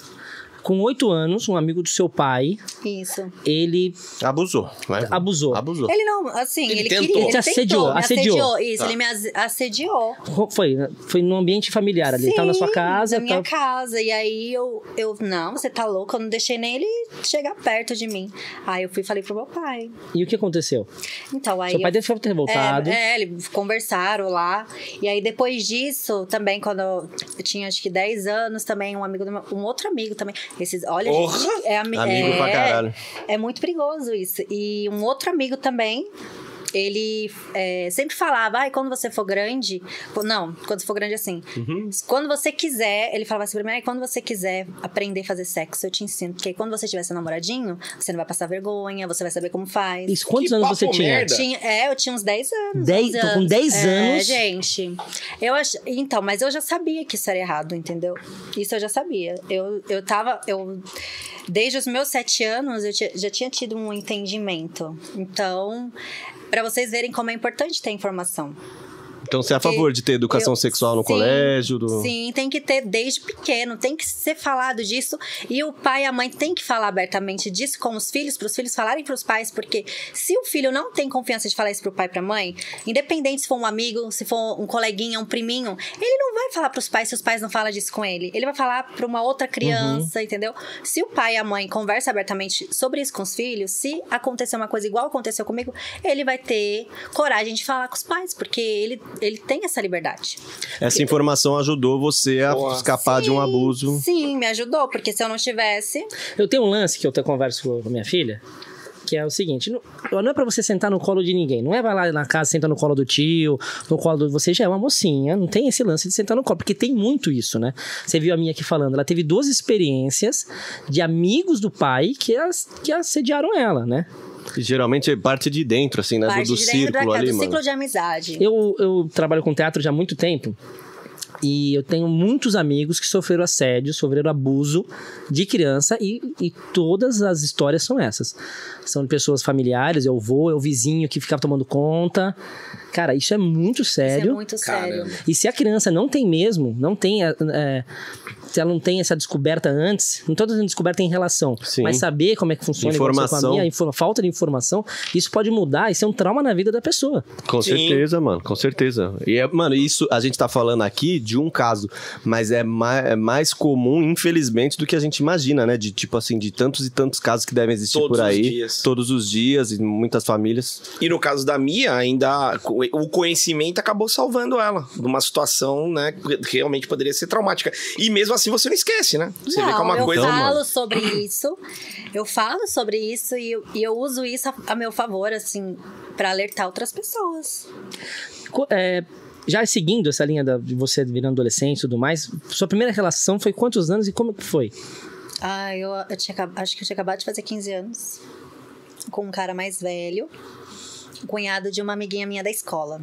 [SPEAKER 3] Com 8 anos, um amigo do seu pai,
[SPEAKER 4] Isso.
[SPEAKER 3] ele
[SPEAKER 1] Abusou. vai.
[SPEAKER 3] abusou.
[SPEAKER 1] Abusou.
[SPEAKER 4] Ele não, assim,
[SPEAKER 2] Ele
[SPEAKER 4] ele,
[SPEAKER 2] tentou.
[SPEAKER 4] queria. Ele
[SPEAKER 3] Te assediou,
[SPEAKER 4] tentou, me
[SPEAKER 3] assediou.
[SPEAKER 4] Isso, ele me as- assediou.
[SPEAKER 3] Foi, foi no ambiente familiar ali. tava na sua
[SPEAKER 4] Sim,
[SPEAKER 3] casa.
[SPEAKER 4] Na minha
[SPEAKER 3] tava-
[SPEAKER 4] casa. E aí eu, eu, não, você tá louca, eu não deixei nem ele chegar perto de mim. Aí eu fui e falei pro meu pai.
[SPEAKER 3] E o que aconteceu?
[SPEAKER 4] Então, aí.
[SPEAKER 3] seu pai um
[SPEAKER 4] eu-
[SPEAKER 3] deve ficar muito revoltado.
[SPEAKER 4] É, é, eles conversaram lá. E aí, depois disso, também, quando eu tinha acho que 10 anos, também, um amigo do meu- um outro amigo também. Esses, olha,
[SPEAKER 2] Porra!
[SPEAKER 4] gente, é, ami-
[SPEAKER 1] Amigo
[SPEAKER 4] é,
[SPEAKER 1] pra caralho.
[SPEAKER 4] É muito perigoso isso. E um outro amigo também. Ele é, sempre falava, ai, quando você for grande. pô, Não, quando você for grande assim. Quando você quiser, ele falava assim pra mim, ai, quando você quiser aprender a fazer sexo, eu te ensino. Porque aí quando você tiver seu namoradinho, você não vai passar vergonha, você vai saber como faz.
[SPEAKER 3] Isso, quantos
[SPEAKER 2] Que
[SPEAKER 3] anos
[SPEAKER 2] papo
[SPEAKER 3] você tinha?
[SPEAKER 2] merda.
[SPEAKER 4] Tinha- é, eu tinha uns 10 anos.
[SPEAKER 3] Dez-
[SPEAKER 4] 11
[SPEAKER 3] tô com 10
[SPEAKER 4] É,
[SPEAKER 3] anos.
[SPEAKER 4] gente. Eu ach, então, mas eu já sabia que isso era errado, entendeu? Isso eu já sabia. Eu, eu tava. Eu, desde os meus 7 anos, eu ti- já tinha tido um entendimento. Então, pra vocês verem como é importante ter informação.
[SPEAKER 1] Então você é a favor de ter educação
[SPEAKER 4] Eu-
[SPEAKER 1] sexual no
[SPEAKER 4] sim,
[SPEAKER 1] colégio? Do...
[SPEAKER 4] Sim, tem que ter desde pequeno, tem que ser falado disso. E o pai e a mãe tem que falar abertamente disso com os filhos, para os filhos falarem para os pais, porque se o filho não tem confiança de falar isso pro pai e pra mãe, independente se for um amigo, se for um coleguinha, um priminho, ele não vai falar para os pais se os pais não falam disso com ele. Ele vai falar para uma outra criança, entendeu? Se o pai e a mãe conversam abertamente sobre isso com os filhos, se acontecer uma coisa igual aconteceu comigo, ele vai ter coragem de falar com os pais, porque ele, ele tem essa liberdade.
[SPEAKER 1] Essa informação ajudou você a
[SPEAKER 2] Boa.
[SPEAKER 1] escapar de um abuso.
[SPEAKER 4] Sim, me ajudou, porque se eu não tivesse.
[SPEAKER 3] Eu tenho um lance que eu te- converso com a minha filha, que é o seguinte: não, não é pra você sentar no colo de ninguém. Não é vai lá na casa, senta no colo do tio, no colo do. Você já é uma mocinha, não tem esse lance de sentar no colo, porque tem muito isso, né? Você viu a minha aqui falando, ela teve duas experiências de amigos do pai que, as, que assediaram ela, né?
[SPEAKER 1] E geralmente é parte de dentro, assim, né? Do-
[SPEAKER 4] parte
[SPEAKER 1] Do,
[SPEAKER 4] de dentro da
[SPEAKER 1] círculo
[SPEAKER 4] casa,
[SPEAKER 1] ali,
[SPEAKER 4] do
[SPEAKER 1] mano.
[SPEAKER 4] ciclo de amizade.
[SPEAKER 3] Eu, eu trabalho com teatro já há muito tempo. E eu tenho muitos amigos que sofreram assédio, sofreram abuso de criança, e, e todas as histórias são essas. São de pessoas familiares, é o vô, é o vizinho que ficava tomando conta. Cara, isso é muito
[SPEAKER 4] Isso é
[SPEAKER 3] sério.
[SPEAKER 4] muito
[SPEAKER 2] Caramba.
[SPEAKER 4] sério.
[SPEAKER 3] E se a criança não tem mesmo, não tem. é, é, se ela não tem essa descoberta antes, não estou dizendo descoberta em relação,
[SPEAKER 1] Sim.
[SPEAKER 3] mas saber como é que funciona igual você falou, a
[SPEAKER 1] Informação.
[SPEAKER 3] minha, a infor- falta de informação, isso pode mudar, isso é um trauma na vida da pessoa.
[SPEAKER 1] Com
[SPEAKER 2] Sim.
[SPEAKER 1] certeza, mano, com certeza. E, é, mano, isso a gente tá falando aqui de um caso, mas é mais, é mais comum, infelizmente, do que a gente imagina, né? De tipo assim, de tantos e tantos casos que devem existir
[SPEAKER 2] Todos
[SPEAKER 1] por aí.
[SPEAKER 2] os dias.
[SPEAKER 1] Todos os dias, e muitas famílias.
[SPEAKER 2] E no caso da Mia, ainda co- o conhecimento acabou salvando ela de uma situação, né, que realmente poderia ser traumática. E mesmo assim você não esquece, né? Você vê que é uma
[SPEAKER 4] eu
[SPEAKER 2] coisa.
[SPEAKER 1] Então,
[SPEAKER 4] falo sobre isso, eu falo sobre isso e eu, e eu uso isso a, a meu favor, assim, pra alertar outras pessoas.
[SPEAKER 3] Co- é, já seguindo essa linha da- de você virando adolescente e tudo mais, sua primeira relação foi quantos anos e como que foi?
[SPEAKER 4] Ah, eu, eu tinha acab- acho que eu tinha acabado de fazer 15 anos com um cara mais velho, cunhado de uma amiguinha minha da escola.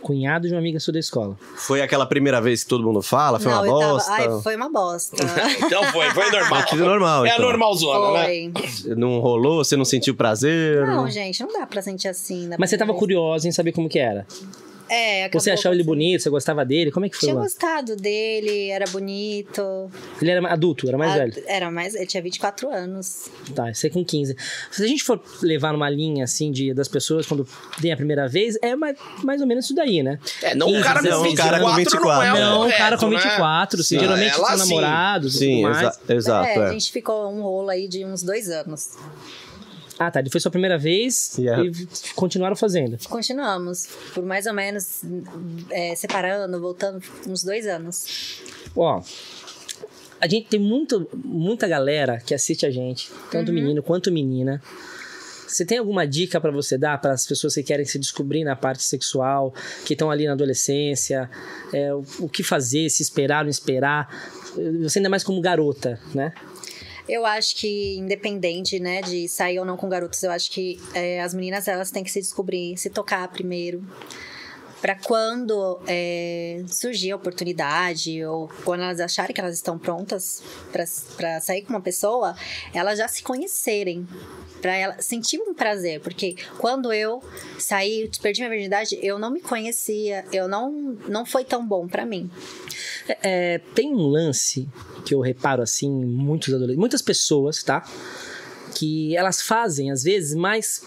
[SPEAKER 3] Cunhado de uma amiga sua da escola.
[SPEAKER 4] Tá
[SPEAKER 1] Foi aquela primeira vez que todo mundo fala, Ah, foi
[SPEAKER 4] Não,
[SPEAKER 1] uma
[SPEAKER 4] eu tava.
[SPEAKER 1] bosta.
[SPEAKER 4] Ai, foi uma bosta.
[SPEAKER 2] [LAUGHS] Então foi, foi normal.
[SPEAKER 1] Mas que normal,
[SPEAKER 2] [LAUGHS] é a
[SPEAKER 1] então.
[SPEAKER 2] normalzona, né?
[SPEAKER 4] foi.
[SPEAKER 1] Não rolou, você não sentiu prazer.
[SPEAKER 4] Não, gente, não dá pra sentir assim. na
[SPEAKER 3] Mas você tava
[SPEAKER 4] primeira
[SPEAKER 3] curiosa em saber como que era.
[SPEAKER 4] vez. É, acabou.
[SPEAKER 3] Você achava ele
[SPEAKER 4] acontecendo.
[SPEAKER 3] bonito, você gostava dele, como é que foi?
[SPEAKER 4] Tinha
[SPEAKER 3] lá?
[SPEAKER 4] gostado dele, era bonito.
[SPEAKER 3] Ele era adulto, era mais
[SPEAKER 4] Ah,
[SPEAKER 3] velho.
[SPEAKER 4] Era mais, ele tinha 24 anos.
[SPEAKER 3] Tá, você com 15. Se a gente for levar numa linha assim de, das pessoas quando tem a primeira vez, é mais, mais ou menos isso daí, né?
[SPEAKER 2] É, não um cara com
[SPEAKER 1] não,
[SPEAKER 2] 24,
[SPEAKER 1] um cara com
[SPEAKER 2] não é o
[SPEAKER 1] 24,
[SPEAKER 3] Não, um
[SPEAKER 2] correto,
[SPEAKER 3] cara com
[SPEAKER 2] né?
[SPEAKER 3] 24, sim,
[SPEAKER 2] Ah,
[SPEAKER 3] geralmente
[SPEAKER 2] ela
[SPEAKER 3] são
[SPEAKER 2] sim.
[SPEAKER 3] namorados e
[SPEAKER 1] Sim,
[SPEAKER 3] tudo mais.
[SPEAKER 1] exa- exato.
[SPEAKER 4] é,
[SPEAKER 1] é.
[SPEAKER 4] a gente ficou um rolo aí de uns dois anos.
[SPEAKER 3] Ah, tá, ele foi sua primeira vez
[SPEAKER 1] Yeah.
[SPEAKER 3] e continuaram fazendo.
[SPEAKER 4] Continuamos, por mais ou menos, é, separando, voltando, uns dois anos.
[SPEAKER 3] Ó. a gente tem muito, muita galera que assiste a gente, tanto menino quanto menina. Você tem alguma dica pra você dar para as pessoas que querem se descobrir na parte sexual, que estão ali na adolescência, é, o, o que fazer, se esperar, não esperar? Você ainda mais como garota, né?
[SPEAKER 4] Eu acho que, independente, né, de sair ou não com garotos, eu acho que é, as meninas, elas têm que se descobrir, se tocar primeiro. Pra quando é, surgir a oportunidade ou quando elas acharem que elas estão prontas pra- pra sair com uma pessoa, elas já se conhecerem. Pra ela sentir um prazer, porque quando eu saí, eu perdi minha virgindade, eu não me conhecia, eu não, não foi tão bom pra mim.
[SPEAKER 3] É, tem um lance que eu reparo assim, em muitos adolescentes, muitas pessoas, tá? Que elas fazem às vezes mais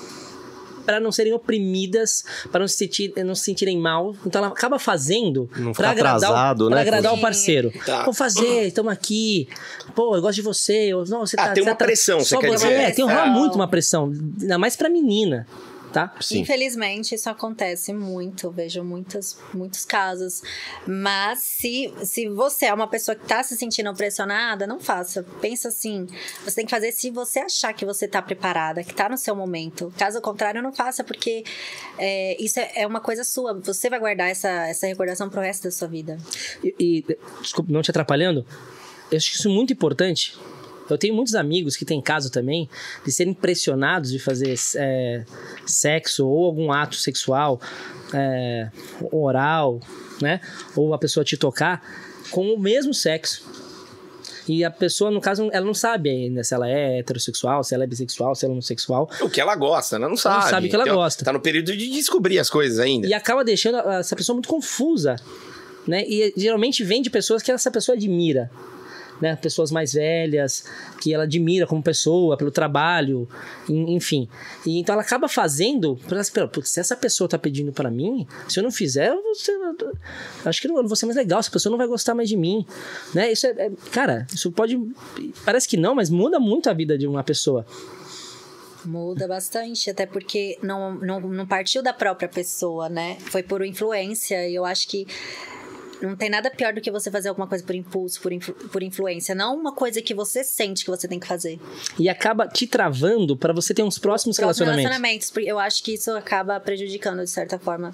[SPEAKER 3] para não serem oprimidas, para não se sentir, não se sentirem mal. Então ela acaba fazendo
[SPEAKER 1] Não ficar
[SPEAKER 3] para agradar,
[SPEAKER 1] atrasado,
[SPEAKER 3] o, pra
[SPEAKER 1] né,
[SPEAKER 3] agradar
[SPEAKER 4] com-
[SPEAKER 3] o parceiro.
[SPEAKER 2] Tá.
[SPEAKER 3] Vou fazer, estamos aqui. Pô, eu gosto de você. Eu, não, você
[SPEAKER 2] Ah,
[SPEAKER 3] tá,
[SPEAKER 2] tem
[SPEAKER 3] você
[SPEAKER 2] uma
[SPEAKER 3] tá-
[SPEAKER 2] pressão, você
[SPEAKER 3] só
[SPEAKER 2] quer dizer.
[SPEAKER 3] É, tem rola
[SPEAKER 4] Ah.
[SPEAKER 3] muito uma pressão, ainda mais para menina, tá?
[SPEAKER 1] Sim.
[SPEAKER 4] Infelizmente, isso acontece muito. Eu vejo muitas, muitos casos. Mas se, se você é uma pessoa que está se sentindo pressionada, não faça. Pensa assim. Você tem que fazer se você achar que você está preparada, que está no seu momento. Caso contrário, não faça, porque é, isso é, é uma coisa sua. Você vai guardar essa, essa recordação pro resto da sua vida.
[SPEAKER 3] E, e, desculpa, não te atrapalhando, eu acho que isso é muito importante. Eu tenho muitos amigos que têm caso também de serem pressionados de fazer é, sexo ou algum ato sexual, é, oral, né? Ou a pessoa te tocar com o mesmo sexo. E a pessoa, no caso, ela não sabe ainda se ela é heterossexual, se ela é bissexual, se ela é homossexual.
[SPEAKER 2] O que ela gosta, ela não sabe.
[SPEAKER 3] sabe o que ela
[SPEAKER 2] Então,
[SPEAKER 3] gosta.
[SPEAKER 2] Tá no período de descobrir as coisas ainda.
[SPEAKER 3] E acaba deixando a- essa pessoa muito confusa, né? E geralmente vem de pessoas que essa pessoa admira, né? Pessoas mais velhas, que ela admira como pessoa, pelo trabalho, en- enfim. E então ela acaba fazendo, pra- pra- putz, se essa pessoa tá pedindo pra mim, se eu não fizer, eu vou ser, eu acho que não, eu não vou ser mais legal, essa pessoa não vai gostar mais de mim, né? Isso é, é- cara, isso pode, parece que não, mas muda muito a vida de uma pessoa.
[SPEAKER 4] Muda bastante, até porque não, não, não partiu da própria pessoa, né? Foi por influência, e eu acho que não tem nada pior do que você fazer alguma coisa por impulso, por, influ- por influência. Não uma coisa que você sente que você tem que fazer.
[SPEAKER 3] E acaba te travando pra você ter uns próximos relacionamentos.
[SPEAKER 4] Relacionamentos, porque eu acho que isso acaba prejudicando de certa forma.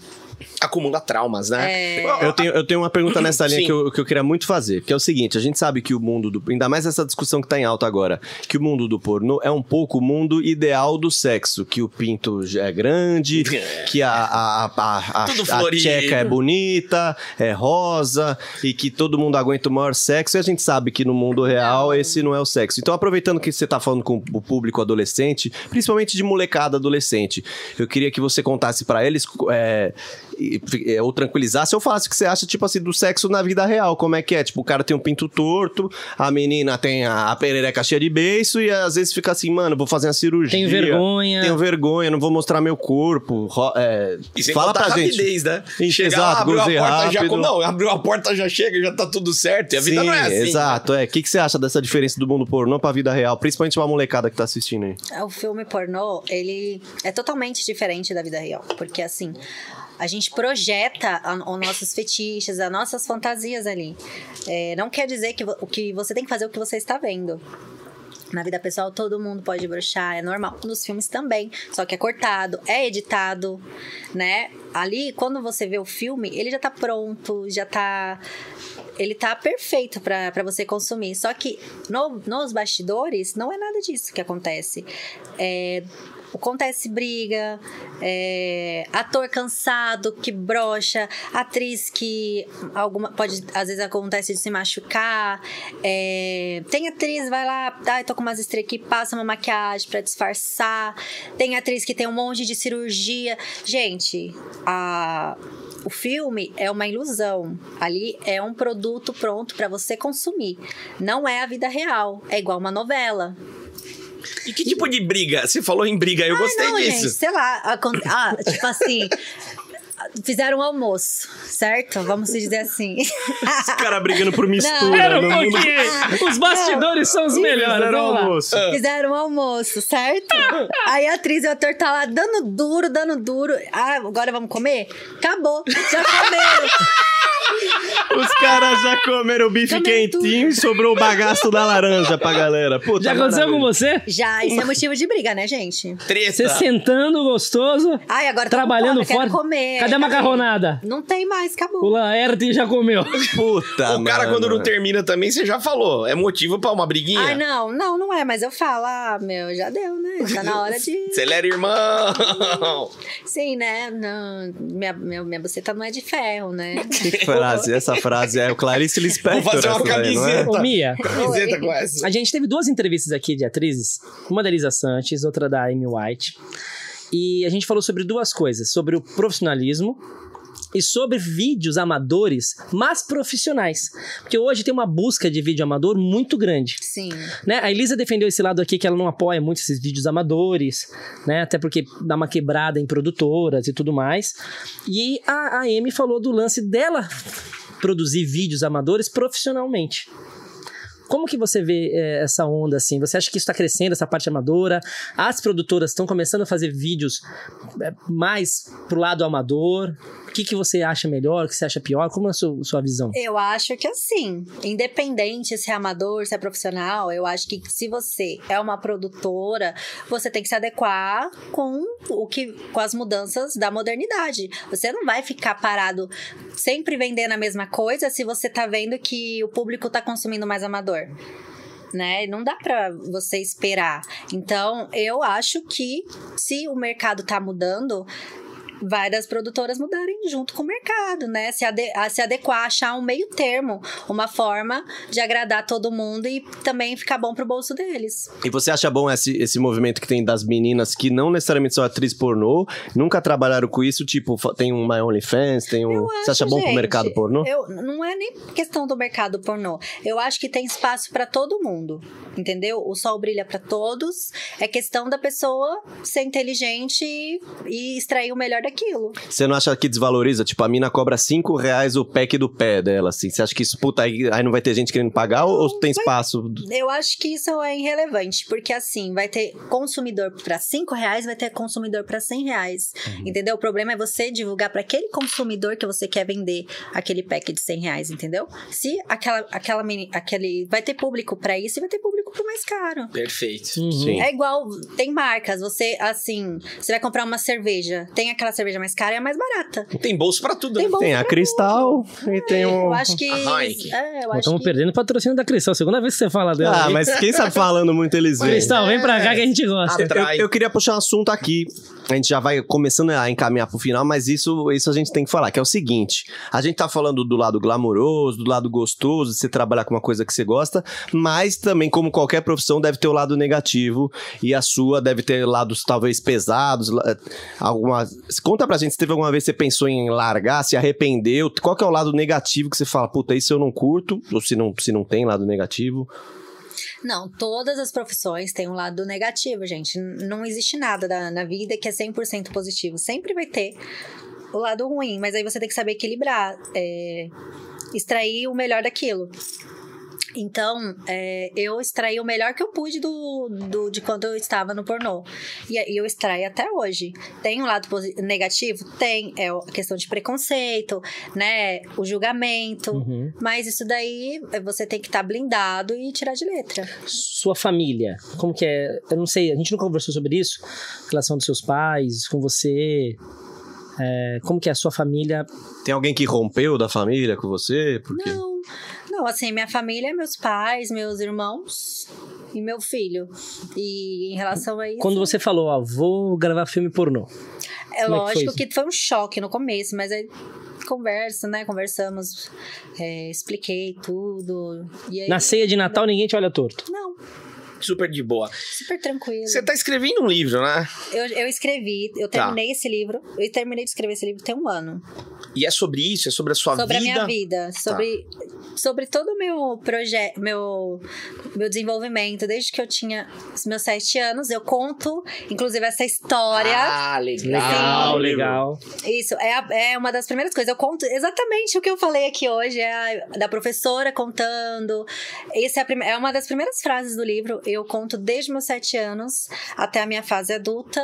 [SPEAKER 2] Acumula traumas, né?
[SPEAKER 4] É.
[SPEAKER 1] Eu tenho, eu tenho uma pergunta nessa linha
[SPEAKER 2] Sim.
[SPEAKER 1] que eu, que eu queria muito fazer, que é o seguinte: a gente sabe que o mundo do. Ainda mais essa discussão que tá em alta agora, que o mundo do pornô é um pouco o mundo ideal do sexo, que o pinto já é grande, que a, a, a, a, a-
[SPEAKER 2] Tudo
[SPEAKER 1] a
[SPEAKER 2] florido.
[SPEAKER 1] tcheca é bonita, é rosa, e que todo mundo aguenta o maior sexo, e a gente sabe que no mundo real esse não é o sexo. Então, aproveitando que você tá falando com o público adolescente, principalmente de molecada adolescente, eu queria que você contasse pra eles. é, e, é, ou tranquilizar, se eu falasse o que você acha, tipo assim, do sexo na vida real, como é que é? Tipo, o cara tem um pinto torto, a menina tem a, a perereca cheia de beiço e às vezes fica assim, mano, vou fazer uma cirurgia.
[SPEAKER 3] Tenho vergonha.
[SPEAKER 1] Tenho vergonha, não vou mostrar meu corpo. ro- é,
[SPEAKER 2] E sem
[SPEAKER 1] fala
[SPEAKER 2] contar
[SPEAKER 1] pra
[SPEAKER 2] a
[SPEAKER 1] gente.
[SPEAKER 2] rapidez, né?
[SPEAKER 1] Sim,
[SPEAKER 2] Chega
[SPEAKER 1] exato,
[SPEAKER 2] lá, abriu a
[SPEAKER 1] gozei
[SPEAKER 2] porta, já... com-
[SPEAKER 1] rápido.
[SPEAKER 2] Não, abriu a porta, já chega, já tá tudo certo. E a vida
[SPEAKER 1] Sim,
[SPEAKER 2] não é assim.
[SPEAKER 1] Exato, é. O que, que você acha dessa diferença do mundo pornô pra vida real? Principalmente pra molecada que tá assistindo aí.
[SPEAKER 4] O filme pornô, ele é totalmente diferente da vida real. Porque, assim, a gente projeta a- os nossos fetiches, as nossas fantasias ali. É, não quer dizer que, vo- o que você tem que fazer é o que você está vendo. Na vida pessoal, todo mundo pode bruxar, é normal. Nos filmes também, só que é cortado, é editado, né? Ali, quando você vê o filme, ele já tá pronto, já tá. Ele tá perfeito pra pra você consumir. Só que no- nos bastidores, não é nada disso que acontece. É, acontece briga, é, ator cansado que brocha, atriz que alguma pode às vezes acontece de se machucar, é, tem atriz vai lá, ah, tô com umas estrelas aqui, passa uma maquiagem pra disfarçar, tem atriz que tem um monte de cirurgia, gente, a o filme é uma ilusão. Ali é um produto pronto pra você consumir. Não é a vida real. É igual uma novela.
[SPEAKER 2] [LAUGHS] E que tipo de briga? Você falou em briga, eu gostei
[SPEAKER 4] não,
[SPEAKER 2] disso.
[SPEAKER 4] gente, sei lá.
[SPEAKER 1] [LAUGHS]
[SPEAKER 4] acon- Ah, tipo assim. Fizeram um almoço, certo? Vamos se dizer assim.
[SPEAKER 1] Os caras brigando por
[SPEAKER 4] mistura
[SPEAKER 1] no mundo.
[SPEAKER 3] um Os bastidores são os melhores. vamos lá.
[SPEAKER 1] Ah.
[SPEAKER 4] Fizeram um almoço, certo? Aí a atriz e o ator tá lá dando duro, dando duro. Ah, agora vamos comer? Acabou. Já comeram.
[SPEAKER 1] Os caras já comeram o bife
[SPEAKER 4] Comem tudo.
[SPEAKER 1] quentinho e sobrou o bagaço da laranja pra Tá galera. Puta,
[SPEAKER 3] Já aconteceu com você?
[SPEAKER 4] Já, isso é motivo de briga, né, gente?
[SPEAKER 3] Você
[SPEAKER 2] Treta.
[SPEAKER 3] sentando gostoso,
[SPEAKER 4] Ai, agora tô com
[SPEAKER 3] trabalhando
[SPEAKER 4] fome, quero
[SPEAKER 3] fora.
[SPEAKER 4] comer.
[SPEAKER 3] Cadê a
[SPEAKER 4] Acabei.
[SPEAKER 3] macarronada?
[SPEAKER 4] Não tem mais,
[SPEAKER 3] O
[SPEAKER 4] acabou.
[SPEAKER 3] Laerte já comeu.
[SPEAKER 1] Puta,
[SPEAKER 2] O cara,
[SPEAKER 1] mano.
[SPEAKER 2] quando não termina também, você já falou. É motivo pra uma briguinha.
[SPEAKER 4] Ai, não, não, não é, mas eu falo, ah, meu, já deu, né? Tá na hora de.
[SPEAKER 2] Acelera, irmão.
[SPEAKER 4] Sim, né? Não, minha, minha, minha buceta não é de ferro, né?
[SPEAKER 1] Que frase? Essa frase é o Clarice Lispector.
[SPEAKER 2] Vou fazer uma
[SPEAKER 1] essa daí, não é?
[SPEAKER 2] camiseta.
[SPEAKER 3] Ô, Mia,
[SPEAKER 2] Camiseta com essa.
[SPEAKER 3] a gente teve duas entrevistas aqui de atrizes. Uma da Elisa Sanches, outra da Amy White. E a gente falou sobre duas coisas. Sobre o profissionalismo e sobre vídeos amadores, mas profissionais. Porque hoje tem uma busca de vídeo amador muito grande.
[SPEAKER 4] Sim.
[SPEAKER 3] Né? A Elisa defendeu esse lado aqui que ela não apoia muito esses vídeos amadores, né? Até porque dá uma quebrada em produtoras e tudo mais. E a, a Amy falou do lance dela produzir vídeos amadores profissionalmente. Como que você vê eh, essa onda assim? Você acha que isso está crescendo, essa parte amadora? As produtoras estão começando a fazer vídeos eh, mais pro lado amador? O que, que você acha melhor? O que você acha pior? Como é a sua, sua visão?
[SPEAKER 4] Eu acho que assim, independente se é amador, se é profissional, eu acho que se você é uma produtora, você tem que se adequar com o que com as mudanças da modernidade. Você não vai ficar parado sempre vendendo a mesma coisa se você tá vendo que o público tá consumindo mais amador. Né? Não dá pra você esperar. Então, eu acho que se o mercado tá mudando, vai das produtoras mudarem junto com o mercado, né? Se, ade a- se adequar, achar um meio termo, uma forma de agradar todo mundo e também ficar bom pro bolso deles.
[SPEAKER 1] E você acha bom esse, esse movimento que tem das meninas que não necessariamente são atriz pornô, nunca trabalharam com isso, tipo, fa- tem um My OnlyFans, tem um...
[SPEAKER 4] Eu
[SPEAKER 1] você acha
[SPEAKER 4] acho,
[SPEAKER 1] bom pro
[SPEAKER 4] gente,
[SPEAKER 1] mercado pornô?
[SPEAKER 4] Eu, não é nem questão do mercado pornô. Eu acho que tem espaço pra todo mundo, entendeu? O sol brilha pra todos. É questão da pessoa ser inteligente e, e extrair o melhor daquilo.
[SPEAKER 1] Você não acha que desvaloriza? Tipo, a mina cobra 5 reais o pack do pé dela, assim. Você acha que isso, puta, aí, aí não vai ter gente querendo pagar ou, ou tem espaço?
[SPEAKER 4] Eu acho que isso é irrelevante, porque assim, vai ter consumidor pra 5 reais, vai ter consumidor pra 100 reais.
[SPEAKER 1] Uhum.
[SPEAKER 4] Entendeu? O problema é você divulgar pra aquele consumidor que você quer vender aquele pack de 100 reais, entendeu? Se aquela, aquela, meni- aquele. Vai ter público pra isso e vai ter público pro mais caro.
[SPEAKER 2] Perfeito.
[SPEAKER 3] Uhum.
[SPEAKER 1] Sim.
[SPEAKER 4] É igual, tem marcas, você, assim, você vai comprar uma cerveja, tem aquela cerveja mais cara e a mais barata.
[SPEAKER 2] Tem bolso pra tudo.
[SPEAKER 4] Tem
[SPEAKER 2] né?
[SPEAKER 4] bom. É,
[SPEAKER 1] Tem a Cristal e tem um...
[SPEAKER 4] Eu acho que.
[SPEAKER 2] A Heineken.
[SPEAKER 4] É, eu
[SPEAKER 3] Nós
[SPEAKER 4] acho
[SPEAKER 3] estamos
[SPEAKER 4] que.
[SPEAKER 3] perdendo o patrocínio da Cristal. Segunda vez que você fala dela.
[SPEAKER 1] Ah,
[SPEAKER 3] hein?
[SPEAKER 1] mas quem sabe falando muito
[SPEAKER 4] [LAUGHS]
[SPEAKER 1] eles vêm.
[SPEAKER 3] Cristal, vem pra cá que a gente
[SPEAKER 2] Ah,
[SPEAKER 3] gosta.
[SPEAKER 1] Eu,
[SPEAKER 2] Trai.
[SPEAKER 1] eu queria puxar um assunto aqui. A gente já vai começando a encaminhar pro final, mas isso, isso a gente tem que falar, que é o seguinte: a gente tá falando do lado glamouroso, do lado gostoso, de você trabalhar com uma coisa que você gosta, mas também, como qualquer profissão, deve ter o lado negativo e a sua deve ter lados talvez pesados. la- eh, Alguma... Conta pra gente se teve alguma vez que você pensou em largar, se arrependeu. Qual que é o lado negativo que você fala, puta, isso eu não curto, ou se não, se não tem lado negativo?
[SPEAKER 4] Não, todas as profissões têm um lado negativo, gente. N- Não existe nada na, na vida que é 100% positivo. Sempre vai ter o lado ruim, mas aí você tem que saber equilibrar, é, extrair o melhor daquilo. Então, é, eu extraí o melhor que eu pude do, do- de quando eu estava no pornô. E, a- e eu extraio até hoje. Tem um lado posi- negativo? Tem. É a questão de preconceito, né? O julgamento.
[SPEAKER 3] Uhum.
[SPEAKER 4] Mas isso daí é, você tem que estar blindado e tirar de letra.
[SPEAKER 3] Sua família, como que é? Eu não sei, a gente nunca conversou sobre isso. Relação dos seus pais, com você. É, como que é a sua família?
[SPEAKER 1] Tem alguém que rompeu da família com você? Por quê?
[SPEAKER 4] Não, não, assim, minha família, é meus pais, meus irmãos e meu filho. E em relação a isso,
[SPEAKER 3] Quando você falou, ó, vou gravar filme pornô.
[SPEAKER 4] é
[SPEAKER 3] como é que foi
[SPEAKER 4] lógico
[SPEAKER 3] isso?
[SPEAKER 4] que foi um choque no começo, mas aí conversa, né? Conversamos, é, expliquei tudo. E aí,
[SPEAKER 3] Na ceia de Natal ninguém te olha torto.
[SPEAKER 4] não,
[SPEAKER 2] Super de boa.
[SPEAKER 4] super tranquilo.
[SPEAKER 2] Você tá escrevendo um livro, né?
[SPEAKER 4] Eu, eu escrevi, eu
[SPEAKER 2] Tá.
[SPEAKER 4] terminei esse livro, eu terminei de escrever esse livro tem um ano.
[SPEAKER 2] E é sobre isso, é sobre a sua
[SPEAKER 4] sobre
[SPEAKER 2] vida.
[SPEAKER 4] a minha vida, sobre sobre todo o meu projeto, meu, meu desenvolvimento, desde que eu tinha os meus sete anos. Eu conto, inclusive, essa história.
[SPEAKER 2] Ah, legal.
[SPEAKER 3] Legal, legal.
[SPEAKER 4] Isso, é, a- é uma das primeiras coisas. Eu conto exatamente o que eu falei aqui hoje. É a- da professora contando. Essa é, a prime- é uma das primeiras frases do livro. Eu conto desde meus sete anos até a minha fase adulta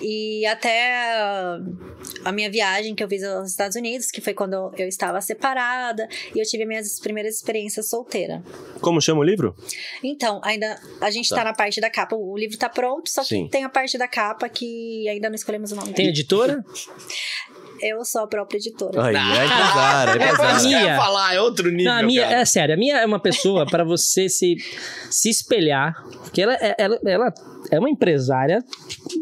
[SPEAKER 4] e até ah, a minha viagem que eu fiz aos Estados Unidos, que foi quando eu estava separada e eu tive minhas primeiras experiências solteira.
[SPEAKER 1] Como chama o livro?
[SPEAKER 4] Então, ainda a gente
[SPEAKER 1] Tá.
[SPEAKER 4] tá, na parte da capa. O livro tá pronto, só que
[SPEAKER 1] Sim.
[SPEAKER 4] tem a parte da capa que ainda não escolhemos o nome.
[SPEAKER 3] Tem
[SPEAKER 2] é
[SPEAKER 3] editora?
[SPEAKER 4] Eu sou a própria editora.
[SPEAKER 1] Aí, é pesar, é
[SPEAKER 2] [LAUGHS] É,
[SPEAKER 3] pra
[SPEAKER 2] mas
[SPEAKER 1] pesar.
[SPEAKER 3] mim.
[SPEAKER 2] eu ia
[SPEAKER 3] Minha.
[SPEAKER 2] falar, é outro nível,
[SPEAKER 3] Não, a minha,
[SPEAKER 2] cara.
[SPEAKER 3] é sério, a minha é uma pessoa para você se, se espelhar. Porque ela, é- ela, ela é uma empresária.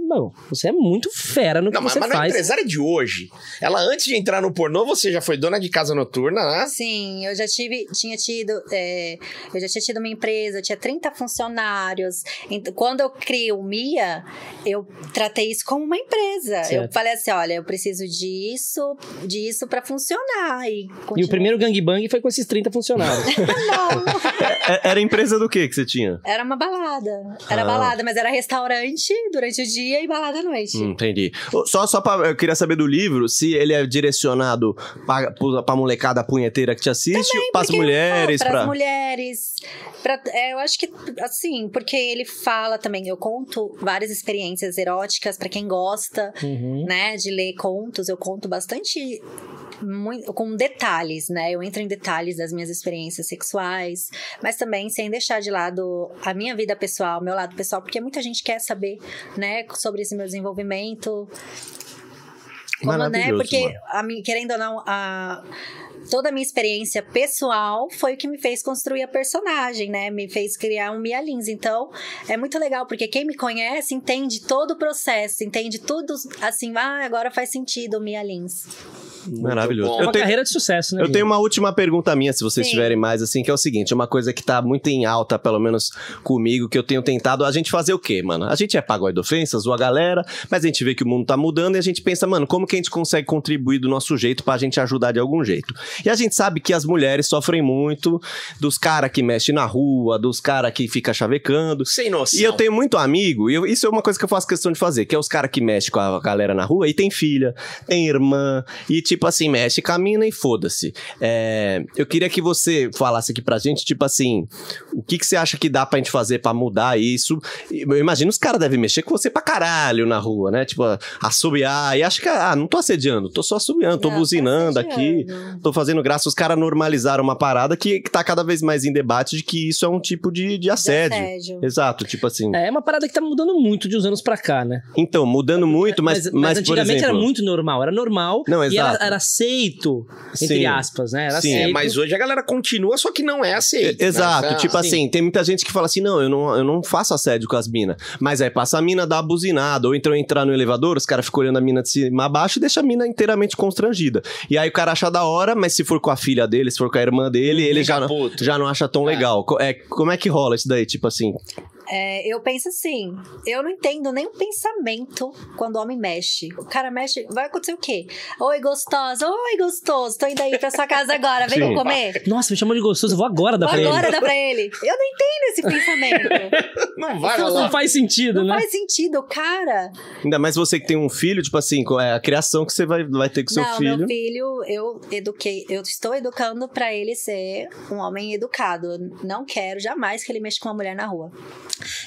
[SPEAKER 3] Não, você é muito fera no que
[SPEAKER 2] Não, mas,
[SPEAKER 3] você
[SPEAKER 2] mas não é
[SPEAKER 3] faz.
[SPEAKER 2] empresária de hoje. Ela, antes de entrar no pornô, você já foi dona de casa noturna, né?
[SPEAKER 4] Sim, Assim, eu já tive, tinha tido, é, eu já tinha tido uma empresa, eu tinha 30 funcionários. Ent- Quando eu criei o Mia, eu tratei isso como uma empresa. Eu
[SPEAKER 3] Certo.
[SPEAKER 4] falei assim, olha, eu preciso disso, disso para funcionar e
[SPEAKER 3] E o
[SPEAKER 4] continuar.
[SPEAKER 3] primeiro gangbang foi com esses 30 funcionários.
[SPEAKER 4] Não,
[SPEAKER 1] É- Era empresa do que que você tinha?
[SPEAKER 4] era uma balada. Era
[SPEAKER 1] Ah.
[SPEAKER 4] balada, mas era restaurante durante o dia e balada à noite.
[SPEAKER 1] Hum, Entendi. Ô, Só, só pra, eu queria saber do livro se ele é direcionado pra, pro- pra molecada punheteira que te assiste, pras
[SPEAKER 4] porque-
[SPEAKER 1] mulheres,
[SPEAKER 4] para
[SPEAKER 1] pra.
[SPEAKER 4] as mulheres. pra- é, eu acho que, assim, porque ele fala também, eu conto várias experiências eróticas pra quem gosta,
[SPEAKER 3] Uhum.
[SPEAKER 4] né, de ler contos. Eu conto bastante, muito, com detalhes, né? Eu entro em detalhes das minhas experiências sexuais, mas também sem deixar de lado a minha vida pessoal, meu lado pessoal, porque muita gente quer saber, né, sobre esse meu desenvolvimento, como, né?
[SPEAKER 1] Maravilhoso,
[SPEAKER 4] Porque,
[SPEAKER 1] mano.
[SPEAKER 4] a minha- querendo ou não, a- toda a minha experiência pessoal foi o que me fez construir a personagem, né? Me fez criar um Mia Lins. Então, é muito legal, porque quem me conhece entende todo o processo, entende tudo, assim, ah, agora faz sentido o Mia Lins.
[SPEAKER 1] Maravilhoso.
[SPEAKER 2] bom.
[SPEAKER 3] É
[SPEAKER 1] Eu
[SPEAKER 3] uma
[SPEAKER 1] tenho,
[SPEAKER 3] carreira de sucesso, né?
[SPEAKER 1] eu tenho uma última pergunta minha, se vocês
[SPEAKER 4] Sim.
[SPEAKER 1] tiverem mais, assim, que é o seguinte: uma coisa que tá muito em alta, pelo menos comigo, que eu tenho tentado. A gente fazer o quê, mano? A gente é pagode ofensas, zoa a galera, mas a gente vê que o mundo tá mudando e a gente pensa, mano, como que a gente consegue contribuir do nosso jeito pra gente ajudar de algum jeito? E a gente sabe que as mulheres sofrem muito dos caras que mexe na rua, dos caras que fica chavecando.
[SPEAKER 2] Sem noção.
[SPEAKER 1] E eu tenho muito amigo, e eu- isso é uma coisa que eu faço questão de fazer, que é os caras que mexem com a galera na rua e tem filha, tem irmã, e tipo assim, mexe, camina e foda-se. É, eu queria que você falasse aqui pra gente, tipo assim, o que, que você acha que dá pra gente fazer pra mudar isso? E Eu imagino os caras devem mexer com você pra caralho na rua, né? Tipo, assobiar, e acha que, ah, não tô assediando, tô só assobiando, tô
[SPEAKER 4] Não, tô
[SPEAKER 1] buzinando aqui.
[SPEAKER 4] assediando.
[SPEAKER 1] Tô fazendo graça, os caras normalizaram uma parada que, que tá cada vez mais em debate de que isso é um tipo de, de
[SPEAKER 4] De
[SPEAKER 1] assédio.
[SPEAKER 4] assédio.
[SPEAKER 1] Exato, tipo assim.
[SPEAKER 3] É é uma parada que tá mudando muito de uns anos pra cá, né?
[SPEAKER 1] Então, mudando muito, mas, mas,
[SPEAKER 3] antigamente
[SPEAKER 1] por exemplo,
[SPEAKER 3] era muito normal. Era normal
[SPEAKER 1] Não,
[SPEAKER 3] e era,
[SPEAKER 1] exato.
[SPEAKER 3] era aceito, entre
[SPEAKER 1] Sim.
[SPEAKER 3] aspas, né? Era
[SPEAKER 1] Sim.
[SPEAKER 2] É,
[SPEAKER 3] aceito.
[SPEAKER 2] mas hoje a galera continua, só que não é aceito.
[SPEAKER 1] E- Exato,
[SPEAKER 2] né?
[SPEAKER 1] tipo
[SPEAKER 2] Sim.
[SPEAKER 1] assim, tem muita gente que fala assim: não, eu não, eu não faço assédio com as minas. Mas aí passa a mina, dá a buzinada. Ou então entrar no elevador, os caras ficam olhando a mina de cima a baixo e deixa a mina inteiramente constrangida. E aí o cara acha da hora, mas se for com a filha dele, se for com a irmã
[SPEAKER 3] Hum,
[SPEAKER 1] dele, ele
[SPEAKER 2] Fica
[SPEAKER 1] já não,
[SPEAKER 2] puto.
[SPEAKER 1] já não acha tão
[SPEAKER 2] É.
[SPEAKER 1] legal. Co- É, como é que rola isso daí? Tipo assim,
[SPEAKER 4] É, eu penso assim, eu não entendo nem o pensamento quando o homem mexe. O cara mexe, vai acontecer o quê? Oi, gostosa, oi, gostoso, tô indo aí pra sua casa agora, vem
[SPEAKER 1] Sim.
[SPEAKER 4] comer.
[SPEAKER 3] Nossa, me chamou de gostoso, eu vou agora dar pra
[SPEAKER 4] Agora
[SPEAKER 3] ele.
[SPEAKER 4] dá pra ele. Eu não entendo esse pensamento.
[SPEAKER 2] Não vai
[SPEAKER 4] Então,
[SPEAKER 3] Não
[SPEAKER 2] rolar.
[SPEAKER 3] faz sentido,
[SPEAKER 4] Não
[SPEAKER 3] né?
[SPEAKER 4] faz sentido, cara.
[SPEAKER 1] ainda mais você que tem um filho, tipo assim, qual é a criação que você vai, vai ter com seu
[SPEAKER 4] não,
[SPEAKER 1] filho.
[SPEAKER 4] meu filho, eu eduquei, eu estou educando pra ele ser um homem educado. Eu Não quero jamais que ele mexa com uma mulher na rua.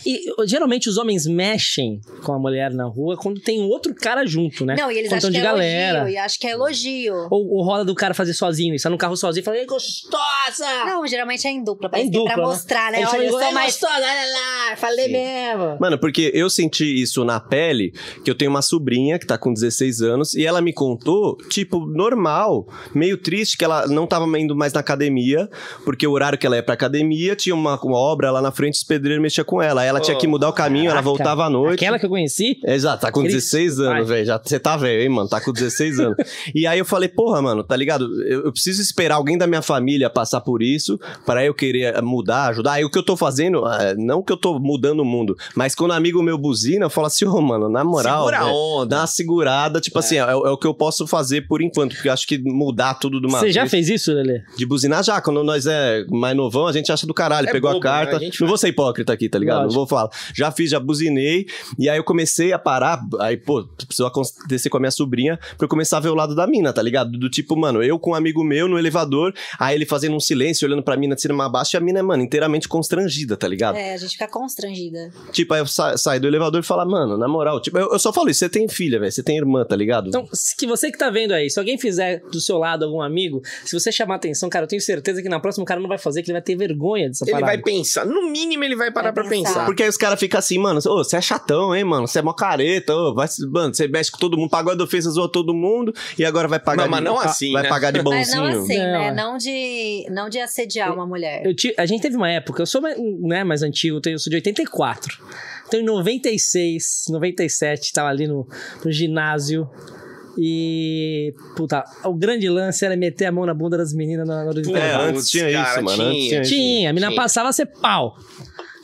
[SPEAKER 3] E ô, geralmente os homens mexem com a mulher na rua quando tem outro cara junto, né?
[SPEAKER 4] Não, e eles
[SPEAKER 3] Ou então
[SPEAKER 4] acham que
[SPEAKER 3] de
[SPEAKER 4] é
[SPEAKER 3] galera.
[SPEAKER 4] elogio, e acham que é elogio.
[SPEAKER 3] Ou, ou rola do cara fazer sozinho, está no carro sozinho e fala, "Ei, gostosa!
[SPEAKER 4] Não, geralmente é em dupla,
[SPEAKER 3] É
[SPEAKER 4] parece
[SPEAKER 3] em
[SPEAKER 4] que é
[SPEAKER 3] dupla,
[SPEAKER 4] pra
[SPEAKER 3] né?
[SPEAKER 4] mostrar, né?
[SPEAKER 3] Ele
[SPEAKER 4] Olha,
[SPEAKER 3] chama
[SPEAKER 4] eu
[SPEAKER 3] igual,
[SPEAKER 4] sou
[SPEAKER 3] "É
[SPEAKER 4] mais
[SPEAKER 3] gostosa, olha lá, falei
[SPEAKER 1] Sim.
[SPEAKER 3] mesmo.
[SPEAKER 1] Mano, porque eu senti isso na pele, que eu tenho uma sobrinha que tá com 16 anos e ela me contou, tipo, normal, meio triste que ela não tava indo mais na academia, porque o horário que ela ia pra academia tinha uma, uma obra lá na frente, os pedreiros mexiam com com ela. Aí ela tinha que mudar o caminho, ela
[SPEAKER 3] Caraca, é
[SPEAKER 1] voltava à noite.
[SPEAKER 3] Aquela que eu conheci?
[SPEAKER 1] Exato, tá com
[SPEAKER 3] Cris-
[SPEAKER 1] 16 anos, velho. Já Você tá velho, hein, mano? Tá com 16 anos. e aí eu falei, porra, mano, tá ligado? Eu, eu preciso esperar alguém da minha família passar por isso pra eu querer eh, mudar, ajudar. Aí o que eu tô fazendo, eh, não que eu tô mudando o mundo, mas quando um amigo meu buzina, eu falo assim, ô, mano, na moral. né?
[SPEAKER 2] Segura a
[SPEAKER 1] velho,
[SPEAKER 2] onda.
[SPEAKER 1] Dá uma segurada, tipo assim, é, é o que eu posso fazer por enquanto, porque eu acho que mudar tudo de uma
[SPEAKER 3] Você
[SPEAKER 1] vez.
[SPEAKER 3] já fez isso, Lelê?
[SPEAKER 1] De buzinar já, quando nós é mais novão, a gente acha do caralho.
[SPEAKER 2] É
[SPEAKER 1] pegou
[SPEAKER 2] bobo,
[SPEAKER 1] a carta.
[SPEAKER 2] né? A gente
[SPEAKER 1] não
[SPEAKER 2] vai-
[SPEAKER 1] vou ser hipócrita aqui, tá ligado?
[SPEAKER 3] Lógico.
[SPEAKER 1] Não vou falar. Já fiz, já buzinei. E aí eu comecei a parar. Aí, pô, precisou acontecer com a minha sobrinha pra eu começar a ver o lado da mina, tá ligado? Do tipo, mano, eu com um amigo meu no elevador, aí ele fazendo um silêncio, olhando pra mina de cima abaixo, e a mina, mano, inteiramente constrangida, tá ligado?
[SPEAKER 4] É, a gente fica constrangida.
[SPEAKER 1] Tipo, aí eu sa saio do elevador e falo, "Ah, mano, na moral, tipo, eu, eu só falo isso, você tem filha, velho, você tem irmã, tá ligado?
[SPEAKER 3] Então, se que você que tá vendo aí, se alguém fizer do seu lado algum amigo, se você chamar atenção, cara, eu tenho certeza que na próxima o cara não vai fazer, que ele vai ter vergonha dessa
[SPEAKER 2] Ele
[SPEAKER 3] parada.
[SPEAKER 2] vai pensar. No mínimo, ele vai parar pra
[SPEAKER 4] Vai pensar.
[SPEAKER 2] pensar.
[SPEAKER 1] Porque aí os caras ficam assim, mano, ô, você é chatão, hein, mano? Você é mó careta, ô, vai, se- mano, você mexe com todo mundo, pagou a ofensa, zoou todo mundo, e agora vai pagar
[SPEAKER 2] Não, mas
[SPEAKER 1] de...
[SPEAKER 2] não assim,
[SPEAKER 1] Vai
[SPEAKER 2] né?
[SPEAKER 1] pagar de
[SPEAKER 4] Mas
[SPEAKER 1] bonzinho.
[SPEAKER 4] não assim,
[SPEAKER 3] Não, é.
[SPEAKER 4] né? Não de, não de assediar uma mulher.
[SPEAKER 3] Eu ti- a gente teve uma época, eu sou mais- né, mais antigo, eu tenho- eu sou de 84. Então em 96, 97, tava ali no, no ginásio. E. Puta, o grande lance era meter a mão na bunda das meninas na hora do
[SPEAKER 1] É,
[SPEAKER 3] intervalo.
[SPEAKER 1] antes tinha
[SPEAKER 2] Putz,
[SPEAKER 1] isso,
[SPEAKER 2] cara,
[SPEAKER 1] mano. Antes tinha
[SPEAKER 2] tinha.
[SPEAKER 1] isso.
[SPEAKER 3] Tinha, a menina
[SPEAKER 2] Tinha.
[SPEAKER 3] passava a ser pau.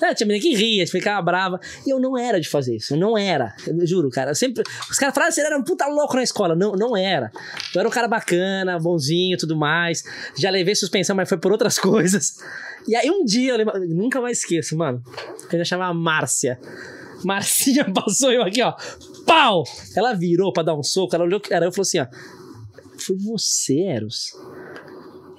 [SPEAKER 3] Né, Tinha menina que ria, ficava brava. E eu não era de fazer isso, eu não era. Eu juro, cara. eu sempre, os caras falavam que você era um puta louco na escola. Não, não era. Eu era um cara bacana, bonzinho e tudo mais. Já levei suspensão, mas foi por outras [LAUGHS] coisas. E aí um dia, eu lembro, eu nunca mais esqueço, mano. Eu ainda chamava Márcia. Marcinha [LAUGHS] passou eu aqui, ó. Pau! Ela virou pra dar um soco, ela olhou, era eu e falou assim, ó. Foi você, Eros.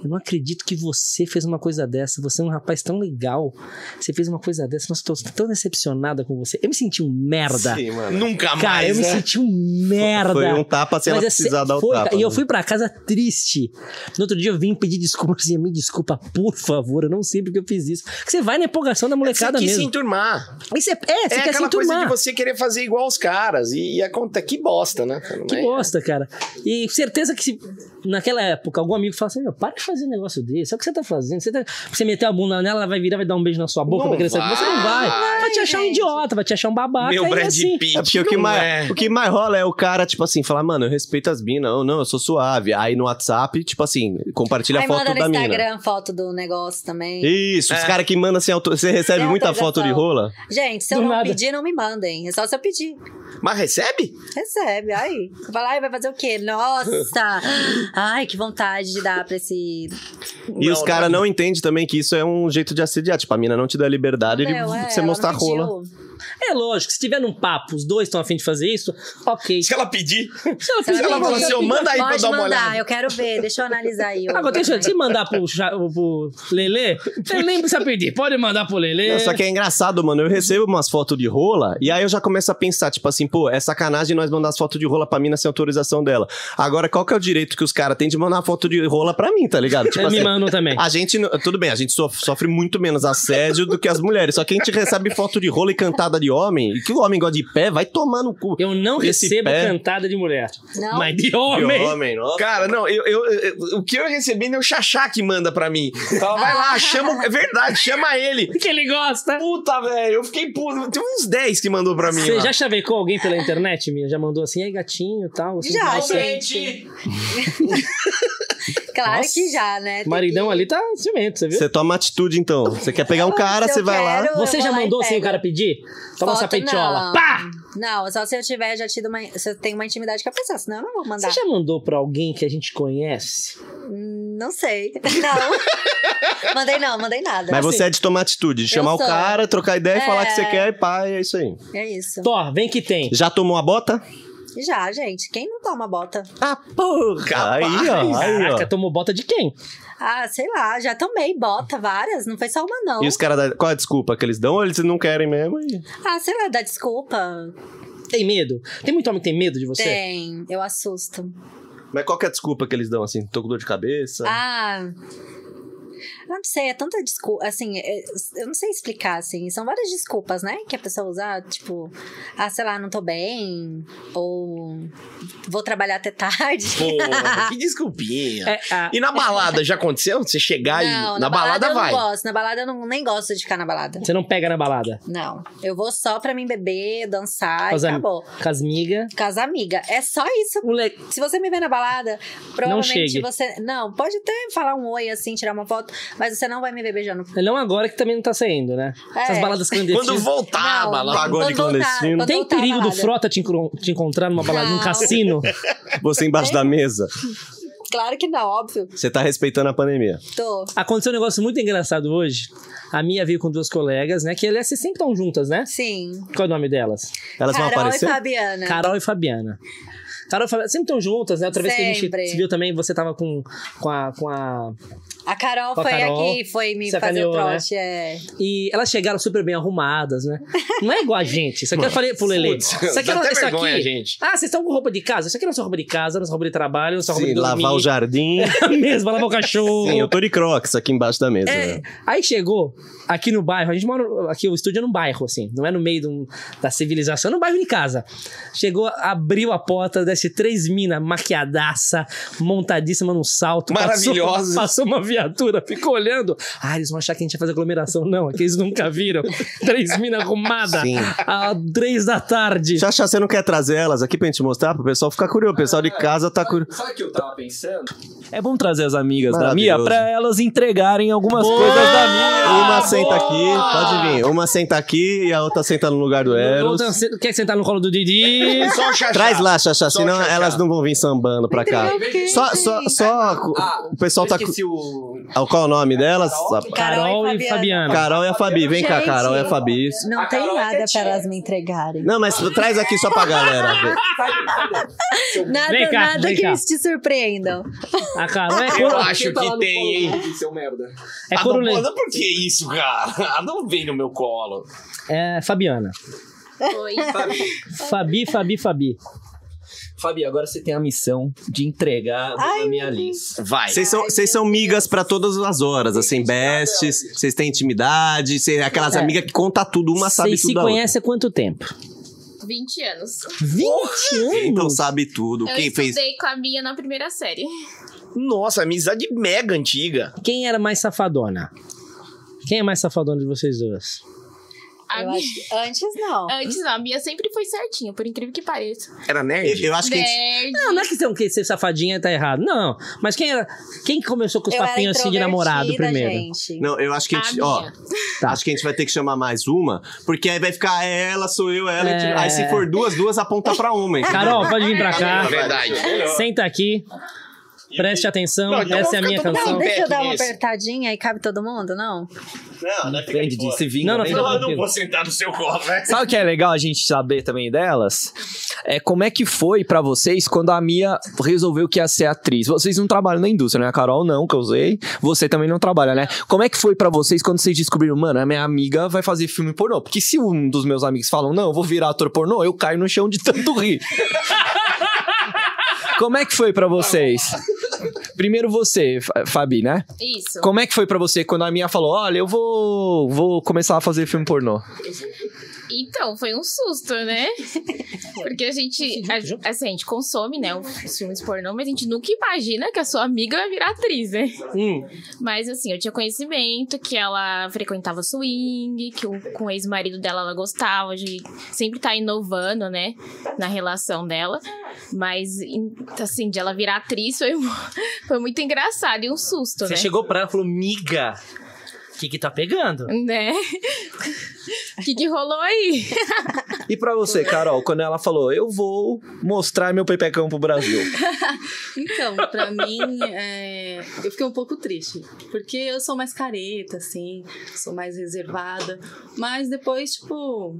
[SPEAKER 3] Eu não acredito que você fez uma coisa dessa. Você é um rapaz tão legal. Você fez uma coisa dessa. Nossa, eu tô tão decepcionada com você. Eu me senti um merda.
[SPEAKER 1] Sim, mano.
[SPEAKER 2] Nunca mais.
[SPEAKER 3] Cara, eu me
[SPEAKER 2] né?
[SPEAKER 3] senti um merda.
[SPEAKER 1] Foi um tapa sem ela
[SPEAKER 3] é sé-
[SPEAKER 1] precisar dar o
[SPEAKER 3] foi,
[SPEAKER 1] tapa.
[SPEAKER 3] cara, E eu
[SPEAKER 1] né?
[SPEAKER 3] fui pra casa triste. No outro dia eu vim pedir desculpa. Assim, me desculpa, por favor. Eu não sei porque eu fiz isso. Porque você vai na empolgação
[SPEAKER 2] É
[SPEAKER 3] da
[SPEAKER 2] Você
[SPEAKER 3] molecada
[SPEAKER 2] quis se
[SPEAKER 3] mesmo.
[SPEAKER 2] enturmar.
[SPEAKER 3] Aí você, é, você
[SPEAKER 2] é
[SPEAKER 3] quer se
[SPEAKER 2] aquela coisa de
[SPEAKER 3] enturmar.
[SPEAKER 2] você querer fazer igual os caras. E, e acontece. Que bosta, né? cara?
[SPEAKER 3] Que
[SPEAKER 2] Mas-
[SPEAKER 3] bosta, cara. E certeza que se naquela época algum amigo fala assim: meu, para de fazer um negócio desse. Olha o que você tá fazendo. Você, tá... você meter a bunda nela, ela vai virar, vai dar um beijo na sua boca,
[SPEAKER 2] Não
[SPEAKER 3] vai querer sair com você. Não vai.
[SPEAKER 2] vai,
[SPEAKER 3] Vai te achar um
[SPEAKER 4] gente.
[SPEAKER 3] idiota, vai te achar um babaca.
[SPEAKER 2] Meu
[SPEAKER 3] e
[SPEAKER 2] Brad
[SPEAKER 3] assim.
[SPEAKER 2] Pitt.
[SPEAKER 1] É porque o que,
[SPEAKER 2] não
[SPEAKER 1] mais,
[SPEAKER 2] é.
[SPEAKER 1] o que mais rola é o cara, tipo assim, falar, mano, eu respeito as minas, ou não, eu sou suave. Aí no WhatsApp, tipo assim, compartilha a
[SPEAKER 4] Aí
[SPEAKER 1] foto
[SPEAKER 4] manda no
[SPEAKER 1] da mina.
[SPEAKER 4] Instagram foto do negócio também.
[SPEAKER 1] Isso,
[SPEAKER 2] É.
[SPEAKER 1] os caras que mandam assim, auto- você recebe
[SPEAKER 4] Sem
[SPEAKER 1] muita foto de
[SPEAKER 4] autorização.
[SPEAKER 1] rola.
[SPEAKER 4] Gente, se eu
[SPEAKER 3] Do
[SPEAKER 4] não
[SPEAKER 3] nada.
[SPEAKER 4] pedir, não me mandem. É só se eu pedir.
[SPEAKER 2] Mas recebe?
[SPEAKER 4] Recebe, aí. Você vai lá e vai fazer o quê? Nossa! Ai, que vontade de dar pra esse.
[SPEAKER 1] E os caras
[SPEAKER 2] né?
[SPEAKER 1] não entendem também que isso é um jeito de assediar. Tipo, a mina não te dá liberdade de
[SPEAKER 4] Meu, é,
[SPEAKER 1] você
[SPEAKER 4] ela
[SPEAKER 1] mostrar
[SPEAKER 4] não
[SPEAKER 1] rola.
[SPEAKER 4] pediu.
[SPEAKER 3] É lógico, se tiver num papo, os dois estão afim de fazer isso,
[SPEAKER 2] [LAUGHS]
[SPEAKER 3] ok.
[SPEAKER 2] Se ela pedir,
[SPEAKER 3] Se ela
[SPEAKER 4] Se
[SPEAKER 3] fizer- um
[SPEAKER 2] ela fala assim, ó, manda aí pra eu
[SPEAKER 4] Pode
[SPEAKER 2] dar uma
[SPEAKER 4] mandar,
[SPEAKER 2] olhada.
[SPEAKER 4] eu quero ver, deixa eu analisar aí.
[SPEAKER 1] Ah,
[SPEAKER 3] Agora, deixa eu te mandar pro, Cha- pro Lelê. Você nem precisa pedir. Pode mandar pro Lelê.
[SPEAKER 1] Não, Só que é engraçado, mano. Eu recebo umas fotos de rola e aí eu já começo a pensar, tipo assim, pô, é sacanagem nós mandar as fotos de rola pra mina sem autorização dela. Agora, qual que é o direito que os caras têm de mandar foto de rola pra mim, tá ligado? Tipo
[SPEAKER 3] Eles É, me
[SPEAKER 1] assim,
[SPEAKER 3] mandam também.
[SPEAKER 1] a gente, não- tudo bem, a gente sof- sofre muito menos assédio do que as mulheres. Só que a gente recebe foto de rola e cantada de homem, e que o homem gosta de pé, vai tomar no cu.
[SPEAKER 3] Eu não
[SPEAKER 1] Esse
[SPEAKER 3] recebo
[SPEAKER 1] pé-
[SPEAKER 3] cantada de mulher.
[SPEAKER 4] Não?
[SPEAKER 3] Mas de homem.
[SPEAKER 1] De homem, nossa.
[SPEAKER 2] Cara, não, eu, eu- eu- o que eu recebendo é o Xaxá que manda pra mim. Fala, vai lá, chama. É verdade, chama ele.
[SPEAKER 3] [LAUGHS] Que ele gosta.
[SPEAKER 2] Puta, velho, eu fiquei puto. Tem uns 10 que mandou pra mim.
[SPEAKER 3] Você
[SPEAKER 2] lá.
[SPEAKER 3] já chavecou alguém pela internet, minha? Já mandou assim, aí gatinho e tal? assim,
[SPEAKER 4] Já,
[SPEAKER 3] nossa,
[SPEAKER 4] gente. [LAUGHS] claro que já, né?
[SPEAKER 3] O maridão ali tá ciumento, você viu?
[SPEAKER 1] Você toma atitude, então. Você quer pegar um cara,
[SPEAKER 4] Se eu
[SPEAKER 1] você vai lá.
[SPEAKER 4] quero, eu
[SPEAKER 3] Você
[SPEAKER 4] vou
[SPEAKER 3] já
[SPEAKER 4] lá e
[SPEAKER 3] mandou assim o
[SPEAKER 4] pego.
[SPEAKER 3] cara pedir? Toma essa
[SPEAKER 4] Foto,
[SPEAKER 3] peitiola.
[SPEAKER 4] não.
[SPEAKER 3] Pá!
[SPEAKER 4] Não, só se eu tiver já tido uma. Se eu tenho uma intimidade com a pessoa, senão eu não vou mandar.
[SPEAKER 3] Você já mandou pra alguém que a gente conhece?
[SPEAKER 4] Hum, Não sei. [LAUGHS] Não. mandei não, mandei nada.
[SPEAKER 1] Mas você
[SPEAKER 4] Assim,
[SPEAKER 1] é de tomar atitude, de chamar o
[SPEAKER 4] sou.
[SPEAKER 1] cara, trocar ideia e
[SPEAKER 4] É.
[SPEAKER 1] falar que você quer e pá, e é isso aí.
[SPEAKER 4] É isso.
[SPEAKER 3] Thor, vem que tem.
[SPEAKER 1] Já tomou a bota?
[SPEAKER 4] Já, gente. Quem não toma bota?
[SPEAKER 1] Ah, porra! Aí,
[SPEAKER 2] Capaz.
[SPEAKER 1] ó. Aí,
[SPEAKER 3] Caraca,
[SPEAKER 1] ó.
[SPEAKER 3] tomou bota de quem?
[SPEAKER 4] Ah, sei lá. Já tomei bota várias. Não foi só uma, não.
[SPEAKER 1] E os caras, da- qual é a desculpa que eles dão? Ou eles não querem mesmo? E...
[SPEAKER 4] Ah, sei lá. Dá desculpa.
[SPEAKER 3] Tem medo? Tem muito homem que tem medo de você?
[SPEAKER 4] Tem. Eu assusto.
[SPEAKER 1] Mas qual que é a desculpa que eles dão, assim? Tô com dor de cabeça?
[SPEAKER 4] Ah... Não sei, é tanta desculpa. Assim, é- eu não sei explicar, assim. São várias desculpas, né? Que a pessoa usa, tipo, ah, sei lá, não tô bem. Ou vou trabalhar até [LAUGHS] tarde. ah.
[SPEAKER 2] Porra, que
[SPEAKER 3] [LAUGHS]
[SPEAKER 2] desculpinha.
[SPEAKER 3] É, a-
[SPEAKER 2] E na balada já aconteceu? Você chegar
[SPEAKER 4] não,
[SPEAKER 2] e. Na, balada,
[SPEAKER 4] eu
[SPEAKER 2] vai.
[SPEAKER 4] não gosto. Na balada eu não, nem gosto de ficar na balada.
[SPEAKER 3] Você não pega na balada.
[SPEAKER 4] Não. Eu vou só pra mim beber, dançar
[SPEAKER 3] Os
[SPEAKER 4] e
[SPEAKER 3] am-
[SPEAKER 4] acabou.
[SPEAKER 3] Casmiga.
[SPEAKER 4] Casa amiga. É só isso.
[SPEAKER 3] Moleque.
[SPEAKER 4] Se você me ver na balada, provavelmente
[SPEAKER 3] chegue.
[SPEAKER 4] você. Não, pode até falar um oi assim, tirar uma foto, mas você não vai me ver beijando.
[SPEAKER 3] Não agora que também não tá saindo, né?
[SPEAKER 4] É.
[SPEAKER 3] Essas baladas clandestinas.
[SPEAKER 2] Quando voltar,
[SPEAKER 4] não,
[SPEAKER 2] balada.
[SPEAKER 1] Pagode
[SPEAKER 4] quando voltar-
[SPEAKER 1] clandestino.
[SPEAKER 4] quando
[SPEAKER 3] Ah, Tem
[SPEAKER 4] voltar a
[SPEAKER 3] perigo do
[SPEAKER 4] balada.
[SPEAKER 3] Frota te, encro- te encontrar numa balada, num
[SPEAKER 4] Não.
[SPEAKER 3] cassino?
[SPEAKER 1] Você embaixo da mesa.
[SPEAKER 4] Claro que não, óbvio.
[SPEAKER 1] Você tá respeitando a pandemia.
[SPEAKER 4] Tô.
[SPEAKER 3] Aconteceu um negócio muito engraçado hoje. A minha veio com duas colegas, né? Que elas sempre estão juntas, né?
[SPEAKER 4] Sim.
[SPEAKER 3] Qual é o nome delas?
[SPEAKER 1] Elas vão
[SPEAKER 4] Carol e
[SPEAKER 1] aparecer?
[SPEAKER 2] É.
[SPEAKER 4] Fabiana.
[SPEAKER 3] Carol e Fabiana. Carol e Fabiana sempre estão juntas, né? Outra vez que a
[SPEAKER 4] Sempre.
[SPEAKER 3] gente se viu também, você tava com, com a. Com a...
[SPEAKER 4] A Carol
[SPEAKER 3] Com a
[SPEAKER 4] foi
[SPEAKER 3] Carol.
[SPEAKER 4] aqui, foi me
[SPEAKER 3] Sacaneou,
[SPEAKER 4] fazer o
[SPEAKER 3] né?
[SPEAKER 4] trote. É.
[SPEAKER 3] E elas chegaram super bem arrumadas, né? Não é igual a gente. Isso
[SPEAKER 2] [LAUGHS]
[SPEAKER 3] aqui eu falei pro Lele.
[SPEAKER 2] putz,
[SPEAKER 3] Isso aqui,
[SPEAKER 2] dá
[SPEAKER 3] é-
[SPEAKER 2] até
[SPEAKER 3] isso
[SPEAKER 2] vergonha,
[SPEAKER 3] aqui.
[SPEAKER 2] gente.
[SPEAKER 3] Ah, vocês estão com roupa de casa? Isso aqui é nossa roupa de casa, nossa roupa de trabalho, nossa roupa
[SPEAKER 1] Sim,
[SPEAKER 3] de dormir.
[SPEAKER 1] lavar
[SPEAKER 3] [LAUGHS]
[SPEAKER 1] o
[SPEAKER 2] [LAUGHS]
[SPEAKER 1] jardim.
[SPEAKER 3] Mesmo, lavar o cachorro.
[SPEAKER 1] Sim, eu tô de crocs aqui embaixo da mesa.
[SPEAKER 3] É, aí chegou aqui no bairro, a gente mora. Aqui o estúdio é num bairro, assim, não é no meio de um- da civilização, é no bairro de casa. Chegou, abriu a porta, desce três minas maquiadaça, montadíssima num salto.
[SPEAKER 2] Maravilhosas.
[SPEAKER 3] Passou, passou uma viatura, ficou olhando. Ah, eles vão achar que a gente ia fazer aglomeração. Não, é que eles nunca viram. três minas arrumadas.
[SPEAKER 1] Sim.
[SPEAKER 3] Às três da tarde.
[SPEAKER 1] Chachá, você não quer trazer elas aqui pra gente mostrar pro pessoal ficar curioso? O pessoal de casa tá curioso.
[SPEAKER 5] Sabe o que eu tava pensando? É bom trazer as amigas da Mia
[SPEAKER 1] Maravilhoso.
[SPEAKER 5] pra elas entregarem algumas coisas da Mia.
[SPEAKER 1] Uma senta aqui, pode vir. Uma senta aqui e a outra senta no lugar do Eros.
[SPEAKER 3] Outra, você Quer sentar no colo do Didi?
[SPEAKER 2] Só o Xaxá.
[SPEAKER 1] Traz lá, Xaxá,
[SPEAKER 2] Só
[SPEAKER 1] senão
[SPEAKER 2] Xaxá.
[SPEAKER 1] elas não vão vir sambando pra cá. Só, só, só.
[SPEAKER 3] Ah,
[SPEAKER 1] O pessoal tá. cu-
[SPEAKER 5] o...
[SPEAKER 1] Ah, Qual é o nome delas?
[SPEAKER 3] [LAUGHS] Carol e Fabiana.
[SPEAKER 1] Carol e a Fabi. Vem cá,
[SPEAKER 4] Gente.
[SPEAKER 1] Carol e a Fabi.
[SPEAKER 4] Não tem
[SPEAKER 6] é
[SPEAKER 4] nada pra elas me entregarem.
[SPEAKER 1] Não, mas traz aqui só pra galera. ver.
[SPEAKER 4] Nada,
[SPEAKER 3] Vem cá,
[SPEAKER 4] nada
[SPEAKER 3] vem
[SPEAKER 4] que
[SPEAKER 3] cá.
[SPEAKER 4] eles te surpreendam.
[SPEAKER 3] A Carol é
[SPEAKER 2] Eu
[SPEAKER 3] coro,
[SPEAKER 2] acho que tem, hein?
[SPEAKER 3] é
[SPEAKER 2] ah, não,
[SPEAKER 3] corole-
[SPEAKER 2] manda por que isso, cara? [LAUGHS] Ah, Não vem no meu colo.
[SPEAKER 3] É Fabiana.
[SPEAKER 7] Oi.
[SPEAKER 3] Fabi, Fabi, Fabi.
[SPEAKER 5] Fabi, agora você tem a missão de entregar a minha Liz.
[SPEAKER 2] Vai.
[SPEAKER 1] Vocês são, vocês são migas pra todas as horas, assim, bestes, vocês têm intimidade, cês, aquelas
[SPEAKER 3] É.
[SPEAKER 1] amigas que conta tudo, uma sabe
[SPEAKER 3] Vocês
[SPEAKER 1] tudo.
[SPEAKER 3] se
[SPEAKER 1] da outra.
[SPEAKER 3] conhecem há quanto tempo?
[SPEAKER 7] 20 anos.
[SPEAKER 3] 20
[SPEAKER 1] Então
[SPEAKER 3] anos?
[SPEAKER 1] sabe tudo.
[SPEAKER 7] Eu
[SPEAKER 1] Quem
[SPEAKER 7] estudei
[SPEAKER 1] fez.
[SPEAKER 7] com a Bia na primeira série.
[SPEAKER 2] Nossa, amizade mega antiga.
[SPEAKER 3] Quem era mais safadona? Quem é mais safadona de vocês duas?
[SPEAKER 7] A
[SPEAKER 4] Eu
[SPEAKER 7] Bia-
[SPEAKER 4] acho que- Antes não.
[SPEAKER 7] Antes não, a Bia sempre foi certinha, por incrível que pareça.
[SPEAKER 2] Era nerd?
[SPEAKER 1] Eu acho que. a gente-
[SPEAKER 7] Nerd.
[SPEAKER 3] Não, não é questão que ser safadinha tá errado. Não, mas quem era. Quem começou com os
[SPEAKER 4] Eu era
[SPEAKER 3] papinhos assim de
[SPEAKER 4] introvertida,
[SPEAKER 3] namorado primeiro?
[SPEAKER 4] Gente.
[SPEAKER 1] Não, eu acho que a gente.
[SPEAKER 7] A
[SPEAKER 1] Ó,
[SPEAKER 7] minha.
[SPEAKER 3] Tá.
[SPEAKER 1] acho que a gente vai ter que chamar mais uma, porque aí vai ficar é, ela, sou eu, ela.
[SPEAKER 3] É.
[SPEAKER 1] Aí se for duas, duas aponta pra uma. entendeu?
[SPEAKER 3] Carol, pode vir pra
[SPEAKER 4] [LAUGHS]
[SPEAKER 3] cá.
[SPEAKER 2] Verdade.
[SPEAKER 3] Senta aqui. Preste atenção.
[SPEAKER 2] Não, então
[SPEAKER 3] Essa é a
[SPEAKER 2] vamos
[SPEAKER 3] minha
[SPEAKER 6] um
[SPEAKER 2] ficar todo
[SPEAKER 3] canção.
[SPEAKER 4] Não,
[SPEAKER 2] mundo-
[SPEAKER 4] deixa eu
[SPEAKER 2] Beto
[SPEAKER 4] dar uma
[SPEAKER 2] nesse.
[SPEAKER 4] apertadinha e cabe todo mundo, não?
[SPEAKER 2] Não, não
[SPEAKER 3] é
[SPEAKER 5] Depende de se vinga.
[SPEAKER 3] Não, não,
[SPEAKER 5] né?
[SPEAKER 3] fica
[SPEAKER 2] Eu não
[SPEAKER 3] tranquilo.
[SPEAKER 2] vou sentar no seu colo, né?
[SPEAKER 5] Sabe o que é legal a gente saber também delas? É como é que foi pra vocês quando a Mia resolveu que ia ser atriz? Vocês não trabalham na indústria, né? A Carol não, que eu usei. Você também não trabalha, né? Como é que foi pra vocês quando vocês descobriram, mano, a minha amiga vai fazer filme pornô? Porque se um dos meus amigos falam, não, eu vou virar ator pornô, eu caio no chão de tanto rir. como é que foi pra vocês? Primeiro você, Fa- Fabi, né?
[SPEAKER 7] Isso.
[SPEAKER 5] Como é que foi pra você quando a Mia falou, olha, eu vou, vou começar a fazer filme pornô?
[SPEAKER 7] Então, foi um susto, né?
[SPEAKER 4] [LAUGHS]
[SPEAKER 7] Porque a gente, a, assim, a gente consome, né, os filmes pornô, mas a gente nunca imagina que a sua amiga vai virar atriz, né? Mas, assim, eu tinha conhecimento que ela frequentava swing, que o, com o ex-marido dela ela gostava de sempre tá inovando, né, na relação dela. Mas, em- assim, de ela virar atriz foi, um- [LAUGHS] foi muito engraçado e um susto,
[SPEAKER 3] Você
[SPEAKER 7] né?
[SPEAKER 3] chegou pra ela e falou, miga, o que que tá pegando?
[SPEAKER 7] [LAUGHS] Né? O que, que rolou aí?
[SPEAKER 5] E pra você, Carol, quando ela falou, eu vou mostrar meu pepecão pro Brasil.
[SPEAKER 6] Então, pra mim,
[SPEAKER 4] [LAUGHS]
[SPEAKER 6] é, eu fiquei um pouco triste. Porque eu sou mais careta, assim, sou mais reservada. Mas depois, tipo,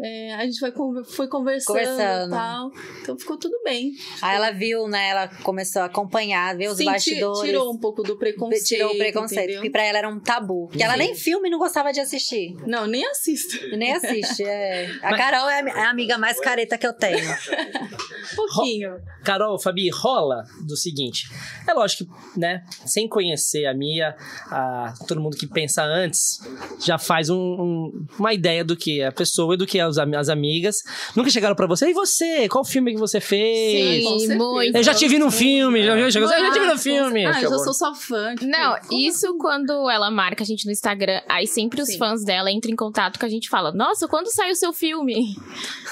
[SPEAKER 6] é, a gente vai con- foi conversando e
[SPEAKER 4] Conversando.
[SPEAKER 6] tal. Então ficou tudo bem.
[SPEAKER 4] Aí ela viu, né? Ela começou a acompanhar, ver os
[SPEAKER 6] Sim, ti-
[SPEAKER 4] bastidores.
[SPEAKER 6] tirou um pouco do preconceito.
[SPEAKER 4] Tirou o preconceito,
[SPEAKER 6] entendeu?
[SPEAKER 4] que pra ela era um tabu. Que ela nem filme não gostava de assistir.
[SPEAKER 6] Não, nem assisto.
[SPEAKER 7] [LAUGHS]
[SPEAKER 4] E nem assiste. é. A Carol é a mi- é a amiga mais careta que eu tenho.
[SPEAKER 6] um pouquinho.
[SPEAKER 3] Carol, Fabi, rola do seguinte. É lógico que, né, sem conhecer a Mia, a, todo mundo que pensa antes já faz um- um- uma ideia do que é a pessoa e do que é os am- as amigas. Nunca chegaram pra você, e você? Qual filme que você fez?
[SPEAKER 6] com
[SPEAKER 7] Sim,
[SPEAKER 6] certeza.
[SPEAKER 7] muito.
[SPEAKER 3] Eu já te vi num filme, já, já, já,
[SPEAKER 6] Ah,
[SPEAKER 3] eu já te vi
[SPEAKER 6] com
[SPEAKER 3] no filme.
[SPEAKER 6] Ah, eu já sou sua fã. tipo,
[SPEAKER 7] Não,
[SPEAKER 6] como
[SPEAKER 7] isso quando ela marca a gente no Instagram, aí sempre os
[SPEAKER 6] Sim.
[SPEAKER 7] fãs dela entram em contato com a gente e falam: Nossa, quando sai o seu filme?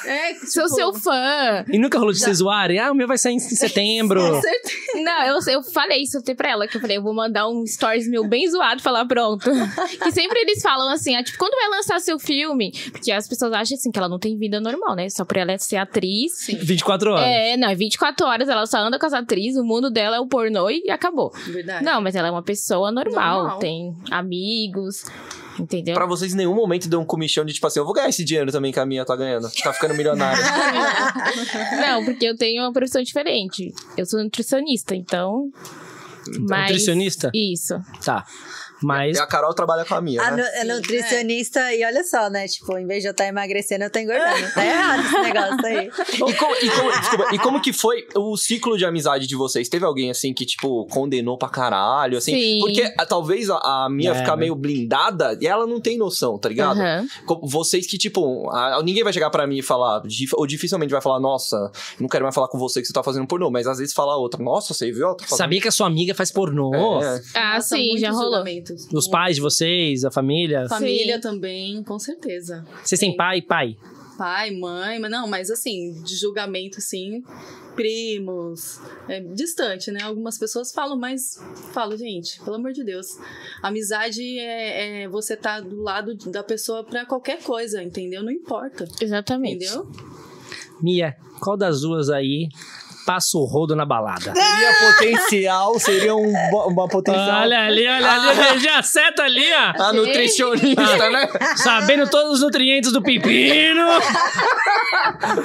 [SPEAKER 6] É, tipo,
[SPEAKER 7] Sou seu fã.
[SPEAKER 3] [LAUGHS] E nunca rolou de vocês zoarem? Ah, o meu vai sair em
[SPEAKER 6] [LAUGHS]
[SPEAKER 3] setembro.
[SPEAKER 6] Com certeza.
[SPEAKER 7] Não, eu, eu falei isso até pra ela, que eu falei, eu vou mandar um stories meu bem zoado e falar pronto. que sempre eles falam assim, ah, tipo, quando vai lançar seu filme? Porque as pessoas acham assim que ela não tem vida normal, né? Só por ela ser atriz.
[SPEAKER 3] 24 horas.
[SPEAKER 7] É, não, é 24 horas, ela só anda com as atrizes, o mundo dela é o pornô e acabou.
[SPEAKER 6] Verdade.
[SPEAKER 7] Não, mas ela é uma pessoa normal,
[SPEAKER 6] Normal.
[SPEAKER 7] tem amigos, entendeu?
[SPEAKER 5] Pra vocês, em nenhum momento deu um comichão de tipo assim, eu vou ganhar esse dinheiro também que a minha tá ganhando. Tá ficando
[SPEAKER 7] [LAUGHS]
[SPEAKER 5] milionário.
[SPEAKER 7] Não, porque eu tenho uma profissão diferente. Eu sou nutricionista, então. Mas...
[SPEAKER 3] Nutricionista?
[SPEAKER 7] Isso.
[SPEAKER 3] Tá. Mas.
[SPEAKER 5] E a Carol trabalha com a minha,
[SPEAKER 7] Ah,
[SPEAKER 4] A,
[SPEAKER 5] né?
[SPEAKER 4] nu- a nutricionista, e olha só, né? Tipo, em vez de eu estar emagrecendo, eu tô [LAUGHS] engordando. Tá errado esse negócio aí.
[SPEAKER 5] E como, e como- desculpa, e como que foi o ciclo de amizade de vocês? Teve alguém assim que, tipo, condenou pra caralho, assim?
[SPEAKER 7] Sim.
[SPEAKER 5] Porque ah, talvez a, a minha
[SPEAKER 3] É,
[SPEAKER 5] ficar
[SPEAKER 3] né?
[SPEAKER 5] meio blindada e ela não tem noção, tá ligado?
[SPEAKER 7] Aham.
[SPEAKER 5] Co- Vocês que, tipo, a- ninguém vai chegar pra mim e falar, dif- ou dificilmente vai falar, nossa, não quero mais falar com você que você tá fazendo pornô, mas às vezes fala outra, nossa, você viu? Ela tá fazendo...
[SPEAKER 3] Sabia que a sua amiga faz pornô?
[SPEAKER 5] É, é.
[SPEAKER 7] Ah, sim,
[SPEAKER 6] Nossa, muitos
[SPEAKER 7] já rolou.
[SPEAKER 6] julgamentos.
[SPEAKER 3] Os pais de vocês, a família.
[SPEAKER 6] Família
[SPEAKER 7] Sim.
[SPEAKER 6] também, com certeza.
[SPEAKER 3] Vocês têm
[SPEAKER 6] Sim.
[SPEAKER 3] pai, pai.
[SPEAKER 6] Pai, mãe, mas não, mas assim, de julgamento, sim. Primos, é, distante, né? Algumas pessoas falam, mas falo, gente, pelo amor de Deus. Amizade é, é você tá do lado da pessoa pra qualquer coisa, entendeu? Não importa,
[SPEAKER 7] Exatamente.
[SPEAKER 6] entendeu?
[SPEAKER 3] Mia, qual das duas aí passa o rodo na balada?
[SPEAKER 5] Seria potencial, seria um, bo- uma potencial.
[SPEAKER 3] Olha ali, olha ali, já seta ali, ó.
[SPEAKER 5] Ah. A nutricionista, né?
[SPEAKER 3] Sabendo todos os nutrientes do pepino.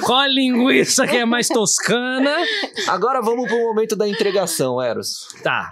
[SPEAKER 3] Qual a linguiça que é mais toscana?
[SPEAKER 5] Agora vamos pro momento da entregação, Eros.
[SPEAKER 3] Tá,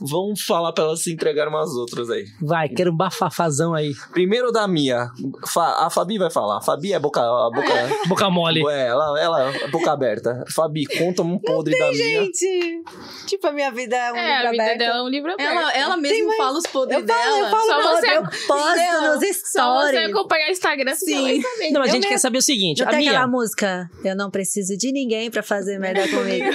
[SPEAKER 5] Vamos falar pra elas se entregarem umas outras aí.
[SPEAKER 3] vai, quero um bafafazão aí.
[SPEAKER 5] Primeiro da minha. Fa- a Fabi vai falar. A Fabi é boca. a boca [LAUGHS]
[SPEAKER 3] Boca mole.
[SPEAKER 5] é, ela, ela é boca aberta. Fabi, conta um podre da minha.
[SPEAKER 4] [LAUGHS] Gente, tipo, a minha vida é um
[SPEAKER 7] É, a
[SPEAKER 4] livro
[SPEAKER 7] vida
[SPEAKER 4] aberto.
[SPEAKER 7] dela é um livro aberto.
[SPEAKER 6] Ela, ela mesma
[SPEAKER 4] mais-
[SPEAKER 6] fala os podres
[SPEAKER 4] Eu falo,
[SPEAKER 6] dela.
[SPEAKER 4] eu falo,
[SPEAKER 7] Só
[SPEAKER 4] não,
[SPEAKER 7] você- [LAUGHS]
[SPEAKER 4] eu posto
[SPEAKER 6] Não,
[SPEAKER 4] nos
[SPEAKER 7] Só você
[SPEAKER 4] stories.
[SPEAKER 7] acompanhar o Instagram, assim, você
[SPEAKER 6] Sim.
[SPEAKER 7] vai saber.
[SPEAKER 3] Não, mas a
[SPEAKER 4] Eu
[SPEAKER 3] gente quer
[SPEAKER 4] mesmo.
[SPEAKER 3] saber o seguinte,
[SPEAKER 4] Não
[SPEAKER 3] a
[SPEAKER 4] tem
[SPEAKER 3] Mia,
[SPEAKER 4] aquela música, eu não preciso de ninguém pra fazer merda comigo.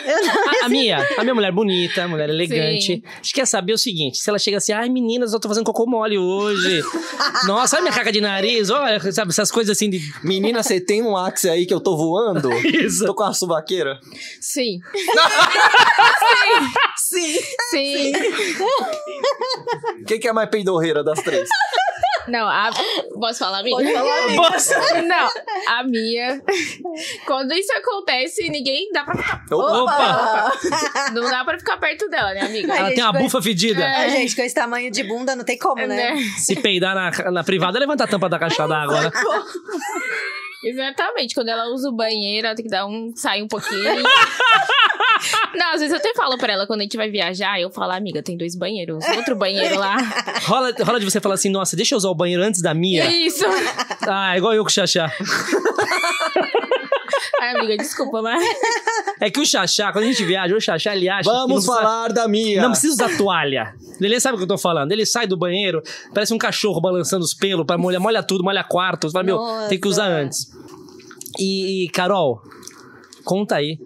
[SPEAKER 3] A, a minha,
[SPEAKER 4] assim.
[SPEAKER 3] a minha mulher bonita, a mulher elegante. A
[SPEAKER 7] Sim.
[SPEAKER 3] gente quer saber o seguinte: se ela chega assim, ai meninas, eu tô fazendo cocô mole hoje. Nossa, olha minha caca de nariz, olha, sabe, essas coisas assim de.
[SPEAKER 5] Menina, você tem um axe aí que eu tô [LAUGHS] voando?
[SPEAKER 3] Isso.
[SPEAKER 5] Tô com a subaqueira?
[SPEAKER 7] Sim. Sim. Sim.
[SPEAKER 5] Quem que é a mais peidorreira das três?
[SPEAKER 7] Não, a... posso falar a minha?
[SPEAKER 6] Pode falar, amiga.
[SPEAKER 7] Não, a minha. Quando isso acontece, ninguém dá pra ficar.
[SPEAKER 5] Opa!
[SPEAKER 3] Opa!
[SPEAKER 7] Não dá pra ficar perto dela, né, amiga?
[SPEAKER 4] Ai,
[SPEAKER 3] Ela
[SPEAKER 4] gente,
[SPEAKER 3] tem uma
[SPEAKER 4] foi-
[SPEAKER 3] bufa fedida.
[SPEAKER 7] É.
[SPEAKER 4] Ah, gente, com esse tamanho de bunda não tem como, né?
[SPEAKER 7] Né?
[SPEAKER 3] Se peidar na, na privada, levanta a tampa da caixa d'água, né?
[SPEAKER 7] Exatamente. Quando ela usa o banheiro, ela tem que dar um. sair um pouquinho. Não, às vezes eu até falo pra ela quando a gente vai viajar, eu falo, amiga, tem dois banheiros, outro banheiro lá.
[SPEAKER 3] Rola, rola de você falar assim: nossa, deixa eu usar o banheiro antes da minha.
[SPEAKER 7] Isso.
[SPEAKER 3] Ah, igual eu com o Xaxá.
[SPEAKER 7] Ai, amiga, desculpa, [LAUGHS] mas.
[SPEAKER 3] É que o Xaxá, quando a gente viaja, o Xaxá ele acha. que não
[SPEAKER 5] Vamos
[SPEAKER 3] precisa-
[SPEAKER 5] falar da minha.
[SPEAKER 3] Não precisa usar toalha. Lelê sabe o que eu tô falando. Ele sai do banheiro, parece um cachorro balançando os pelos, pra molhar, molha tudo, molha quarto. Você fala, meu,
[SPEAKER 4] Nossa.
[SPEAKER 3] tem que usar antes. E, e, Carol, conta aí.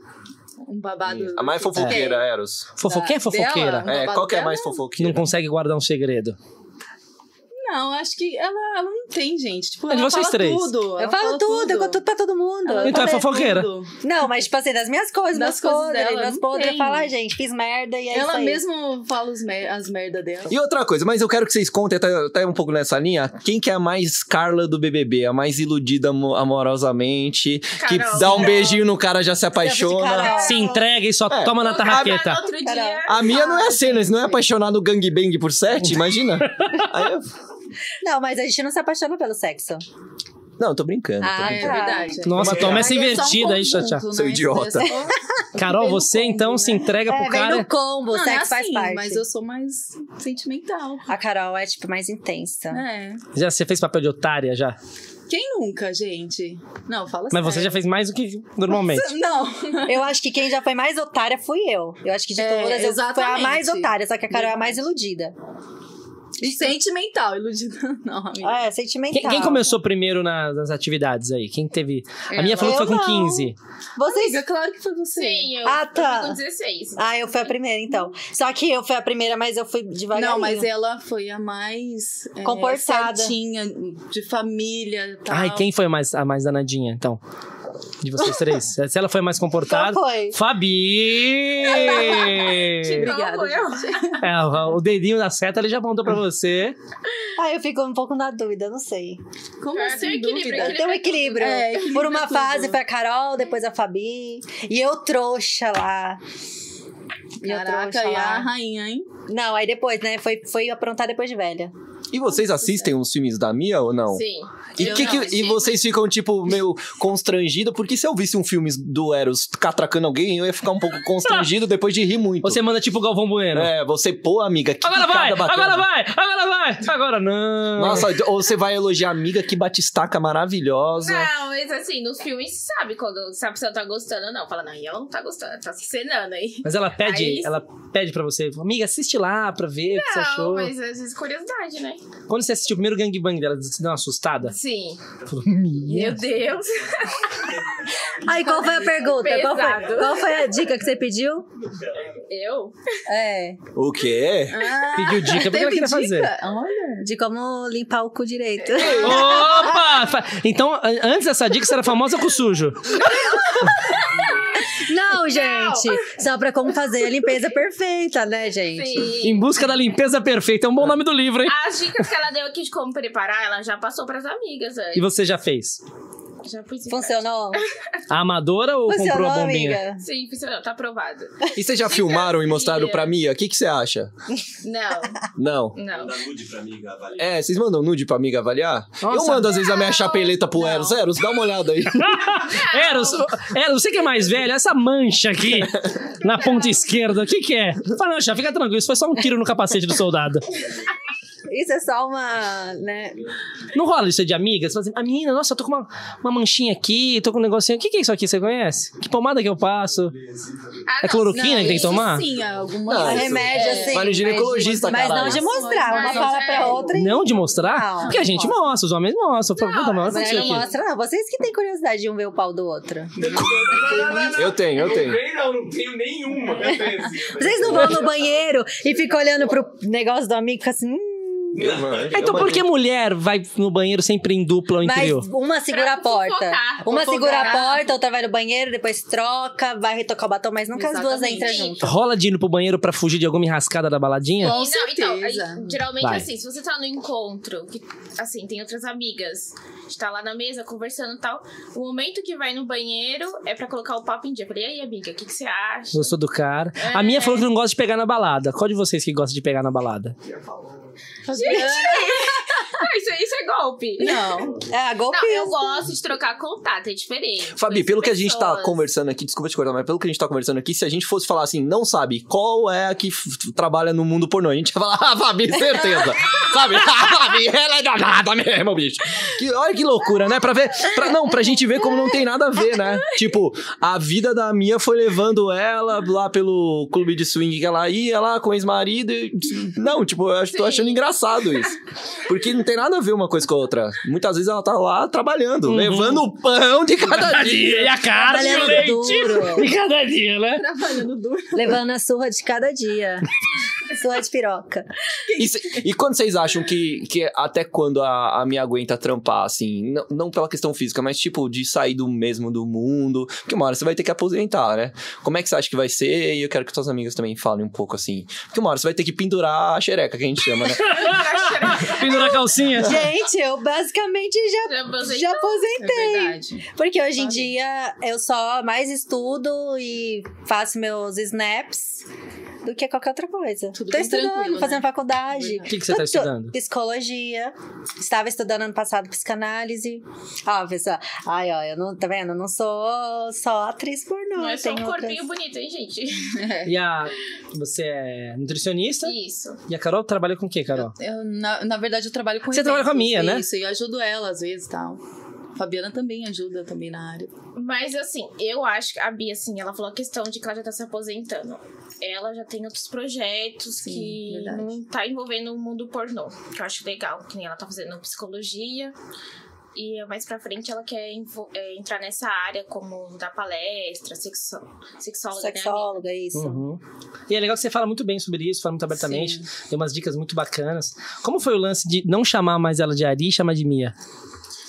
[SPEAKER 6] Um babado.
[SPEAKER 5] A mais fofoqueira, Eros.
[SPEAKER 3] Fofoqueira é fofoqueira?
[SPEAKER 6] Dela?
[SPEAKER 5] É, qual que é a mais
[SPEAKER 3] Não
[SPEAKER 5] fofoqueira?
[SPEAKER 3] consegue guardar um segredo.
[SPEAKER 6] Não, acho que ela, ela não tem, gente. Tipo,
[SPEAKER 3] É de
[SPEAKER 6] ela
[SPEAKER 3] vocês
[SPEAKER 6] fala
[SPEAKER 3] três.
[SPEAKER 6] tudo.
[SPEAKER 4] Eu falo tudo, eu conto tudo pra todo mundo.
[SPEAKER 6] Ela
[SPEAKER 3] Então é
[SPEAKER 6] fala
[SPEAKER 3] fofoqueira.
[SPEAKER 6] tudo.
[SPEAKER 4] Não, mas tipo assim, das minhas coisas,
[SPEAKER 6] Das
[SPEAKER 4] meus
[SPEAKER 6] coisas
[SPEAKER 4] podres,
[SPEAKER 6] dela,
[SPEAKER 4] meus
[SPEAKER 6] não
[SPEAKER 4] podres, eu
[SPEAKER 6] tem.
[SPEAKER 4] falo, ai, gente, fiz merda e é isso
[SPEAKER 6] Ela
[SPEAKER 4] aí.
[SPEAKER 6] mesmo fala os mer- as merdas dela.
[SPEAKER 4] Então,
[SPEAKER 5] E outra coisa, mas eu quero que vocês contem até, até um pouco nessa linha. Quem que é a mais Carla do BBB? A mais iludida amo- amorosamente, que dá um beijinho no cara já se apaixona.
[SPEAKER 4] Carol.
[SPEAKER 3] Se entrega e só
[SPEAKER 5] É.
[SPEAKER 3] toma na tarraqueta.
[SPEAKER 7] Outro dia.
[SPEAKER 4] Carol.
[SPEAKER 5] A minha não é assim, né? Se não é apaixonado gangbang por sete, imagina. Aí eu-
[SPEAKER 4] Não, mas a gente não se apaixona pelo sexo.
[SPEAKER 5] Não, tô brincando.
[SPEAKER 4] Ah,
[SPEAKER 5] tô
[SPEAKER 6] É
[SPEAKER 5] brincando.
[SPEAKER 6] verdade.
[SPEAKER 3] Nossa,
[SPEAKER 5] Mas
[SPEAKER 6] um
[SPEAKER 3] toma
[SPEAKER 5] é
[SPEAKER 3] essa invertida aí,
[SPEAKER 6] né?
[SPEAKER 3] Xaxá.
[SPEAKER 5] Seu idiota.
[SPEAKER 4] [LAUGHS]
[SPEAKER 3] Carol, você então se entrega
[SPEAKER 4] É,
[SPEAKER 3] pro
[SPEAKER 4] vem
[SPEAKER 3] cara.
[SPEAKER 4] no combo,
[SPEAKER 6] O
[SPEAKER 4] o sexo faz parte.
[SPEAKER 6] é assim, Mas eu sou mais sentimental.
[SPEAKER 4] A Carol é, tipo, mais intensa.
[SPEAKER 6] É.
[SPEAKER 3] Já você fez papel de otária já?
[SPEAKER 6] Quem nunca, gente? Não, fala
[SPEAKER 3] Mas você já fez mais do que normalmente.
[SPEAKER 6] fez. [LAUGHS] Não.
[SPEAKER 4] Eu acho que quem já foi mais otária fui eu. Eu acho que de
[SPEAKER 6] É,
[SPEAKER 4] todas eu fui a
[SPEAKER 6] exatamente.
[SPEAKER 4] mais otária, só que a Carol é a mais iludida.
[SPEAKER 6] Sentimental, iludida. [LAUGHS] Não, amiga.
[SPEAKER 4] Ah, é sentimental.
[SPEAKER 3] Quem, quem começou primeiro na- nas atividades aí? Quem teve? A minha falou que foi
[SPEAKER 4] Eu
[SPEAKER 3] com
[SPEAKER 4] não.
[SPEAKER 3] 15.
[SPEAKER 4] Ah, Vocês.
[SPEAKER 6] Amiga, claro que foi você.
[SPEAKER 7] Sim, eu,
[SPEAKER 4] Ah, tá.
[SPEAKER 7] eu fui com
[SPEAKER 3] É.
[SPEAKER 7] 16.
[SPEAKER 4] Ah, eu fui a primeira, então. Só que eu fui a primeira, mas eu fui devagar.
[SPEAKER 6] Não, mas ela foi a mais é,
[SPEAKER 4] Comportada.
[SPEAKER 6] certinha, de família.
[SPEAKER 4] Tá.
[SPEAKER 6] Tal.
[SPEAKER 3] Ai, quem foi mais, a mais danadinha, então? De vocês
[SPEAKER 4] [LAUGHS]
[SPEAKER 3] três. Se ela foi mais comportada.
[SPEAKER 4] foi? [LAUGHS]
[SPEAKER 3] Fabi! é,
[SPEAKER 6] Obrigada,
[SPEAKER 7] Não, eu.
[SPEAKER 3] o dedinho da seta ele já mandou pra você.
[SPEAKER 4] Ah, eu fico um pouco na dúvida, não sei.
[SPEAKER 6] Como
[SPEAKER 7] É,
[SPEAKER 6] assim?
[SPEAKER 7] tem equilíbrio,
[SPEAKER 6] dúvida?
[SPEAKER 7] equilíbrio.
[SPEAKER 4] Tem um equilíbrio.
[SPEAKER 6] É, equilíbrio
[SPEAKER 4] Por uma
[SPEAKER 6] é tudo.
[SPEAKER 4] fase foi a Carol, depois a Fabi. E eu trouxa lá. E eu
[SPEAKER 6] Caraca,
[SPEAKER 4] trouxa
[SPEAKER 6] e a
[SPEAKER 4] lá.
[SPEAKER 6] rainha, hein?
[SPEAKER 4] Não, aí depois, né? Foi, foi aprontar depois de velha.
[SPEAKER 5] E vocês assistem os filmes da Mia ou não?
[SPEAKER 7] Sim.
[SPEAKER 5] E,
[SPEAKER 7] Eu
[SPEAKER 5] que
[SPEAKER 7] não,
[SPEAKER 5] que- e
[SPEAKER 7] achei-
[SPEAKER 5] vocês ficam, tipo, meio constrangido, porque se eu visse um filme do Eros catracando alguém, eu ia ficar um pouco constrangido depois de rir muito.
[SPEAKER 3] Você manda tipo o Galvão Bueno.
[SPEAKER 5] É, você, pô, amiga, que
[SPEAKER 3] Agora vai!
[SPEAKER 5] picada bacana.
[SPEAKER 3] Agora vai! Agora vai! Agora não!
[SPEAKER 5] Nossa, ou você vai elogiar a amiga, que batistaca maravilhosa.
[SPEAKER 7] Não, mas assim, nos filmes se sabe quando se a pessoa tá gostando ou não. Fala, não, e ela não tá gostando, ela tá se cenando aí.
[SPEAKER 3] Mas ela pede,
[SPEAKER 7] Aí-
[SPEAKER 3] ela pede pra você, amiga, assiste lá pra ver o que você
[SPEAKER 7] Não,
[SPEAKER 3] achou.
[SPEAKER 7] mas às vezes curiosidade, né?
[SPEAKER 3] Quando você assistiu o primeiro gangbang dela, você deu uma assustada?
[SPEAKER 7] Sim.
[SPEAKER 3] Falou, Mia.
[SPEAKER 7] Meu Deus.
[SPEAKER 4] Aí, qual foi a pergunta? Qual foi,
[SPEAKER 7] Pesado.
[SPEAKER 4] qual foi a dica que você pediu?
[SPEAKER 7] Eu?
[SPEAKER 4] É.
[SPEAKER 5] O quê?
[SPEAKER 3] Pediu dica, porque ela
[SPEAKER 6] Teve
[SPEAKER 3] queria
[SPEAKER 6] dica?
[SPEAKER 3] fazer.
[SPEAKER 6] Olha.
[SPEAKER 4] De como limpar o cu direito.
[SPEAKER 3] Opa! Fa- Então, an- antes dessa dica, você era famosa com o sujo.
[SPEAKER 4] Não, gente. Só pra como fazer a limpeza perfeita, né, gente?
[SPEAKER 7] Sim.
[SPEAKER 3] Em busca da limpeza perfeita. É um bom nome do livro, hein?
[SPEAKER 7] As dicas que ela deu aqui de como preparar, ela já passou pras amigas
[SPEAKER 3] E
[SPEAKER 7] antes.
[SPEAKER 3] você já fez?
[SPEAKER 7] Já pus em
[SPEAKER 4] Funcionou?
[SPEAKER 3] A amadora ou comprou
[SPEAKER 4] Funcionou,
[SPEAKER 3] a bombinha?
[SPEAKER 4] é amiga?
[SPEAKER 7] prática. Sim, funcionou, tá aprovado.
[SPEAKER 5] E vocês já filmaram e mostraram
[SPEAKER 7] amiga.
[SPEAKER 5] pra Mia? O que, que você acha?
[SPEAKER 7] Não,
[SPEAKER 5] Não.
[SPEAKER 7] não.
[SPEAKER 5] É, vocês mandam nude pra amiga avaliar? eu
[SPEAKER 3] Nossa.
[SPEAKER 5] mando às vezes a minha chapeleta pro Eros. Eros, dá uma olhada aí.
[SPEAKER 3] Eros, Eros, você que é mais velho, essa mancha aqui na ponta esquerda, o que que é? Fala, não, já fica tranquilo, isso foi só um tiro no capacete do soldado.
[SPEAKER 4] Isso é só uma, né?
[SPEAKER 3] Não rola isso de amiga? Você fala assim, a menina, nossa, eu tô com uma, uma manchinha aqui, tô com um negocinho. O que que é isso aqui? Você conhece? Que pomada que eu passo?
[SPEAKER 7] Ah,
[SPEAKER 3] É
[SPEAKER 7] não.
[SPEAKER 3] cloroquina que tem que
[SPEAKER 6] isso
[SPEAKER 3] tomar?
[SPEAKER 6] Sim, é algumas.
[SPEAKER 5] Não,
[SPEAKER 4] Um
[SPEAKER 5] isso-
[SPEAKER 6] É.
[SPEAKER 4] remédio, assim.
[SPEAKER 5] Vai no ginecologista,
[SPEAKER 4] Mas
[SPEAKER 5] caralho.
[SPEAKER 4] não de mostrar. Uma
[SPEAKER 7] é. Mas
[SPEAKER 4] fala
[SPEAKER 7] é.
[SPEAKER 4] pra outra e...
[SPEAKER 3] Não de mostrar?
[SPEAKER 4] Não,
[SPEAKER 3] Porque a gente
[SPEAKER 4] não.
[SPEAKER 3] mostra, os homens mostram. Fala, puta, mas
[SPEAKER 4] Mas
[SPEAKER 3] olha isso
[SPEAKER 4] não
[SPEAKER 3] aqui.
[SPEAKER 4] mostra, não. Vocês que têm curiosidade de um ver o pau do outro.
[SPEAKER 5] Eu tenho, eu tenho.
[SPEAKER 2] não, não tenho nenhuma.
[SPEAKER 4] Vocês não vão no banheiro e ficam olhando pro negócio do amigo e ficam assim... hum,
[SPEAKER 3] Então por que mulher vai no banheiro sempre em dupla ou em
[SPEAKER 4] mas
[SPEAKER 3] trio?
[SPEAKER 4] uma segura a
[SPEAKER 7] Pra
[SPEAKER 4] porta.
[SPEAKER 7] fofocar.
[SPEAKER 4] Uma
[SPEAKER 6] Fofocar.
[SPEAKER 4] segura a porta, outra vai no banheiro, depois troca, vai retocar o batom, mas nunca as duas
[SPEAKER 6] Exatamente.
[SPEAKER 4] entram junto.
[SPEAKER 3] Rola de ir pro banheiro pra fugir de alguma enrascada da baladinha?
[SPEAKER 6] Com
[SPEAKER 7] E não, então,
[SPEAKER 6] certeza.
[SPEAKER 7] aí, geralmente,
[SPEAKER 3] Vai.
[SPEAKER 7] assim, se você tá no encontro, que, assim, tem outras amigas, a gente tá lá na mesa conversando e tal, o momento que vai no banheiro é pra colocar o papo em dia. Eu falei, e aí, amiga, o que, que você acha?
[SPEAKER 3] Gostou do cara. A minha falou que não gosta de pegar na balada. Qual de vocês que gosta de pegar na balada?
[SPEAKER 7] Ah, isso, isso é golpe.
[SPEAKER 6] Não.
[SPEAKER 4] É, golpe.
[SPEAKER 7] Não, eu gosto de trocar contato, é diferente.
[SPEAKER 5] Fabi, pelo que a gente tá
[SPEAKER 7] Pessoas.
[SPEAKER 5] conversando aqui, desculpa te cortar, mas pelo que a gente tá conversando aqui, se a gente fosse falar assim, não sabe qual é a que f- trabalha no mundo pornô, a gente ia falar, [LAUGHS] ah, Fabi,
[SPEAKER 7] [LAUGHS]
[SPEAKER 5] certeza. sabe? [LAUGHS] Ah, Fabi, ela é danada mesmo, bicho. Que, olha que loucura, né? Pra ver. Pra, não, pra gente ver como não tem nada a ver, né? Tipo, a vida da Mia foi levando ela lá pelo clube de swing que ela ia lá com o ex-marido. e- Não, tipo, eu acho, tô
[SPEAKER 7] Sim.
[SPEAKER 5] achando engraçado isso. Porque não tem nada a ver uma coisa com a outra. Muitas vezes ela tá lá trabalhando, levando o pão de cada dia.
[SPEAKER 3] a cara
[SPEAKER 4] Trabalhando duro.
[SPEAKER 3] E cada dia, né?
[SPEAKER 6] Trabalhando duro.
[SPEAKER 4] Levando a surra de cada dia. surra de piroca.
[SPEAKER 5] E, cê- e quando vocês acham que, que até quando a, a minha aguenta trampar, assim, não, não pela questão física, mas tipo, de sair do mesmo do mundo, porque uma hora você vai ter que aposentar, né? Como é que você acha que vai ser? E eu quero que suas amigas também falem um pouco assim. Porque uma hora você vai ter que pendurar a xereca, que a gente chama, né?
[SPEAKER 7] [LAUGHS]
[SPEAKER 3] Pendura a calcinha.
[SPEAKER 4] [LAUGHS] Gente, eu basicamente já,
[SPEAKER 7] Já aposentei.
[SPEAKER 4] já
[SPEAKER 7] É
[SPEAKER 4] aposentei.
[SPEAKER 6] verdade.
[SPEAKER 4] Porque hoje em dia eu só mais estudo e faço meus snaps do que qualquer outra coisa.
[SPEAKER 6] Tudo
[SPEAKER 4] Tô
[SPEAKER 6] bem
[SPEAKER 4] estudando,
[SPEAKER 6] tranquilo,
[SPEAKER 4] fazendo
[SPEAKER 6] né?
[SPEAKER 4] faculdade.
[SPEAKER 3] O que, que você tá
[SPEAKER 4] Tô-
[SPEAKER 3] estudando?
[SPEAKER 4] Psicologia. Estava estudando ano passado psicanálise. Ó, pessoal. Ai, ó, eu não, tá vendo? Eu não sou só atriz pornô.
[SPEAKER 7] Não é só
[SPEAKER 4] tem
[SPEAKER 7] um
[SPEAKER 4] outras-
[SPEAKER 7] corpinho bonito, hein, gente?
[SPEAKER 4] É.
[SPEAKER 3] E a. Você é nutricionista?
[SPEAKER 7] Isso.
[SPEAKER 3] E a Carol trabalha com o quê, Carol?
[SPEAKER 6] Eu, na, na verdade, eu trabalho com
[SPEAKER 3] Você trabalha com a
[SPEAKER 6] eventos,
[SPEAKER 3] Mia, né?
[SPEAKER 6] Isso, e eu ajudo ela às vezes e tal. Fabiana também ajuda também na área.
[SPEAKER 7] Mas assim, eu acho que a Bia, assim, ela falou a questão de que ela já tá se aposentando. Ela já tem outros projetos
[SPEAKER 6] Sim,
[SPEAKER 7] que
[SPEAKER 6] verdade.
[SPEAKER 7] não tá envolvendo o mundo pornô, que eu acho legal, que nem ela tá fazendo psicologia. E mais pra frente ela quer envo- é, entrar nessa área como dar palestra, sexo sexóloga, né?
[SPEAKER 4] Sexóloga, isso.
[SPEAKER 3] Uhum. E é legal que você fala muito bem sobre isso, fala muito abertamente, deu umas dicas muito bacanas. Como foi o lance de não chamar mais ela de Ari e chamar de Mia?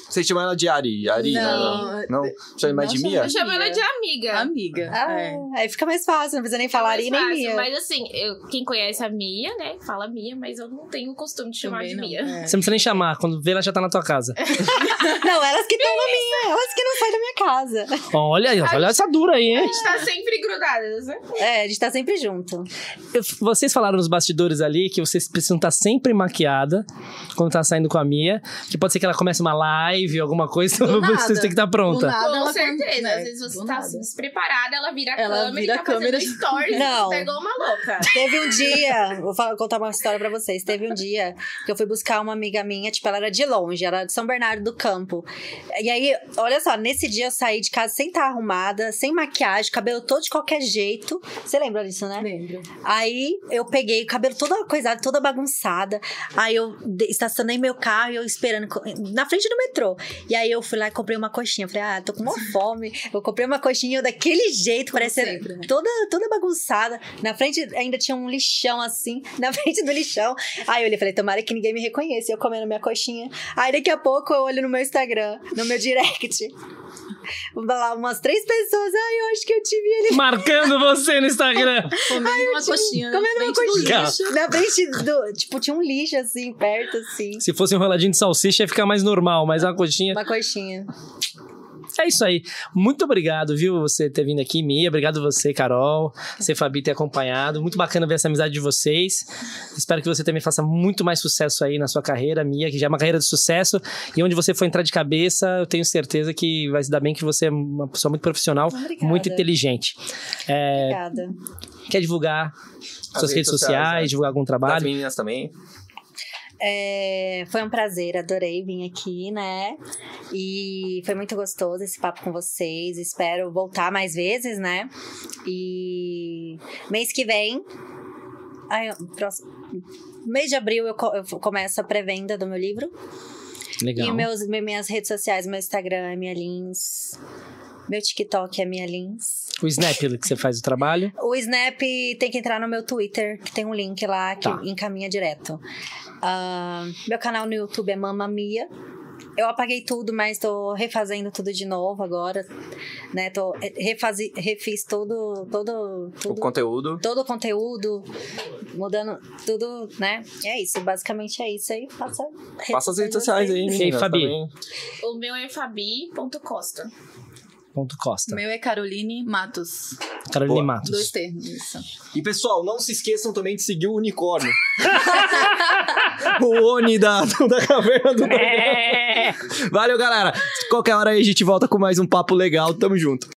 [SPEAKER 5] Vocês chamam ela de Ari? Ari
[SPEAKER 6] Não.
[SPEAKER 5] né? Não? Chama mais de
[SPEAKER 6] Não,
[SPEAKER 5] Mia?
[SPEAKER 7] Eu chamo ela de amiga.
[SPEAKER 6] Amiga.
[SPEAKER 4] Ah,
[SPEAKER 6] é.
[SPEAKER 4] Aí fica mais fácil, não precisa nem falar
[SPEAKER 7] Mais
[SPEAKER 4] Ari nem
[SPEAKER 7] fácil,
[SPEAKER 4] Mia.
[SPEAKER 7] Mas assim, eu- quem conhece a Mia, né? Fala Mia, mas eu não tenho o costume de chamar
[SPEAKER 6] Também
[SPEAKER 7] de
[SPEAKER 6] não.
[SPEAKER 7] Mia.
[SPEAKER 6] É.
[SPEAKER 3] Você não precisa nem chamar, quando vê ela já tá na tua
[SPEAKER 6] [LAUGHS]
[SPEAKER 3] casa.
[SPEAKER 4] Não, elas que estão na minha, elas que não saem da minha casa.
[SPEAKER 3] Olha, aí, olha essa dura aí,
[SPEAKER 7] A
[SPEAKER 3] hein?
[SPEAKER 7] gente tá sempre grudadas, né?
[SPEAKER 4] É, a gente tá sempre junto.
[SPEAKER 3] Eu- Vocês falaram nos bastidores ali que vocês precisam estar sempre maquiada quando tá saindo com a Mia, que pode ser que ela comece uma live, alguma coisa,
[SPEAKER 6] Do
[SPEAKER 3] [LAUGHS]
[SPEAKER 6] nada.
[SPEAKER 3] vocês têm que estar
[SPEAKER 6] Do
[SPEAKER 3] pronta.
[SPEAKER 6] nada [LAUGHS]
[SPEAKER 7] Com
[SPEAKER 6] ela-
[SPEAKER 7] certeza.
[SPEAKER 6] né,
[SPEAKER 7] Às vezes
[SPEAKER 6] do
[SPEAKER 7] você tá
[SPEAKER 6] nada.
[SPEAKER 7] assim, despreparada, ela vira a
[SPEAKER 6] Ela
[SPEAKER 7] câmera
[SPEAKER 6] vira
[SPEAKER 7] e tá
[SPEAKER 6] a câmera.
[SPEAKER 7] fazendo stories.
[SPEAKER 4] Não.
[SPEAKER 7] Pegou uma louca.
[SPEAKER 4] Teve um dia, vou falar- contar uma história pra vocês. Teve um dia que eu fui buscar uma amiga minha, tipo, ela era de longe, era de São Bernardo do Campo. E aí, olha só, nesse dia eu saí de casa sem estar arrumada, sem maquiagem, cabelo todo de qualquer jeito. Você lembra disso, né?
[SPEAKER 6] Lembro.
[SPEAKER 4] Aí eu peguei o cabelo toda coisada, toda bagunçada. Aí eu de- estacionei meu carro e eu esperando co- na frente do metrô. E aí eu fui lá e comprei uma coxinha. Falei, ah, tô com uma fome. Eu comprei uma coxinha daquele jeito,
[SPEAKER 6] Como
[SPEAKER 4] parecendo
[SPEAKER 6] sempre, né?
[SPEAKER 4] toda, toda bagunçada. Na frente ainda tinha um lixão assim, [LAUGHS] na frente do lixão. Aí eu olhei e falei, tomara que ninguém me reconheça. Eu comendo minha coxinha. Aí daqui a pouco eu olho no meu Instagram, no meu direct. [LAUGHS] Lá umas três pessoas. Ai, eu acho que eu tive ele
[SPEAKER 3] Marcando você no Instagram.
[SPEAKER 6] Comendo uma coxinha.
[SPEAKER 4] Comendo uma
[SPEAKER 6] na frente do
[SPEAKER 4] coxinha.
[SPEAKER 6] lixo.
[SPEAKER 4] Na frente do. Tipo, tinha um lixo assim, perto, assim.
[SPEAKER 3] Se fosse um roladinho de salsicha, ia ficar mais normal, mas uma coxinha.
[SPEAKER 4] Uma coxinha.
[SPEAKER 3] É isso aí. Muito obrigado, viu, você ter vindo aqui, Mia. Obrigado você, Carol. Você, Fabi, ter acompanhado. Muito bacana ver essa amizade de vocês. Espero que você também faça muito mais sucesso aí na sua carreira, Mia, que já é uma carreira de sucesso. E onde você for entrar de cabeça, eu tenho certeza que vai se dar bem que você é uma pessoa muito profissional,
[SPEAKER 4] Obrigada.
[SPEAKER 3] muito inteligente. É,
[SPEAKER 4] Obrigada.
[SPEAKER 3] quer divulgar suas
[SPEAKER 5] redes
[SPEAKER 3] redes sociais,
[SPEAKER 5] sociais, é.
[SPEAKER 3] divulgar algum
[SPEAKER 5] Das
[SPEAKER 3] trabalho?
[SPEAKER 5] meninas também.
[SPEAKER 4] É, foi um prazer, adorei vir aqui, né? E foi muito gostoso esse papo com vocês. Espero voltar mais vezes, né? E mês que vem. Ai, eu- próximo- mês de abril eu, co- eu começo a pré-venda do meu livro.
[SPEAKER 5] Tá
[SPEAKER 4] E
[SPEAKER 3] Legal.
[SPEAKER 4] meus, minhas redes sociais, meu Instagram é Mia Lins. Meu TikTok é Mia Lins.
[SPEAKER 3] O Snap que você faz o trabalho.
[SPEAKER 4] O Snap tem que entrar no meu Twitter, que tem um link lá que
[SPEAKER 3] Tá.
[SPEAKER 4] encaminha direto. Ah, meu canal no YouTube é Mamma Mia. Eu apaguei tudo, mas tô refazendo tudo de novo agora, né? Tô refazi, refiz todo, todo,
[SPEAKER 5] O
[SPEAKER 4] tudo,
[SPEAKER 5] conteúdo.
[SPEAKER 4] todo o conteúdo, mudando tudo, né? É isso, basicamente é isso aí. Passa,
[SPEAKER 5] Passa as redes sociais aí, meninas.
[SPEAKER 3] Fabi?
[SPEAKER 5] também.
[SPEAKER 7] O meu é fabi.costa.
[SPEAKER 3] Ponto
[SPEAKER 6] O
[SPEAKER 3] Costa.
[SPEAKER 6] meu é Caroline Matos.
[SPEAKER 3] Carolina
[SPEAKER 5] Boa.
[SPEAKER 3] Matos.
[SPEAKER 6] Dois termos, isso.
[SPEAKER 5] E pessoal, não se esqueçam também de seguir o unicórnio. [LAUGHS] o Oni da, da caverna do dragão. Valeu, galera. Qualquer hora aí a gente volta com mais um papo legal. Tamo junto.